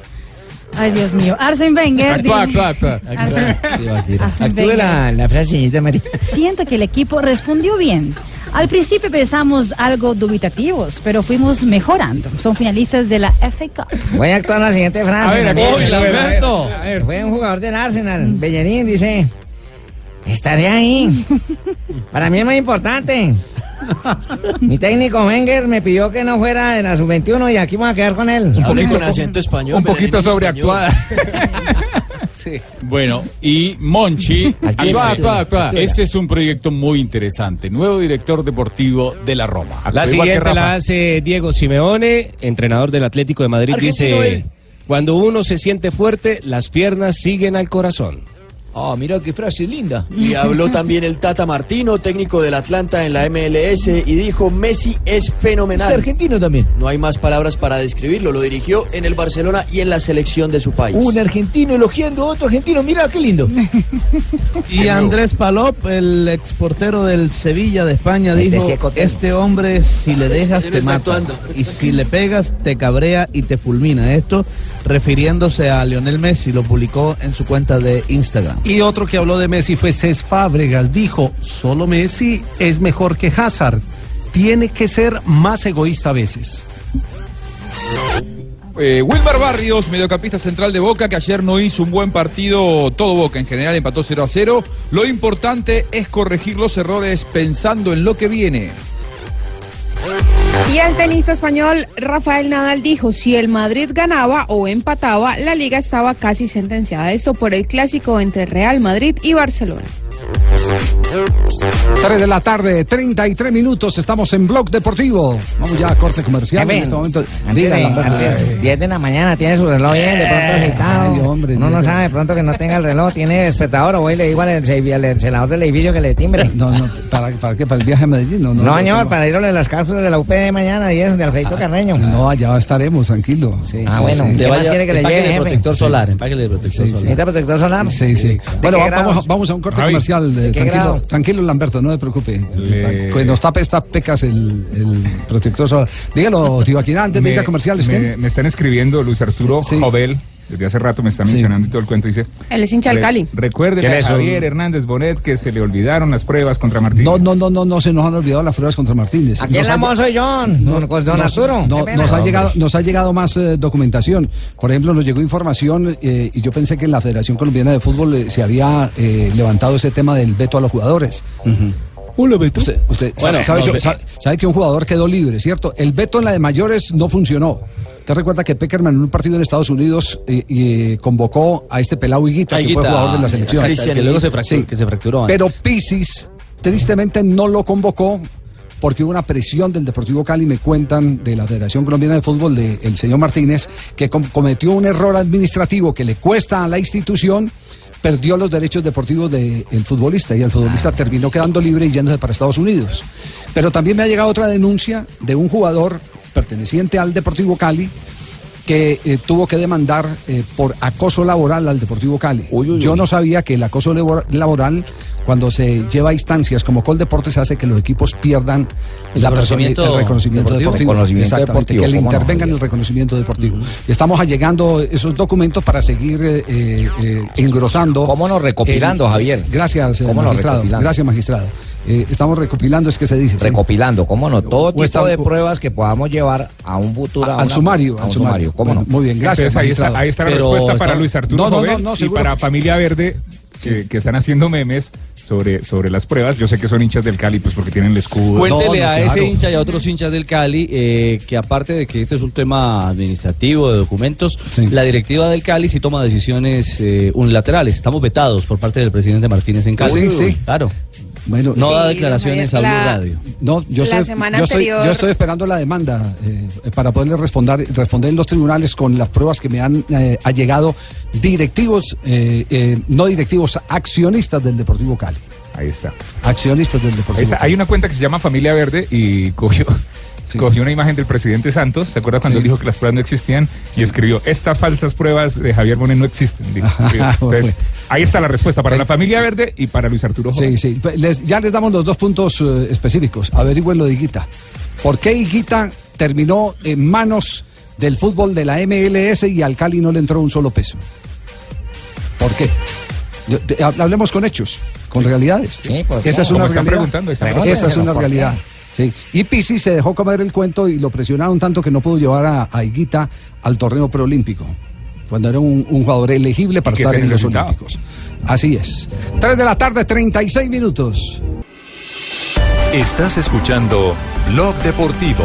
[SPEAKER 12] Ay, Dios mío. Arsen Wenger. dice- Arsen- Arsène
[SPEAKER 14] Actúe la, la frase, señorita María.
[SPEAKER 12] Siento que el equipo respondió bien. Al principio pensamos algo dubitativos, pero fuimos mejorando. Son finalistas de la FA Cup.
[SPEAKER 8] Voy a actuar la siguiente frase.
[SPEAKER 12] A ver,
[SPEAKER 8] también.
[SPEAKER 12] Bobby, Lamberto.
[SPEAKER 8] Fue un jugador del Arsenal, Bellerín, dice, estaré ahí. Para mí es muy importante. Mi técnico Wenger me pidió que no fuera de la sub-21 y aquí voy a quedar con él.
[SPEAKER 22] Hablé con acento español.
[SPEAKER 16] un poquito sobreactuada. Bueno, y Monchi,
[SPEAKER 22] Actúa,
[SPEAKER 16] actúa,
[SPEAKER 22] actúa,
[SPEAKER 16] actúa, actúa.
[SPEAKER 22] actúa.
[SPEAKER 16] este es un proyecto muy interesante. Nuevo director deportivo de la Roma.
[SPEAKER 3] La
[SPEAKER 16] Igual que
[SPEAKER 3] siguiente
[SPEAKER 16] Rafa.
[SPEAKER 3] la hace Diego Simeone, entrenador del Atlético de Madrid.
[SPEAKER 22] Argentino
[SPEAKER 3] dice:
[SPEAKER 22] él.
[SPEAKER 3] Cuando uno se siente fuerte, las piernas siguen al corazón.
[SPEAKER 22] Ah, mira qué frase linda. Y habló también el Tata Martino, técnico del Atlanta en la MLS, y dijo, Messi es fenomenal.
[SPEAKER 9] Es argentino
[SPEAKER 22] también. No hay más palabras para describirlo. Lo dirigió en el Barcelona y en la selección de su país.
[SPEAKER 9] Un argentino elogiando a otro argentino. Mira qué lindo.
[SPEAKER 17] Y Andrés Palop, el exportero del Sevilla de España,
[SPEAKER 9] El de
[SPEAKER 17] dijo,
[SPEAKER 9] Seco Temo.
[SPEAKER 17] este hombre si le dejas
[SPEAKER 9] Él
[SPEAKER 17] te
[SPEAKER 9] está
[SPEAKER 17] mata
[SPEAKER 9] actuando.
[SPEAKER 17] y si le pegas te cabrea y te fulmina. Esto refiriéndose a Lionel Messi, lo publicó en su cuenta de Instagram.
[SPEAKER 13] Y otro que habló de Messi fue Cés Fábregas. Dijo, solo Messi es mejor que Hazard. Tiene que ser más egoísta a veces.
[SPEAKER 10] Eh, Wilmar Barrios, mediocampista central de Boca, que ayer no hizo un buen partido, todo Boca en general empató 0 a 0. Lo importante es corregir los errores pensando en lo que viene.
[SPEAKER 24] Y el tenista español Rafael Nadal dijo, si el Madrid ganaba o empataba, la liga estaba casi sentenciada. Esto por el clásico entre Real Madrid y Barcelona.
[SPEAKER 6] 3 de la tarde, 33 minutos, estamos en Blog Deportivo. Vamos ya a corte comercial
[SPEAKER 8] Jefe,
[SPEAKER 6] en este momento.
[SPEAKER 8] antes de- antes, 10 de la mañana, tiene su reloj bien, de pronto
[SPEAKER 6] Eh,
[SPEAKER 8] agitado. Uno no sabe de pronto que no tenga el reloj, tiene despertador, o voy y le digo al, ence- al encelador del edificio que le timbre.
[SPEAKER 6] No, no, ¿para, ¿para qué? ¿Para el viaje a Medellín? No, no,
[SPEAKER 8] No,
[SPEAKER 6] no
[SPEAKER 8] señor,
[SPEAKER 6] tengo-
[SPEAKER 8] para ir a las cápsulas de la UP de mañana y es de Alfredito Carreño.
[SPEAKER 6] No, allá estaremos, tranquilo.
[SPEAKER 8] Ah, bueno, ¿qué más quiere que le lleve, jefe?
[SPEAKER 6] solar,
[SPEAKER 7] de protector
[SPEAKER 6] solar.
[SPEAKER 8] ¿Necesita protector solar?
[SPEAKER 6] Sí, sí. Bueno,
[SPEAKER 8] qué
[SPEAKER 6] va-
[SPEAKER 8] grados?
[SPEAKER 6] vamos, vamos a un corte
[SPEAKER 8] Javi,
[SPEAKER 6] comercial. eh,
[SPEAKER 8] ¿de qué grado?
[SPEAKER 6] tranquilo, tranquilo, Lamberto, no te preocupe.
[SPEAKER 18] Le-
[SPEAKER 6] Que Nos tapa estas pecas el, el protector solar. Dígalo, tío Aquino, antes de ir a comerciales. ¿qué?
[SPEAKER 18] me, me están escribiendo Luis Arturo Jovel, desde hace rato me está mencionando y todo el cuento. Dice:
[SPEAKER 24] Él es hincha del
[SPEAKER 18] "Re-
[SPEAKER 24] Cali.
[SPEAKER 18] Recuerde
[SPEAKER 6] ¿Quién
[SPEAKER 18] a
[SPEAKER 6] es,
[SPEAKER 18] Javier
[SPEAKER 6] un-
[SPEAKER 18] Hernández Bonet que se le olvidaron las pruebas contra Martín.
[SPEAKER 6] No, no, no, no, no se nos han olvidado las pruebas contra Martínez.
[SPEAKER 8] Aquí
[SPEAKER 6] Nos
[SPEAKER 8] el
[SPEAKER 6] ha-
[SPEAKER 8] amo soy yo, don, con don
[SPEAKER 6] nos-
[SPEAKER 8] Arturo.
[SPEAKER 6] no,
[SPEAKER 8] Qué pena.
[SPEAKER 6] nos, ha llegado, nos ha llegado más eh, documentación. Por ejemplo, nos llegó información eh, y yo pensé que en la Federación Colombiana de Fútbol eh, se había eh, levantado ese tema del veto a los jugadores. Hola, Beto. Usted, usted
[SPEAKER 3] Bueno,
[SPEAKER 6] sabe,
[SPEAKER 3] no,
[SPEAKER 6] sabe
[SPEAKER 3] ve-
[SPEAKER 6] que, sabe- sabe que un jugador quedó libre, ¿cierto? El veto en la de mayores no funcionó. Usted recuerda que Peckerman en un partido en Estados Unidos eh, eh, convocó a este pelado Higuita,
[SPEAKER 7] Ah,
[SPEAKER 6] que fue
[SPEAKER 7] Higuita,
[SPEAKER 6] jugador de la selección.
[SPEAKER 7] exacto, el que luego se fracturó- que se fracturó antes.
[SPEAKER 6] Pero Pisis, tristemente, no lo convocó porque hubo una presión del Deportivo Cali, me cuentan de la Federación Colombiana de Fútbol, del señor Martínez, que com- cometió un error administrativo que le cuesta a la institución, perdió los derechos deportivos del futbolista y el futbolista terminó quedando libre y yéndose para Estados Unidos. Pero también me ha llegado otra denuncia de un jugador perteneciente al Deportivo Cali que eh, tuvo que demandar eh, por acoso laboral al Deportivo Cali. Yo no sabía que el acoso labor- laboral, cuando se lleva a instancias como Coldeportes, hace que los equipos pierdan
[SPEAKER 7] El
[SPEAKER 6] la persona-
[SPEAKER 7] reconocimiento
[SPEAKER 6] el reconocimiento
[SPEAKER 7] deportivo.
[SPEAKER 6] deportivo.
[SPEAKER 7] Reconocimiento
[SPEAKER 6] Exactamente,
[SPEAKER 7] deportivo,
[SPEAKER 6] que le
[SPEAKER 7] ¿cómo no?
[SPEAKER 6] intervengan el reconocimiento deportivo. Estamos allegando esos documentos para seguir eh, eh, eh, engrosando. ¿Cómo
[SPEAKER 20] no? Recopilando, Javier.
[SPEAKER 6] Gracias, eh,
[SPEAKER 20] ¿Cómo no?
[SPEAKER 6] magistrado.
[SPEAKER 20] Recopilando.
[SPEAKER 6] Gracias, magistrado. Eh, estamos recopilando, es que se dice. ¿sí?
[SPEAKER 20] Recopilando, cómo no, todo tipo
[SPEAKER 6] estamos-
[SPEAKER 20] de pruebas que podamos llevar a un futuro. a
[SPEAKER 6] al
[SPEAKER 20] una-
[SPEAKER 6] sumario,
[SPEAKER 20] a
[SPEAKER 6] al
[SPEAKER 20] un
[SPEAKER 6] sumario.
[SPEAKER 20] sumario, cómo no.
[SPEAKER 6] Bueno, muy bien, gracias,
[SPEAKER 18] Entonces, ahí, está,
[SPEAKER 6] magistrado.
[SPEAKER 18] ahí está la
[SPEAKER 6] Pero
[SPEAKER 18] respuesta para
[SPEAKER 6] estamos-
[SPEAKER 18] Luis Arturo
[SPEAKER 6] No, no,
[SPEAKER 18] Jovel
[SPEAKER 6] no, no,
[SPEAKER 18] y
[SPEAKER 6] seguro.
[SPEAKER 18] para Familia Verde, que, que están haciendo memes sobre, sobre las pruebas. Yo sé que son hinchas del Cali, pues porque tienen el escudo.
[SPEAKER 7] Cuéntele a ese
[SPEAKER 18] claro.
[SPEAKER 7] hincha y a otros hinchas del Cali eh, que aparte de que este es un tema administrativo de documentos, la directiva del Cali sí toma decisiones eh, unilaterales. Estamos vetados por parte del presidente Martínez en
[SPEAKER 6] Sí,
[SPEAKER 7] Cali.
[SPEAKER 6] sí.
[SPEAKER 7] Claro.
[SPEAKER 6] Bueno,
[SPEAKER 7] no
[SPEAKER 6] sí,
[SPEAKER 7] da declaraciones
[SPEAKER 6] Javier,
[SPEAKER 7] a Blue
[SPEAKER 6] la-
[SPEAKER 7] Radio.
[SPEAKER 6] No, yo
[SPEAKER 7] La
[SPEAKER 6] estoy,
[SPEAKER 7] semana
[SPEAKER 6] yo, estoy,
[SPEAKER 7] anterior-
[SPEAKER 6] yo estoy esperando la demanda eh, eh, para poderle responder, responder en los tribunales con las pruebas que me han eh, allegado directivos, eh, eh, no directivos, accionistas del Deportivo Cali.
[SPEAKER 18] Ahí está.
[SPEAKER 6] Accionistas del Deportivo
[SPEAKER 18] Ahí está.
[SPEAKER 6] Cali.
[SPEAKER 18] Hay una cuenta que se llama Familia Verde y cogió, cogió una imagen del presidente Santos, ¿se acuerda cuando él dijo que las pruebas no existían? Y escribió, estas falsas pruebas de Javier Bonet no existen. dijo. Entonces, ahí está la respuesta para la familia verde y para Luis Arturo Jorge.
[SPEAKER 6] Sí, sí. Les- ya les damos los dos puntos eh, específicos. Averigüen lo de Higuita. ¿Por qué Higuita terminó en manos del fútbol de la MLS y al Cali no le entró un solo peso? ¿Por qué? Yo- de- hab- hablemos con hechos, con realidades.
[SPEAKER 18] pues,
[SPEAKER 6] Esa es
[SPEAKER 18] ¿cómo
[SPEAKER 6] una
[SPEAKER 18] están
[SPEAKER 6] realidad.
[SPEAKER 18] preguntando? Están
[SPEAKER 6] Esa es
[SPEAKER 18] preguntando.
[SPEAKER 6] una
[SPEAKER 18] ¿Por qué?
[SPEAKER 6] realidad. Sí. Y Pisi se dejó comer el cuento y lo presionaron tanto que no pudo llevar a, a Higuita al torneo preolímpico, cuando era un, un jugador elegible para
[SPEAKER 18] que
[SPEAKER 6] estar
[SPEAKER 18] ese es
[SPEAKER 6] en
[SPEAKER 18] el
[SPEAKER 6] los
[SPEAKER 18] resultado.
[SPEAKER 6] Olímpicos. Así es. 3 de la tarde, 36 minutos.
[SPEAKER 1] Estás escuchando Blog Deportivo.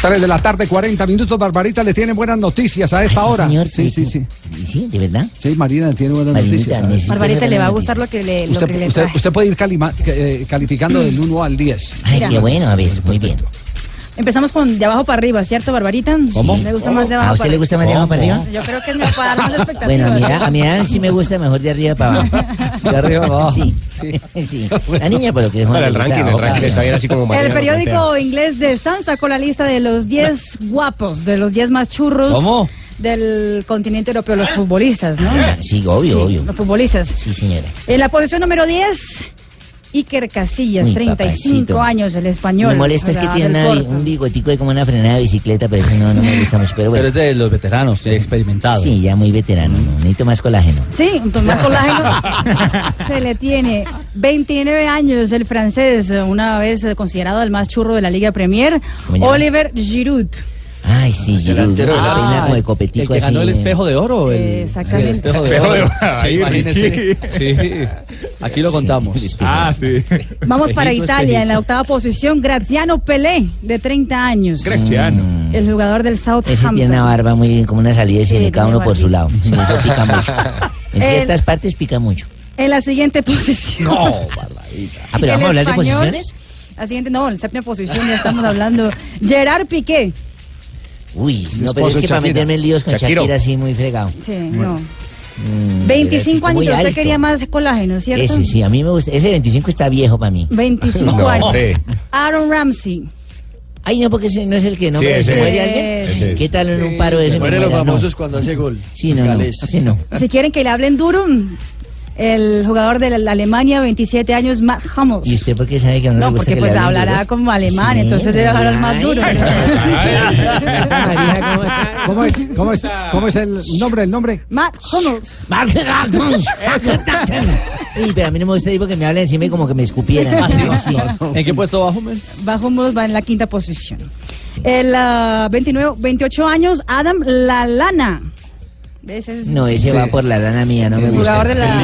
[SPEAKER 6] 3 de la tarde, 40 minutos. Barbarita le tiene buenas noticias a esta
[SPEAKER 14] Ay, sí,
[SPEAKER 6] hora.
[SPEAKER 14] señor,
[SPEAKER 6] sí, sí,
[SPEAKER 14] sí,
[SPEAKER 6] sí.
[SPEAKER 14] Sí, de verdad.
[SPEAKER 6] Sí, Marina le tiene buenas
[SPEAKER 14] Marinita,
[SPEAKER 6] noticias. a esta.
[SPEAKER 14] Barbarita,
[SPEAKER 12] le va a gustar lo que le, lo
[SPEAKER 6] Usted,
[SPEAKER 12] que le
[SPEAKER 6] usted-
[SPEAKER 12] traje.
[SPEAKER 6] usted puede ir calima- que, eh, calificando del 1 al 10.
[SPEAKER 14] Ay,
[SPEAKER 12] Mira.
[SPEAKER 14] qué bueno, a ver, muy bien.
[SPEAKER 12] Empezamos con de abajo para arriba, ¿cierto, Barbarita?
[SPEAKER 14] ¿Cómo?
[SPEAKER 12] Me gusta más de abajo
[SPEAKER 14] ¿A usted
[SPEAKER 12] para
[SPEAKER 14] le gusta más de abajo para
[SPEAKER 12] arriba.
[SPEAKER 14] arriba?
[SPEAKER 12] Yo creo que es mejor para dar más expectativas.
[SPEAKER 14] Bueno, a mi, edad, a mi edad sí me gusta mejor de arriba para abajo. De arriba para abajo. Sí, sí. La niña, pero que es
[SPEAKER 19] Para el ranking, el ranking está bien así como
[SPEAKER 12] El
[SPEAKER 19] Mariano
[SPEAKER 12] periódico inglés de Sun sacó la lista de los 10 guapos, de los 10 más churros
[SPEAKER 14] ¿Cómo?
[SPEAKER 12] del continente europeo, los futbolistas, ¿no?
[SPEAKER 14] Sí, obvio,
[SPEAKER 12] Sí,
[SPEAKER 14] obvio.
[SPEAKER 12] Los futbolistas.
[SPEAKER 14] Sí, señora.
[SPEAKER 12] En la posición número 10, Iker Casillas,
[SPEAKER 14] Uy,
[SPEAKER 12] 35
[SPEAKER 14] papacito.
[SPEAKER 12] años, el español.
[SPEAKER 14] me molesta
[SPEAKER 12] o
[SPEAKER 14] es que
[SPEAKER 12] sea,
[SPEAKER 14] tiene
[SPEAKER 12] del
[SPEAKER 14] una-
[SPEAKER 12] Porto.
[SPEAKER 14] un bigotico de como una frenada de bicicleta, pero eso no, no me gusta mucho. Pero bueno.
[SPEAKER 7] Pero es de los veteranos, experimentados.
[SPEAKER 14] Sí, ya muy veterano. ¿no? Necesito más colágeno.
[SPEAKER 12] Sí, pues un tomar colágeno se le tiene. 29 años el francés, una vez eh, considerado el más churro de la Liga Premier,
[SPEAKER 14] ¿Cómo llama?
[SPEAKER 12] Oliver Giroud.
[SPEAKER 14] Ay, sí, yo lo
[SPEAKER 7] delantero de
[SPEAKER 14] peina
[SPEAKER 7] Sarri.
[SPEAKER 14] como de
[SPEAKER 7] El
[SPEAKER 14] copetico
[SPEAKER 7] que
[SPEAKER 14] así.
[SPEAKER 7] ganó el espejo de oro. El,
[SPEAKER 12] Eh, exactamente.
[SPEAKER 7] sí, el espejo de
[SPEAKER 12] Espejo de
[SPEAKER 7] oro.
[SPEAKER 12] oro.
[SPEAKER 7] Sí,
[SPEAKER 12] Ahí,
[SPEAKER 7] imagínese. Sí. Aquí lo contamos. Ah,
[SPEAKER 18] sí.
[SPEAKER 12] Vamos para Italia, en la octava posición, Graziano Pelé, de 30 años.
[SPEAKER 18] Cristiano.
[SPEAKER 12] El jugador del
[SPEAKER 14] Ese tiene una
[SPEAKER 12] Southampton.
[SPEAKER 14] barba muy como una salida de cine,
[SPEAKER 12] Sí,
[SPEAKER 14] cada
[SPEAKER 12] tiene
[SPEAKER 14] uno por su lado. Sí, eso pica mucho. En
[SPEAKER 12] El-
[SPEAKER 14] ciertas partes pica mucho.
[SPEAKER 12] En la siguiente posición.
[SPEAKER 14] Ah, pero
[SPEAKER 12] el
[SPEAKER 14] vamos a hablar de
[SPEAKER 12] español,
[SPEAKER 14] posiciones.
[SPEAKER 12] La siguiente, no, la séptima posición, ya estamos hablando. Gerard Piqué.
[SPEAKER 14] Uy, no, pero
[SPEAKER 12] esposo
[SPEAKER 14] es que para
[SPEAKER 12] Shakira.
[SPEAKER 14] meterme en líos con
[SPEAKER 12] Shakiro.
[SPEAKER 14] Shakira así muy fregado.
[SPEAKER 12] Sí, no.
[SPEAKER 14] Mm,
[SPEAKER 12] 25
[SPEAKER 14] pero
[SPEAKER 12] años,
[SPEAKER 14] es que
[SPEAKER 12] usted
[SPEAKER 14] muy alto.
[SPEAKER 12] quería más colágeno, ¿cierto?
[SPEAKER 14] Ese sí, a mí me gusta. Ese 25 está viejo para mí.
[SPEAKER 12] 25
[SPEAKER 14] No,
[SPEAKER 12] años.
[SPEAKER 14] hombre.
[SPEAKER 12] Aaron Ramsey.
[SPEAKER 14] Ay, no, porque ese no es el que no
[SPEAKER 22] Sí,
[SPEAKER 14] pero
[SPEAKER 22] ese
[SPEAKER 14] ¿se muere
[SPEAKER 22] es.
[SPEAKER 14] alguien?
[SPEAKER 22] Ese es.
[SPEAKER 14] ¿Qué tal en un paro de
[SPEAKER 22] Se
[SPEAKER 14] eso?
[SPEAKER 22] mueren los famosos cuando hace gol.
[SPEAKER 14] Sí, no, no,
[SPEAKER 22] Gales.
[SPEAKER 14] sí, no.
[SPEAKER 12] Si quieren que le hablen duro, el jugador de la Alemania, 27 años, Matt Hummels.
[SPEAKER 14] ¿Y usted por qué sabe que a uno
[SPEAKER 12] No,
[SPEAKER 14] le gusta
[SPEAKER 12] porque
[SPEAKER 14] que le
[SPEAKER 12] pues
[SPEAKER 14] hablen
[SPEAKER 12] hablará
[SPEAKER 14] duro?
[SPEAKER 12] como alemán,
[SPEAKER 14] Sí,
[SPEAKER 12] entonces debe hablar más
[SPEAKER 14] ay.
[SPEAKER 12] duro.
[SPEAKER 6] ¿Cómo es, cómo es, cómo es el nombre? El nombre.
[SPEAKER 12] Matt Hummels.
[SPEAKER 14] Uy, pero a mí no me gusta tipo que me hablen encima y como que me escupieran.
[SPEAKER 12] Ah, sí.
[SPEAKER 7] ¿En qué puesto bajo, Mel?
[SPEAKER 12] Bajo Hummels va en la quinta posición. El ah, 29, 28 años, Adam Lalana. Ese es
[SPEAKER 14] No, ese
[SPEAKER 12] Sí.
[SPEAKER 14] va por la lana mía, no me
[SPEAKER 12] El
[SPEAKER 14] gusta.
[SPEAKER 12] jugador de la...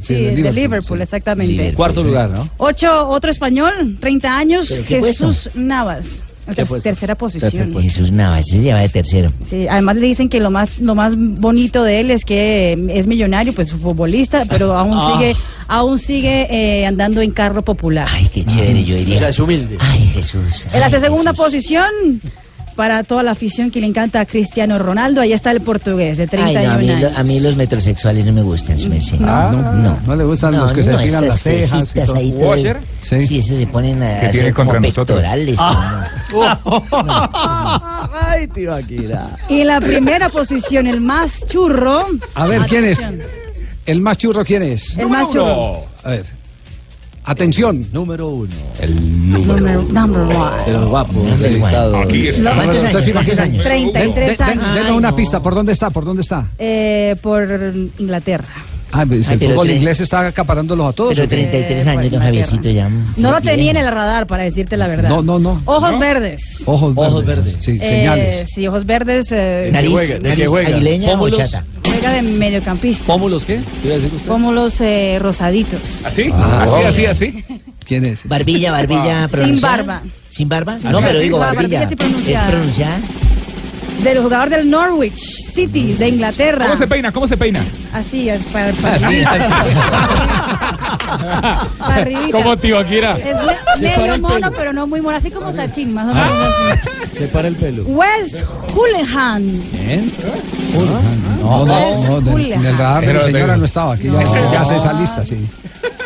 [SPEAKER 12] Sí, el de Liverpool, exactamente.
[SPEAKER 7] Cuarto lugar, ¿no?
[SPEAKER 12] Ocho, otro español, 30 años,
[SPEAKER 14] ¿Pero qué
[SPEAKER 12] Jesús Navas. en
[SPEAKER 14] ¿Qué
[SPEAKER 12] ter-
[SPEAKER 14] puesto?
[SPEAKER 12] tercera posición.
[SPEAKER 14] pues, Jesús Navas, ese ya va de tercero.
[SPEAKER 12] Sí, además le dicen que lo más lo más bonito de él es que eh, es millonario, pues futbolista, pero aún
[SPEAKER 14] Ah.
[SPEAKER 12] sigue aún sigue eh, andando en carro popular.
[SPEAKER 14] Qué chévere, yo diría.
[SPEAKER 22] O sea, es humilde.
[SPEAKER 14] Ay, Jesús.
[SPEAKER 12] en la
[SPEAKER 14] ay,
[SPEAKER 12] segunda posición para toda la afición que le encanta a Cristiano Ronaldo, ahí está el portugués de 31
[SPEAKER 14] Ay, no, a mí,
[SPEAKER 12] años.
[SPEAKER 14] lo- a mí los metrosexuales no me gustan, su merced.
[SPEAKER 6] Ah, no.
[SPEAKER 14] no.
[SPEAKER 6] No le gustan los que se estiran
[SPEAKER 14] esas
[SPEAKER 6] las cejas y
[SPEAKER 14] cejitas
[SPEAKER 6] todo.
[SPEAKER 14] ahí todo-
[SPEAKER 6] ¿Washer?
[SPEAKER 14] Sí. eso se ponen a
[SPEAKER 6] ¿Qué tiene
[SPEAKER 14] hacer como
[SPEAKER 6] contra nosotros?
[SPEAKER 14] pectorales.
[SPEAKER 6] Ah.
[SPEAKER 7] Ay, tío Akira.
[SPEAKER 12] Y en la primera posición el más churro.
[SPEAKER 6] A ver, ¿quién es?
[SPEAKER 12] Atención.
[SPEAKER 6] ¿El más churro quién es?
[SPEAKER 12] El más Número churro. uno.
[SPEAKER 6] A ver. Atención.
[SPEAKER 7] número uno.
[SPEAKER 6] El
[SPEAKER 12] Número number one.
[SPEAKER 7] De los guapos.
[SPEAKER 6] Número
[SPEAKER 7] entrevistado.
[SPEAKER 6] Bueno, entonces, imagínense.
[SPEAKER 12] años?
[SPEAKER 6] Den-
[SPEAKER 12] 33
[SPEAKER 6] den-
[SPEAKER 12] años.
[SPEAKER 6] Denos
[SPEAKER 12] Ay,
[SPEAKER 6] una pista, ¿por dónde está? ¿Por dónde está?
[SPEAKER 12] Eh, por Inglaterra.
[SPEAKER 6] Ah, pues,
[SPEAKER 14] Ay,
[SPEAKER 6] el
[SPEAKER 14] pero
[SPEAKER 6] fútbol
[SPEAKER 14] tre-
[SPEAKER 6] inglés está acaparándolos a todos.
[SPEAKER 14] Pero
[SPEAKER 6] ¿o qué?
[SPEAKER 14] 33 años, don Javiercito, ya.
[SPEAKER 12] No lo tenía en el radar, para decirte la verdad.
[SPEAKER 6] No, no, no.
[SPEAKER 12] Ojos verdes.
[SPEAKER 6] Ojos, verdes. Sí,
[SPEAKER 12] Eh,
[SPEAKER 6] señales.
[SPEAKER 12] sí, ojos verdes. eh,
[SPEAKER 14] aguileña o
[SPEAKER 7] Pómulos-
[SPEAKER 14] chata?
[SPEAKER 12] Juega de mediocampista.
[SPEAKER 7] ¿Pómulos qué? ¿Qué iba a decir usted?
[SPEAKER 12] Pómulos eh, rosaditos.
[SPEAKER 18] ¿Así?
[SPEAKER 7] Ah,
[SPEAKER 18] así,
[SPEAKER 7] wow.
[SPEAKER 18] así, así.
[SPEAKER 6] ¿Quién es?
[SPEAKER 14] Barbilla, barbilla
[SPEAKER 12] Sin
[SPEAKER 14] pronunciada.
[SPEAKER 12] barba.
[SPEAKER 14] ¿Sin barba?
[SPEAKER 12] Sin
[SPEAKER 14] No,
[SPEAKER 12] barba.
[SPEAKER 14] pero
[SPEAKER 12] Sin
[SPEAKER 14] digo
[SPEAKER 12] barba,
[SPEAKER 14] barbilla.
[SPEAKER 12] barbilla sí pronunciada.
[SPEAKER 14] ¿Es pronunciada?
[SPEAKER 12] Del jugador del Norwich City de Inglaterra.
[SPEAKER 18] ¿Cómo se peina? ¿Cómo se peina?
[SPEAKER 12] Así, eh, para, para
[SPEAKER 18] Así,
[SPEAKER 12] arribita.
[SPEAKER 18] así.
[SPEAKER 12] Para arribita.
[SPEAKER 18] ¿Cómo, tío Akira?
[SPEAKER 12] Es me-
[SPEAKER 22] Se para
[SPEAKER 12] medio
[SPEAKER 22] el
[SPEAKER 12] mono,
[SPEAKER 22] pelo.
[SPEAKER 12] pero no muy mono. Así como Sachin, más o menos.
[SPEAKER 14] Ah.
[SPEAKER 22] Se para el pelo.
[SPEAKER 12] Wes Houlihan.
[SPEAKER 6] No, no, no, del, del radar de mi
[SPEAKER 22] Pero
[SPEAKER 19] pues,
[SPEAKER 6] señora
[SPEAKER 22] tengo-
[SPEAKER 6] no estaba. Aquí
[SPEAKER 22] No.
[SPEAKER 6] ya, ya hace esa lista, sí.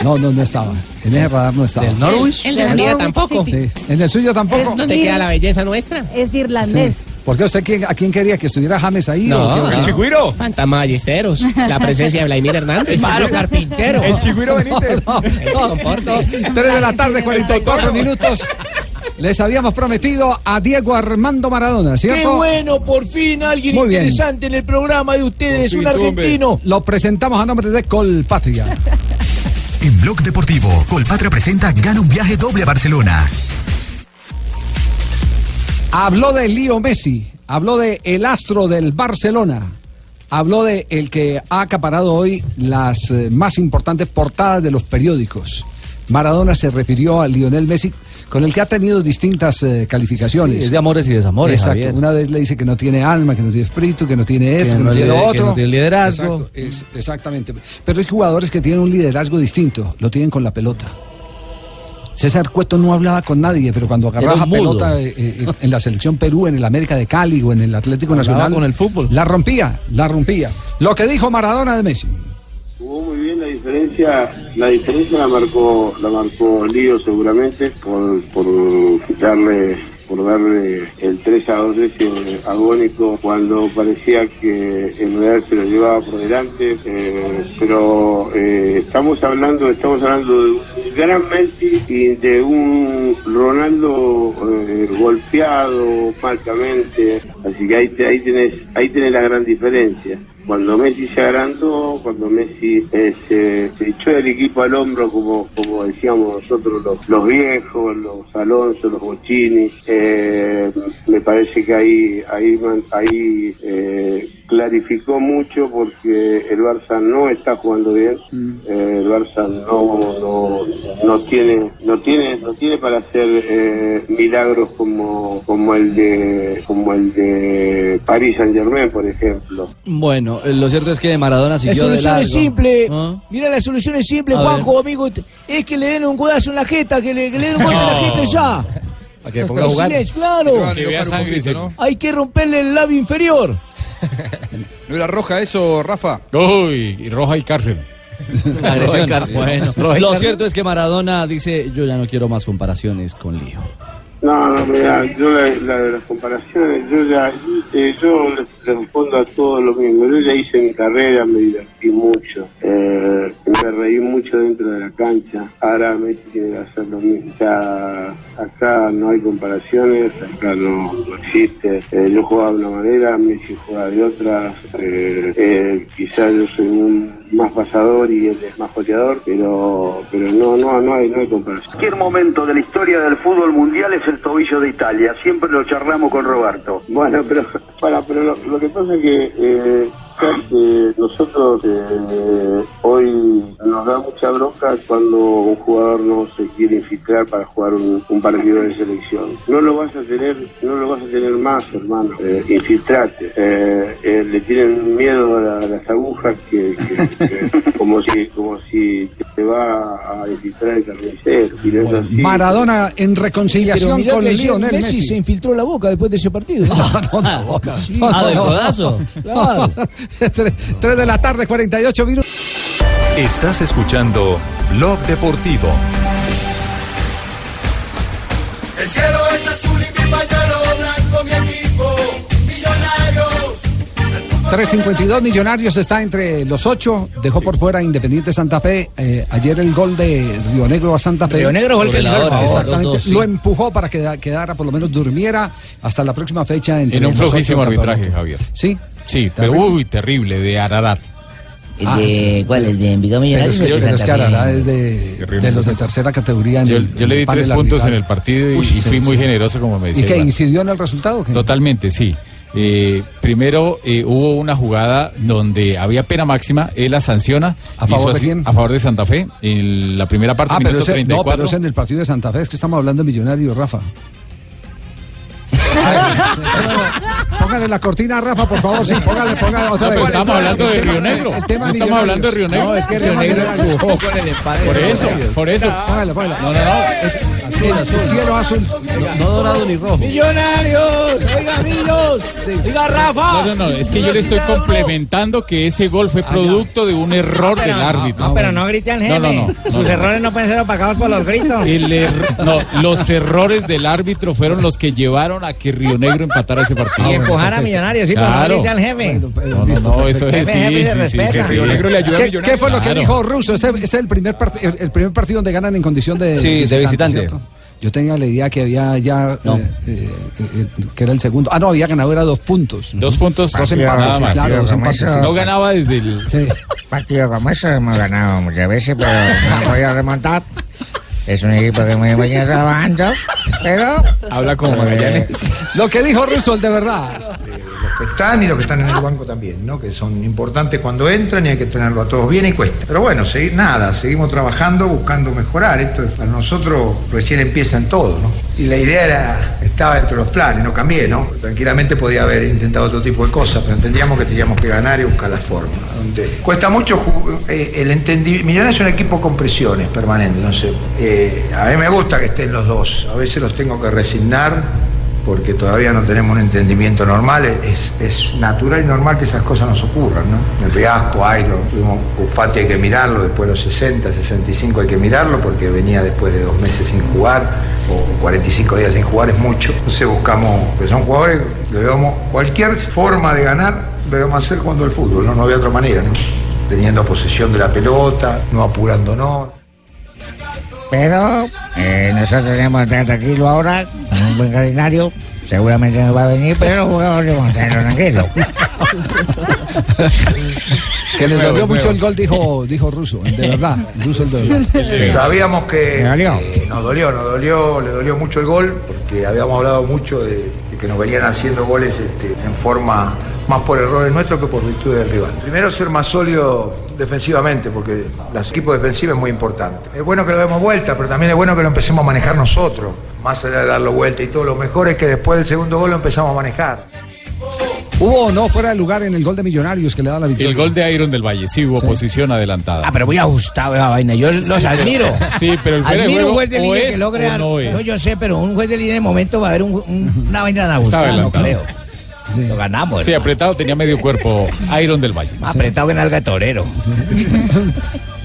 [SPEAKER 6] No, no, no estaba. En ese radar no estaba.
[SPEAKER 19] ¿Del Norwich? El de la
[SPEAKER 6] Del
[SPEAKER 19] mía
[SPEAKER 6] Norwich
[SPEAKER 19] tampoco.
[SPEAKER 6] City. Sí. En el suyo tampoco.
[SPEAKER 19] ¿Es donde queda la belleza nuestra?
[SPEAKER 12] Es
[SPEAKER 6] Sí. ¿Por qué usted quién- a quién quería que estuviera James ahí? o qué?
[SPEAKER 19] Chigüiro. Fantamalliceros. La presencia de Vladimir Hernández.
[SPEAKER 6] Palo
[SPEAKER 19] carpintero. El Chigüiro Benítez.
[SPEAKER 6] No, no. Tres de la tarde, 44 minutos. Les habíamos prometido a Diego Armando Maradona, ¿cierto?
[SPEAKER 9] Qué bueno, por fin alguien
[SPEAKER 6] Muy bien.
[SPEAKER 9] interesante en el programa de ustedes, un argentino.
[SPEAKER 6] Lo presentamos a nombre de Colpatria.
[SPEAKER 2] En Blog Deportivo, Colpatria presenta Gana un viaje doble a Barcelona.
[SPEAKER 6] Habló de Lío Messi, habló de el astro del Barcelona, habló de el que ha acaparado hoy las eh, más importantes portadas de los periódicos. Maradona se refirió a Lionel Messi, con el que ha tenido distintas eh, calificaciones.
[SPEAKER 7] Sí, es de amores y desamores,
[SPEAKER 6] Exacto.
[SPEAKER 7] Javier.
[SPEAKER 6] Una vez le dice que no tiene alma, que no tiene espíritu, que no tiene esto,
[SPEAKER 7] Que
[SPEAKER 6] que no,
[SPEAKER 7] no
[SPEAKER 6] tiene
[SPEAKER 7] lider-
[SPEAKER 6] lo
[SPEAKER 7] que
[SPEAKER 6] otro.
[SPEAKER 7] no tiene liderazgo.
[SPEAKER 6] Exacto, es- exactamente. Pero hay jugadores que tienen un liderazgo distinto, lo tienen con la pelota. César Cueto no hablaba con nadie, pero cuando agarraba
[SPEAKER 7] Era un mudo.
[SPEAKER 6] pelota eh, eh, en la selección Perú, en el América de Cali o en el Atlético
[SPEAKER 17] Hablaba
[SPEAKER 6] Nacional,
[SPEAKER 17] con el
[SPEAKER 6] fútbol. la rompía, la rompía. Lo que dijo Maradona de Messi.
[SPEAKER 5] Jugó muy bien la diferencia, la diferencia la marcó, la marcó Lío seguramente por, por quitarle, por darle el 3 a 2 ese agónico cuando parecía que en realidad se lo llevaba por delante, eh, pero eh, estamos hablando, estamos hablando de un gran Messi y de un Ronaldo eh, golpeado marcamente, así que ahí, te- ahí tenés, ahí tenés la gran diferencia. Cuando Messi se agrandó, cuando Messi eh, se, se echó el equipo al hombro, como, como decíamos nosotros los, los viejos, los Alonso, los Bochini, eh, me parece que ahí, ahí, man- ahí eh, clarificó mucho porque el Barça no está jugando bien, eh, el Barça no, no, no tiene no tiene no tiene para hacer eh, milagros como como el de como el de Paris Saint Germain por ejemplo
[SPEAKER 7] Bueno, eh, lo cierto es que Maradona
[SPEAKER 5] La
[SPEAKER 9] La
[SPEAKER 7] siguió de
[SPEAKER 9] solución
[SPEAKER 7] largo.
[SPEAKER 9] es simple. Mira, la solución es simple,
[SPEAKER 7] A ver.
[SPEAKER 9] Juanjo, amigo. Es que le den un codazo en la jeta, que le, que le den un golpe en la
[SPEAKER 7] No.
[SPEAKER 9] jeta y ya.
[SPEAKER 7] Para que
[SPEAKER 9] Con silencio, claro.
[SPEAKER 10] Que vea sangre, dice, ¿no?
[SPEAKER 9] Hay que romperle el labio inferior.
[SPEAKER 10] ¿No era roja eso, Rafa?
[SPEAKER 16] Uy, y roja y cárcel.
[SPEAKER 7] Agresión.
[SPEAKER 16] Roy
[SPEAKER 7] Bueno,
[SPEAKER 16] Roy
[SPEAKER 7] lo
[SPEAKER 16] Carson.
[SPEAKER 7] cierto es que Maradona dice, yo ya no quiero más comparaciones con Lío.
[SPEAKER 5] No, no, mira, yo la, la de las comparaciones, yo ya, eh, yo les respondo a todos lo mismo. Yo ya hice mi carrera, me divertí mucho, eh, me reí mucho dentro de la cancha. Ahora me quiere hacer lo mismo. Ya, acá no hay comparaciones, acá no, no existe. Eh, yo jugaba de una manera, Messi jugaba de otra. Eh, eh, quizás yo soy un más pasador y él es más goleador, pero, pero no, no, no hay, no hay comparación.
[SPEAKER 15] Cualquier momento de la historia del fútbol mundial es el tobillo de Italia. Siempre lo charlamos con Roberto.
[SPEAKER 5] Bueno, pero para, pero lo, lo que pasa es que eh, eh, nosotros eh, hoy nos da mucha bronca cuando un jugador no se quiere infiltrar para jugar un, un partido de selección. No lo vas a tener, no lo vas a tener más, hermano. Eh, infiltrate. Eh, eh, le tienen miedo a, la- a las agujas que, que- que- como si como si te va a infiltrar el carnicero. Y no es así.
[SPEAKER 6] Maradona en
[SPEAKER 9] Pero
[SPEAKER 6] reconciliación
[SPEAKER 9] mirá
[SPEAKER 6] con
[SPEAKER 9] que ayer
[SPEAKER 6] Lionel
[SPEAKER 9] Messi,
[SPEAKER 6] Messi.
[SPEAKER 9] se infiltró la boca después de ese partido. ¿eh?
[SPEAKER 6] No, no, boca.
[SPEAKER 9] Sí.
[SPEAKER 6] No,
[SPEAKER 9] Ah, ¿del
[SPEAKER 6] no, no.
[SPEAKER 9] codazo? Claro.
[SPEAKER 6] Tres- Tres de la tarde, 48 minutos.
[SPEAKER 1] Estás escuchando Blog Deportivo.
[SPEAKER 21] El cielo es azul y mi pañuelo blanco, mi equipo, millonarios.
[SPEAKER 6] 352 Millonarios está entre los ocho. Dejó por fuera Independiente Santa Fe. Eh, ayer el gol de Río Negro a Santa Fe.
[SPEAKER 21] Río Negro fue el que le hizo el favor.
[SPEAKER 6] Exactamente.
[SPEAKER 21] Los dos, sí.
[SPEAKER 6] Lo empujó para que quedara, por lo menos durmiera hasta la próxima fecha. entre
[SPEAKER 16] En un
[SPEAKER 6] los ocho
[SPEAKER 16] flojísimo
[SPEAKER 6] del
[SPEAKER 16] arbitraje,
[SPEAKER 6] campeonato.
[SPEAKER 16] Javier.
[SPEAKER 6] Sí.
[SPEAKER 16] Sí, pero
[SPEAKER 6] Terrible.
[SPEAKER 16] uy, terrible, de Ararat. Ah,
[SPEAKER 14] El de- ¿Cuál? ¿El de Envigado
[SPEAKER 6] Pero
[SPEAKER 14] Millonarios?
[SPEAKER 6] es
[SPEAKER 14] o
[SPEAKER 6] que,
[SPEAKER 14] el de
[SPEAKER 6] Ah, pero es
[SPEAKER 14] Santa
[SPEAKER 6] que
[SPEAKER 14] Fe?
[SPEAKER 6] Ararat es de, de los de tercera categoría. en
[SPEAKER 16] Yo,
[SPEAKER 6] el-
[SPEAKER 16] yo le di
[SPEAKER 6] en el
[SPEAKER 16] tres
[SPEAKER 6] panel
[SPEAKER 16] puntos en
[SPEAKER 6] arbitral.
[SPEAKER 16] el partido y,
[SPEAKER 6] Uy,
[SPEAKER 16] y
[SPEAKER 6] sí,
[SPEAKER 16] fui muy
[SPEAKER 6] sí.
[SPEAKER 16] generoso, como me decía.
[SPEAKER 6] ¿Y que
[SPEAKER 16] Iván.
[SPEAKER 6] incidió en el resultado? o qué?
[SPEAKER 16] Totalmente, sí. Eh, primero eh, hubo una jugada donde había pena máxima, él la sanciona.
[SPEAKER 6] ¿A favor
[SPEAKER 16] hizo
[SPEAKER 6] de
[SPEAKER 16] así-
[SPEAKER 6] quién?
[SPEAKER 16] A favor de Santa Fe, en la primera parte,
[SPEAKER 6] Ah, pero
[SPEAKER 16] minuto
[SPEAKER 6] ese- no,
[SPEAKER 16] 34.
[SPEAKER 6] pero es en el partido de Santa
[SPEAKER 16] Ah,
[SPEAKER 6] Fe. Es que estamos hablando de Millonarios, Rafa. póngale la cortina a Rafa, por favor. Sí, póngale, póngale otra vez.
[SPEAKER 16] No, pero estamos hablando de
[SPEAKER 6] El tema-
[SPEAKER 16] Río Negro.
[SPEAKER 6] El tema
[SPEAKER 16] No estamos hablando de Río Negro.
[SPEAKER 6] No, es que Río Negro
[SPEAKER 16] empujó con el empate Por de los eso, Reyes. por eso.
[SPEAKER 6] Póngale, póngale.
[SPEAKER 16] No, no, no.
[SPEAKER 6] Es azul, azul. cielo azul. No dorado ni rojo.
[SPEAKER 9] Millonarios, oiga, Millos, oiga, Rafa.
[SPEAKER 16] No, no, no, es que yo le estoy complementando que ese gol
[SPEAKER 6] Ah,
[SPEAKER 16] fue producto de un error
[SPEAKER 8] Ah, Pero
[SPEAKER 16] del
[SPEAKER 8] no,
[SPEAKER 16] árbitro.
[SPEAKER 8] No, pero no grite al jefe.
[SPEAKER 16] No, no, no, no.
[SPEAKER 8] Sus errores no pueden ser opacados por los
[SPEAKER 6] Ah,
[SPEAKER 8] gritos.
[SPEAKER 16] El er- no, los errores del árbitro fueron los que llevaron a que Río Negro empatara ese partido. Ah,
[SPEAKER 8] Y empujar a Millonarios, sí, pero no
[SPEAKER 16] claro.
[SPEAKER 8] grite al jefe.
[SPEAKER 16] No, no, no, eso es
[SPEAKER 8] Jefe, jefe,
[SPEAKER 16] sí,
[SPEAKER 8] se
[SPEAKER 16] sí, sí, sí,
[SPEAKER 8] respeta.
[SPEAKER 16] sí.
[SPEAKER 8] Que Río Negro le ayude a
[SPEAKER 6] ¿Qué,
[SPEAKER 8] Millonarios.
[SPEAKER 6] qué fue lo que
[SPEAKER 16] Claro.
[SPEAKER 6] dijo Russo? Este, este es el primer, part- el, el primer partido donde ganan en condición de,
[SPEAKER 10] Sí, de visitante.
[SPEAKER 6] ¿cierto? Yo tenía la idea que había ya, eh, eh, eh, que era el segundo. Ah, no, había ganado, era dos puntos.
[SPEAKER 16] Dos puntos,
[SPEAKER 6] Dos
[SPEAKER 16] nada
[SPEAKER 6] empates,
[SPEAKER 16] más.
[SPEAKER 6] claro, dos empates.
[SPEAKER 16] No ganaba desde el...
[SPEAKER 4] Partido como eso hemos ganado muchas veces, pero no han podido remontar. Es un equipo que muy bien trabajando, pero. Eh,
[SPEAKER 16] Habla como
[SPEAKER 4] Magallanes.
[SPEAKER 6] Lo que dijo Russo, el de verdad.
[SPEAKER 11] Eh, Los que están y los que están en el banco también, ¿no? Que son importantes cuando entran y hay que tenerlo a todos bien y cuesta. Pero bueno, segui- nada, seguimos trabajando, buscando mejorar. Esto es para nosotros recién empiezan todo, ¿no? Y la idea era, estaba dentro de los planes, no cambié, ¿no? Tranquilamente podía haber intentado otro tipo de cosas, pero entendíamos que teníamos que ganar y buscar la forma. Donde cuesta mucho ju- eh, el entendimiento. Millonarios es un equipo con presiones permanentes, no sé. Eh, a mí me gusta que estén los dos. A veces los tengo que resignar porque todavía no tenemos un entendimiento normal, es, es natural y normal que esas cosas nos ocurran, ¿no? El Peasco, Airo, tuvimos Ufati hay que mirarlo, después los 60, 65 hay que mirarlo porque venía después de dos meses sin jugar o 45 días sin jugar es mucho. Entonces buscamos, pues son jugadores, le vemos cualquier forma de ganar, le vamos a hacer cuando el fútbol, no, no había otra manera, ¿no? Teniendo posesión de la pelota, no apurándonos.
[SPEAKER 4] Pero eh, nosotros tenemos tan tranquilo ahora, con un buen calendario. Seguramente no va a venir, pero vamos a tenerlo tranquilo.
[SPEAKER 6] Que les
[SPEAKER 4] Nuevo,
[SPEAKER 6] dolió mucho
[SPEAKER 4] nuevo.
[SPEAKER 6] el gol, dijo, dijo Russo, el de verdad. Russo, el de verdad.
[SPEAKER 11] Sabíamos que
[SPEAKER 6] Me dolió.
[SPEAKER 11] eh, nos dolió, nos dolió, le dolió mucho el gol, porque habíamos hablado mucho de, de que nos venían haciendo goles este, en forma más por errores nuestros que por virtud del rival. Primero ser más sólido defensivamente, porque el equipo defensivo es muy importante. Es bueno que lo demos vuelta, pero también es bueno que lo empecemos a manejar nosotros, más allá de darlo vuelta y todo. Lo mejor es que después del segundo gol lo empezamos a manejar.
[SPEAKER 6] Hubo o no fuera de lugar en el gol de Millonarios que le da la victoria.
[SPEAKER 16] El gol de Iron del Valle, sí hubo posición adelantada. Ah,
[SPEAKER 4] pero muy ajustado esa vaina, yo
[SPEAKER 6] los admiro.
[SPEAKER 16] Sí, pero el fuera de
[SPEAKER 4] Admiro
[SPEAKER 16] juego
[SPEAKER 4] un juez de
[SPEAKER 16] o
[SPEAKER 4] línea
[SPEAKER 16] es
[SPEAKER 4] que logre.
[SPEAKER 16] o no es.
[SPEAKER 4] yo sé, pero un juez de línea de momento va a haber un- un- una vaina tan
[SPEAKER 16] Estaba
[SPEAKER 4] ajustada, no
[SPEAKER 16] adelantado.
[SPEAKER 4] creo. Lo ganamos.
[SPEAKER 16] Sí, apretado tenía medio cuerpo Iron del Valle.
[SPEAKER 4] Apretado que nalga de torero.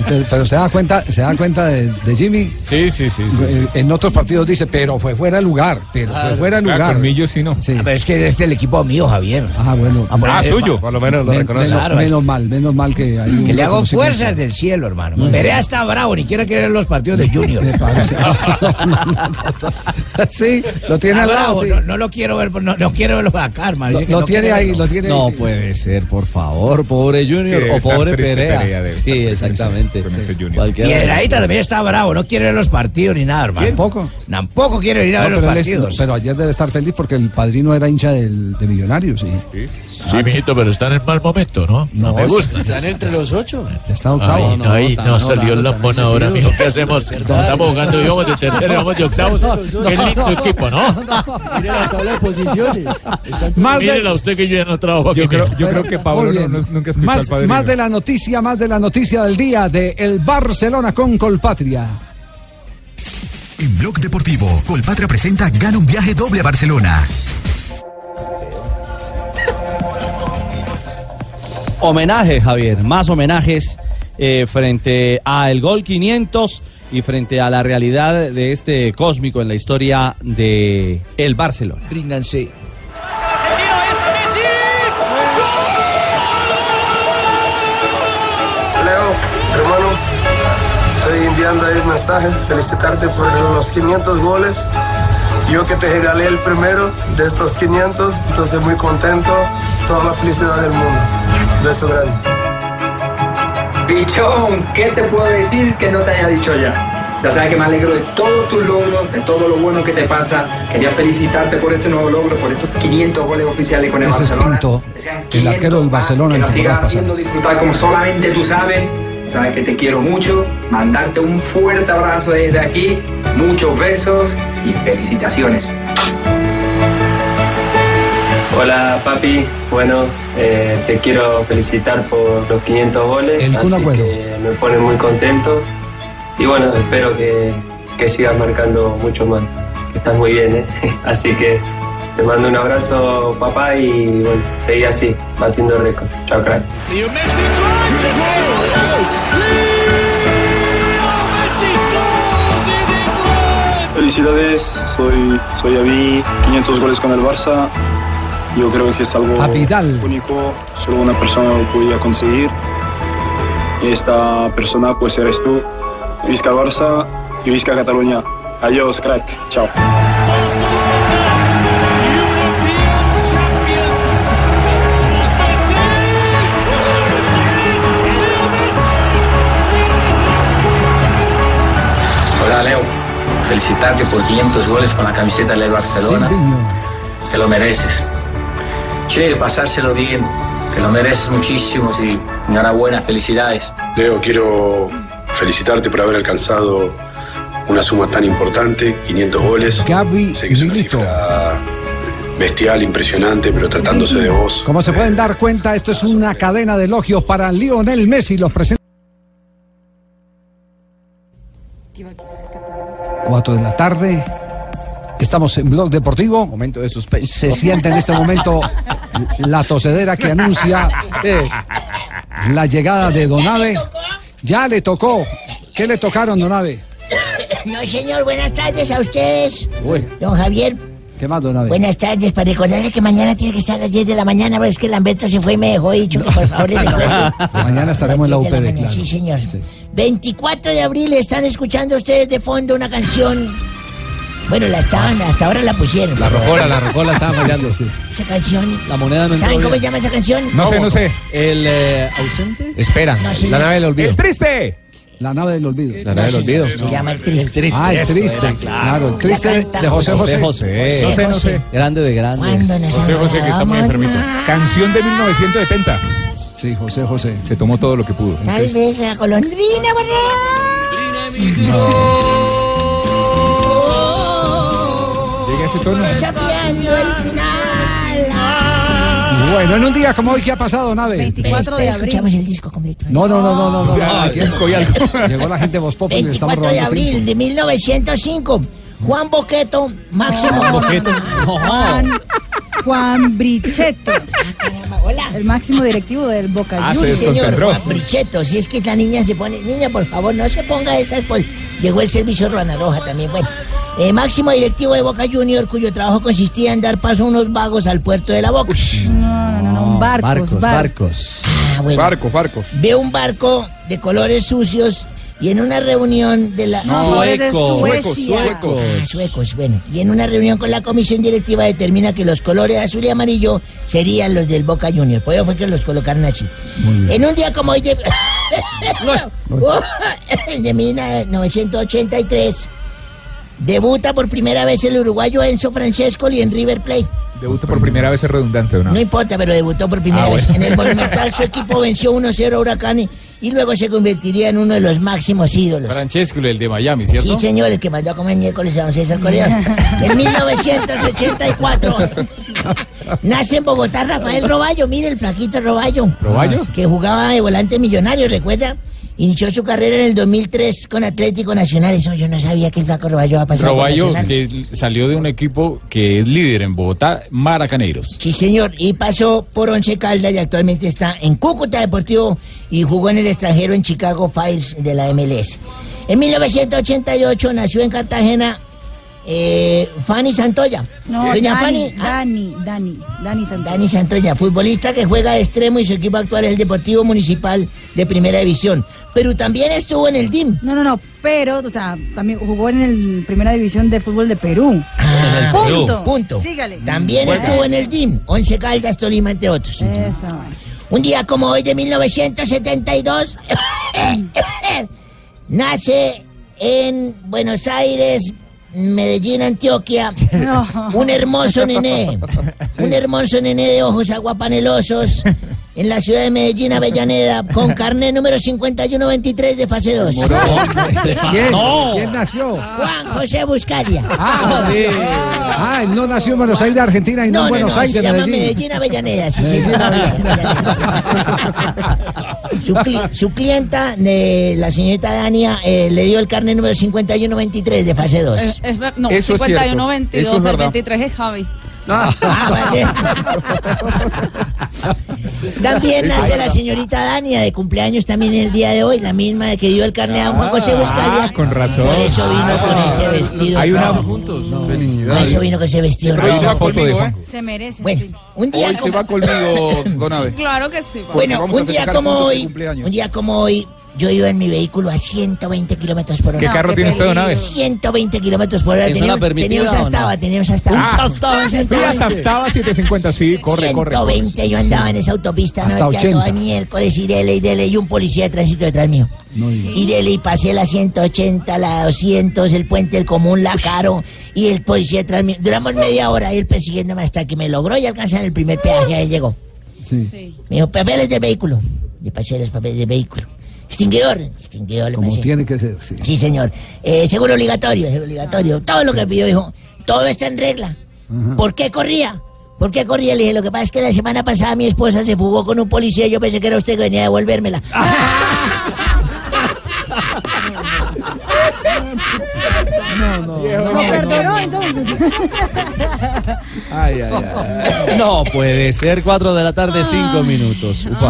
[SPEAKER 6] Pero, pero se da cuenta, se da cuenta de, de Jimmy.
[SPEAKER 16] Sí, sí, sí.
[SPEAKER 6] Eh, En otros partidos dice, pero fue fuera de lugar, pero fue fuera de lugar.
[SPEAKER 11] sí no.
[SPEAKER 4] pero es que este es el equipo mío, Javier.
[SPEAKER 6] Ah, bueno.
[SPEAKER 4] Ah, por- Ah, eh, suyo. pa- por lo menos lo
[SPEAKER 6] Men-
[SPEAKER 4] reconoce.
[SPEAKER 6] Menos,
[SPEAKER 4] Claro,
[SPEAKER 6] menos mal, menos mal que hay un
[SPEAKER 4] Que le hago
[SPEAKER 6] reconocimiento. Mm.
[SPEAKER 4] fuerzas del cielo, hermano.
[SPEAKER 6] Muy
[SPEAKER 4] Perea
[SPEAKER 6] bien.
[SPEAKER 4] está bravo, ni quiere querer los partidos de Junior.
[SPEAKER 6] sí, lo tiene
[SPEAKER 4] Está
[SPEAKER 6] al lado,
[SPEAKER 4] bravo,
[SPEAKER 6] sí.
[SPEAKER 4] No, no lo quiero ver, no, no quiero verlo acá, hermano. Dice que no quiere verlo.
[SPEAKER 7] No puede ser, por eh, favor, pobre Junior
[SPEAKER 4] Sí, debe
[SPEAKER 7] o
[SPEAKER 4] estar
[SPEAKER 7] pobre
[SPEAKER 4] triste
[SPEAKER 7] Perea.
[SPEAKER 4] Perea, debe
[SPEAKER 7] sí, exactamente.
[SPEAKER 4] este
[SPEAKER 7] Cualquiera de los
[SPEAKER 4] Piedradita
[SPEAKER 7] dos.
[SPEAKER 4] también está bravo, no quiere ver los partidos ni nada, hermano.
[SPEAKER 6] Tampoco.
[SPEAKER 4] Tampoco quiere ir a
[SPEAKER 6] No,
[SPEAKER 4] ver los
[SPEAKER 6] pero él es-
[SPEAKER 4] partidos.
[SPEAKER 6] pero ayer debe estar feliz porque el padrino era hincha del, de Millonarios. Sí.
[SPEAKER 13] Sí, mijito, pero está en el mal momento, ¿no? No, me gusta.
[SPEAKER 22] ¿Están entre los ocho?
[SPEAKER 6] Está
[SPEAKER 13] Ay,
[SPEAKER 6] octavo.
[SPEAKER 13] no, ahí no, salió el lampón ahora, mijo. ¿Qué hacemos? Estamos jugando, íbamos de tercero, íbamos de octavos. Qué lindo equipo, ¿no?
[SPEAKER 22] Mire la tabla de posiciones.
[SPEAKER 13] Mírela usted que yo ya no trabajo aquí.
[SPEAKER 18] Yo creo, yo
[SPEAKER 13] mijo.
[SPEAKER 18] creo que Pablo
[SPEAKER 6] Muy bien.
[SPEAKER 18] no- no- nunca escuchó al
[SPEAKER 6] Más,
[SPEAKER 18] padrino.
[SPEAKER 6] más de la noticia, más de la noticia del día de el Barcelona con Colpatria.
[SPEAKER 2] En Blog Deportivo, Colpatria presenta Gana un viaje doble a Barcelona.
[SPEAKER 7] Homenaje, Javier, más homenajes eh, frente al gol 500 y frente a la realidad de este cósmico en la historia de el Barcelona.
[SPEAKER 4] Ríndanse.
[SPEAKER 23] Leo, hermano, estoy enviando ahí mensajes, felicitarte por los 500 goles. Yo que te regalé el primero de estos 500, entonces muy contento, toda la felicidad del mundo. Beso grande.
[SPEAKER 25] Pichón, ¿qué te puedo decir que no te haya dicho ya? Ya sabes que me alegro de todos tus logros, de todo lo bueno que te pasa. Quería felicitarte por este nuevo logro, por estos 500 goles oficiales con el
[SPEAKER 6] Ese es
[SPEAKER 25] Barcelona.
[SPEAKER 6] Pinto,
[SPEAKER 25] Que sean
[SPEAKER 6] el
[SPEAKER 25] 500
[SPEAKER 6] arquero del Barcelona.
[SPEAKER 25] que
[SPEAKER 6] en
[SPEAKER 25] la sigas
[SPEAKER 6] temporadas
[SPEAKER 25] haciendo disfrutar como solamente tú sabes. Sabes que te quiero mucho. Mandarte un fuerte abrazo desde aquí. Muchos besos y felicitaciones. Hola papi, bueno, eh, te quiero felicitar por los 500 goles,
[SPEAKER 6] El Kun
[SPEAKER 25] así
[SPEAKER 6] Agüero.
[SPEAKER 25] que me pone muy contento y bueno, espero que, que sigas marcando mucho más, que estás muy bien, ¿eh? así que te mando un abrazo papá y bueno, seguí así, batiendo récord, chao crack.
[SPEAKER 4] Felicidades, soy, soy Avi, 500 goles con el Barça. Yo creo que es algo único, solo una persona lo podía conseguir. Y esta persona pues eres tú. Visca Barça y Visca Cataluña. Adiós, crack. Chao.
[SPEAKER 21] Hola Leo, felicitarte por 500 goles con la camiseta del Barcelona. Te lo mereces. Che, pasárselo bien. Te lo mereces muchísimo y enhorabuena, felicidades.
[SPEAKER 5] Leo, quiero felicitarte por haber alcanzado una suma tan importante, 500 goles. sé que es una cifra bestial, impresionante, pero tratándose de vos.
[SPEAKER 6] Como se pueden dar cuenta, esto es una cadena de elogios para Lionel Messi. Los presenta. Cuatro de la tarde. Estamos en Blog Deportivo. Momento de suspense. Se siente en este momento la tosedera que anuncia eh, la llegada de Donave. Ya le tocó. ¿Qué le tocaron, Donave?
[SPEAKER 20] No, señor, buenas tardes a ustedes.
[SPEAKER 6] Uy.
[SPEAKER 20] Don Javier,
[SPEAKER 6] ¿Qué más, Donave?
[SPEAKER 20] buenas tardes. Para recordarles que mañana tiene que estar a las 10 de la mañana, pero es que Lamberto se fue y me dejó dicho que por favor le recuerde.
[SPEAKER 6] Mañana estaremos en la
[SPEAKER 20] Diez de la
[SPEAKER 6] UPD,
[SPEAKER 20] mañana,
[SPEAKER 6] claro.
[SPEAKER 20] Sí, señor. 24 de abril están escuchando ustedes de fondo una canción. Bueno, la estaban, hasta ahora la pusieron.
[SPEAKER 19] La
[SPEAKER 20] pero-
[SPEAKER 19] rocola, la rocola estaba fallando.
[SPEAKER 20] Esa canción.
[SPEAKER 9] La moneda no entró
[SPEAKER 20] ¿Saben cómo se
[SPEAKER 9] bien.
[SPEAKER 20] llama esa canción?
[SPEAKER 9] sé. ¿El eh, ausente?
[SPEAKER 19] Espera,
[SPEAKER 20] No, señor.
[SPEAKER 19] la nave del olvido.
[SPEAKER 6] triste! La nave del olvido.
[SPEAKER 19] La nave del olvido.
[SPEAKER 20] Se llama El Triste.
[SPEAKER 6] Ah, el
[SPEAKER 9] Eso
[SPEAKER 6] triste.
[SPEAKER 9] era,
[SPEAKER 6] claro. el triste
[SPEAKER 20] La canta
[SPEAKER 6] de José José.
[SPEAKER 9] José. eh.
[SPEAKER 20] José, no sé.
[SPEAKER 9] Grande de grande.
[SPEAKER 20] Cuando nos José José, que está muy enfermito.
[SPEAKER 18] Canción de 1970.
[SPEAKER 6] Sí, José José.
[SPEAKER 18] Se tomó todo lo que pudo.
[SPEAKER 20] Tal vez la golondrina
[SPEAKER 18] Llega ese tono.
[SPEAKER 20] Pues Desafiando el final.
[SPEAKER 6] Bueno, en un día como hoy, ¿qué ha pasado, Nave?
[SPEAKER 20] Pero escuchamos el disco completo.
[SPEAKER 6] No, no, no, no, no. no,
[SPEAKER 20] Ah,
[SPEAKER 6] no,
[SPEAKER 20] cinco y algo.
[SPEAKER 6] Llegó la gente de Voz Populi, le
[SPEAKER 20] 24
[SPEAKER 6] estamos
[SPEAKER 20] de
[SPEAKER 6] robando
[SPEAKER 20] abril
[SPEAKER 6] tiempo.
[SPEAKER 20] de 1905. Juan Boqueto, Máximo.
[SPEAKER 6] Juan Boqueto.
[SPEAKER 12] Juan, Juan Brichetto. El máximo directivo del Boca
[SPEAKER 20] Ah,
[SPEAKER 12] Juniors.
[SPEAKER 20] señor, Juan Bricheto, si es que la niña se pone, niña, por favor, no se ponga esas, pues, llegó el servicio Ruana Roja también, bueno. Eh, máximo directivo de Boca Junior, cuyo trabajo consistía en dar paso a unos vagos al puerto de la Boca.
[SPEAKER 12] No, no, no, barcos, barcos.
[SPEAKER 9] barcos.
[SPEAKER 20] Ah, bueno.
[SPEAKER 10] Barcos, barcos.
[SPEAKER 20] Ve un barco de colores sucios y en una reunión de la...
[SPEAKER 9] No, Sueco,
[SPEAKER 20] Sueco,
[SPEAKER 9] suecos, suecos.
[SPEAKER 20] Ah, suecos, bueno. Y en una reunión con la comisión directiva determina que los colores azul y amarillo serían los del Boca Junior. Por eso fue que los colocaron así. En un día como hoy de... de 1983, debuta por primera vez el uruguayo Enzo Francescoli en River Plate.
[SPEAKER 18] Debuta por primera vez es redundante, ¿o no?
[SPEAKER 20] No importa, pero debutó por primera
[SPEAKER 18] Ah,
[SPEAKER 20] vez.
[SPEAKER 18] bueno.
[SPEAKER 20] En el Monumental su equipo venció 1-0 a Huracán y, y luego se convertiría en uno de los máximos ídolos.
[SPEAKER 16] Francesco, el de Miami, ¿cierto?
[SPEAKER 20] Sí, señor, el que mandó a comer miércoles a don César Correa. En 1984 nace en Bogotá Rafael Roballo. Mire el flaquito Roballo.
[SPEAKER 16] ¿Roballo?
[SPEAKER 20] Que jugaba de volante millonario, ¿recuerda? Inició su carrera en el 2003 con Atlético Nacional. Eso yo no sabía que el flaco Roballo va a pasar por
[SPEAKER 16] Roballo,
[SPEAKER 20] Nacional.
[SPEAKER 16] que salió de un equipo que es líder en Bogotá, Maracaneiros.
[SPEAKER 20] Sí, señor, y pasó por Once Caldas y actualmente está en Cúcuta Deportivo y jugó en el extranjero en Chicago Fires de la MLS. En 1988 nació en Cartagena eh, Fanny Santoya.
[SPEAKER 12] No,
[SPEAKER 20] Doña
[SPEAKER 12] Dani,
[SPEAKER 20] Fanny. ah,
[SPEAKER 12] Dani, Dani, Dani Santos.
[SPEAKER 20] Dani Santoya, futbolista que juega de extremo y su equipo actual es el Deportivo Municipal de Primera División. Pero también estuvo en el DIM.
[SPEAKER 12] No, no, no, pero, o sea, también jugó en el Primera División de Fútbol de Perú. punto.
[SPEAKER 20] Ah, Punto.
[SPEAKER 12] Sígale.
[SPEAKER 20] También
[SPEAKER 12] Bueno.
[SPEAKER 20] estuvo en el DIM, Once Caldas, Tolima, entre otros.
[SPEAKER 12] Esa.
[SPEAKER 20] Un día como hoy de 1972 nace en Buenos Aires, Medellín, Antioquia, un hermoso nené, un hermoso nené de ojos aguapanelosos en la ciudad de Medellín, Avellaneda, con carnet número 5123 de fase 2.
[SPEAKER 6] ¿Quién? ¿Quién nació?
[SPEAKER 20] Juan José Buscaria.
[SPEAKER 6] Ah, sí. Ah, él no nació en Buenos Aires, Argentina, y no, en Buenos Aires,
[SPEAKER 20] se llama
[SPEAKER 6] Medellín.
[SPEAKER 20] Medellín Avellaneda, sí, sí.
[SPEAKER 6] Medellín,
[SPEAKER 20] Su, cli- su clienta, eh, la señorita Dania, eh, le dio el carnet número 5123 de fase 2.
[SPEAKER 1] Es-
[SPEAKER 24] Eh,
[SPEAKER 1] es ver- no,
[SPEAKER 20] Eso es
[SPEAKER 1] 51,
[SPEAKER 20] cierto.
[SPEAKER 1] 22,
[SPEAKER 20] Eso es
[SPEAKER 1] el
[SPEAKER 20] verdad. Ah,
[SPEAKER 1] 23 es Javi.
[SPEAKER 20] También
[SPEAKER 1] Es
[SPEAKER 20] nace la
[SPEAKER 1] verdad.
[SPEAKER 20] señorita Dania de cumpleaños también el día de hoy, la misma que dio el carnet a Juan José
[SPEAKER 6] Ah.
[SPEAKER 20] Buscaria.
[SPEAKER 18] Ah, con razón. Ah,
[SPEAKER 20] Por eso vino con ese vestido.
[SPEAKER 18] Hay una
[SPEAKER 20] juntos. Por eso vino con ese vestido.
[SPEAKER 10] Hoy se va conmigo, ¿eh?
[SPEAKER 1] Se merece. sí.
[SPEAKER 20] Un día
[SPEAKER 10] Hoy se
[SPEAKER 20] como-
[SPEAKER 10] va conmigo, don Abe.
[SPEAKER 1] Claro que sí. papá.
[SPEAKER 20] Bueno,
[SPEAKER 10] vamos a
[SPEAKER 20] un día
[SPEAKER 10] festejar
[SPEAKER 20] como
[SPEAKER 10] juntos tu
[SPEAKER 20] hoy, un día como hoy, yo iba en mi vehículo a 120 kilómetros por hora.
[SPEAKER 10] ¿Qué No, carro qué tiene usted, don Abe? peligro.
[SPEAKER 20] 120 kilómetros por hora.
[SPEAKER 10] ¿En
[SPEAKER 20] Tenía,
[SPEAKER 10] zona
[SPEAKER 20] un-
[SPEAKER 10] permitida
[SPEAKER 20] tenía un
[SPEAKER 10] o no?
[SPEAKER 20] Sastaba, tenía un Sastaba.
[SPEAKER 18] Ah,
[SPEAKER 20] un
[SPEAKER 18] Una Zastava 750, sí, corre, corre.
[SPEAKER 20] 120, yo andaba en esa autopista
[SPEAKER 18] Hasta
[SPEAKER 20] norte a toda
[SPEAKER 18] 80.
[SPEAKER 20] miércoles y dele y dele y un policía de tránsito detrás mío. Y dele y pasé la 180, la 200, el puente del común, la caro y el policía detrás mío. Duramos media hora y él persiguiéndome hasta que me logró y alcanzar el primer peaje, ahí llegó. Me dijo, papeles de vehículo. Le pasé los papeles de vehículo. Extinguidor, extinguidor le
[SPEAKER 6] Como
[SPEAKER 20] pasé.
[SPEAKER 6] tiene que ser, sí.
[SPEAKER 20] Sí, señor. Eh, seguro obligatorio, seguro obligatorio. Todo lo que pidió, dijo, todo está en regla. ¿Por qué corría? ¿Por qué corría? Le dije, lo que pasa es que la semana pasada mi esposa se fugó con un policía y yo pensé que era usted que venía a devolvérmela.
[SPEAKER 24] Lo perdonó entonces.
[SPEAKER 7] No puede ser, 4 de la tarde, 5 minutos. Upa.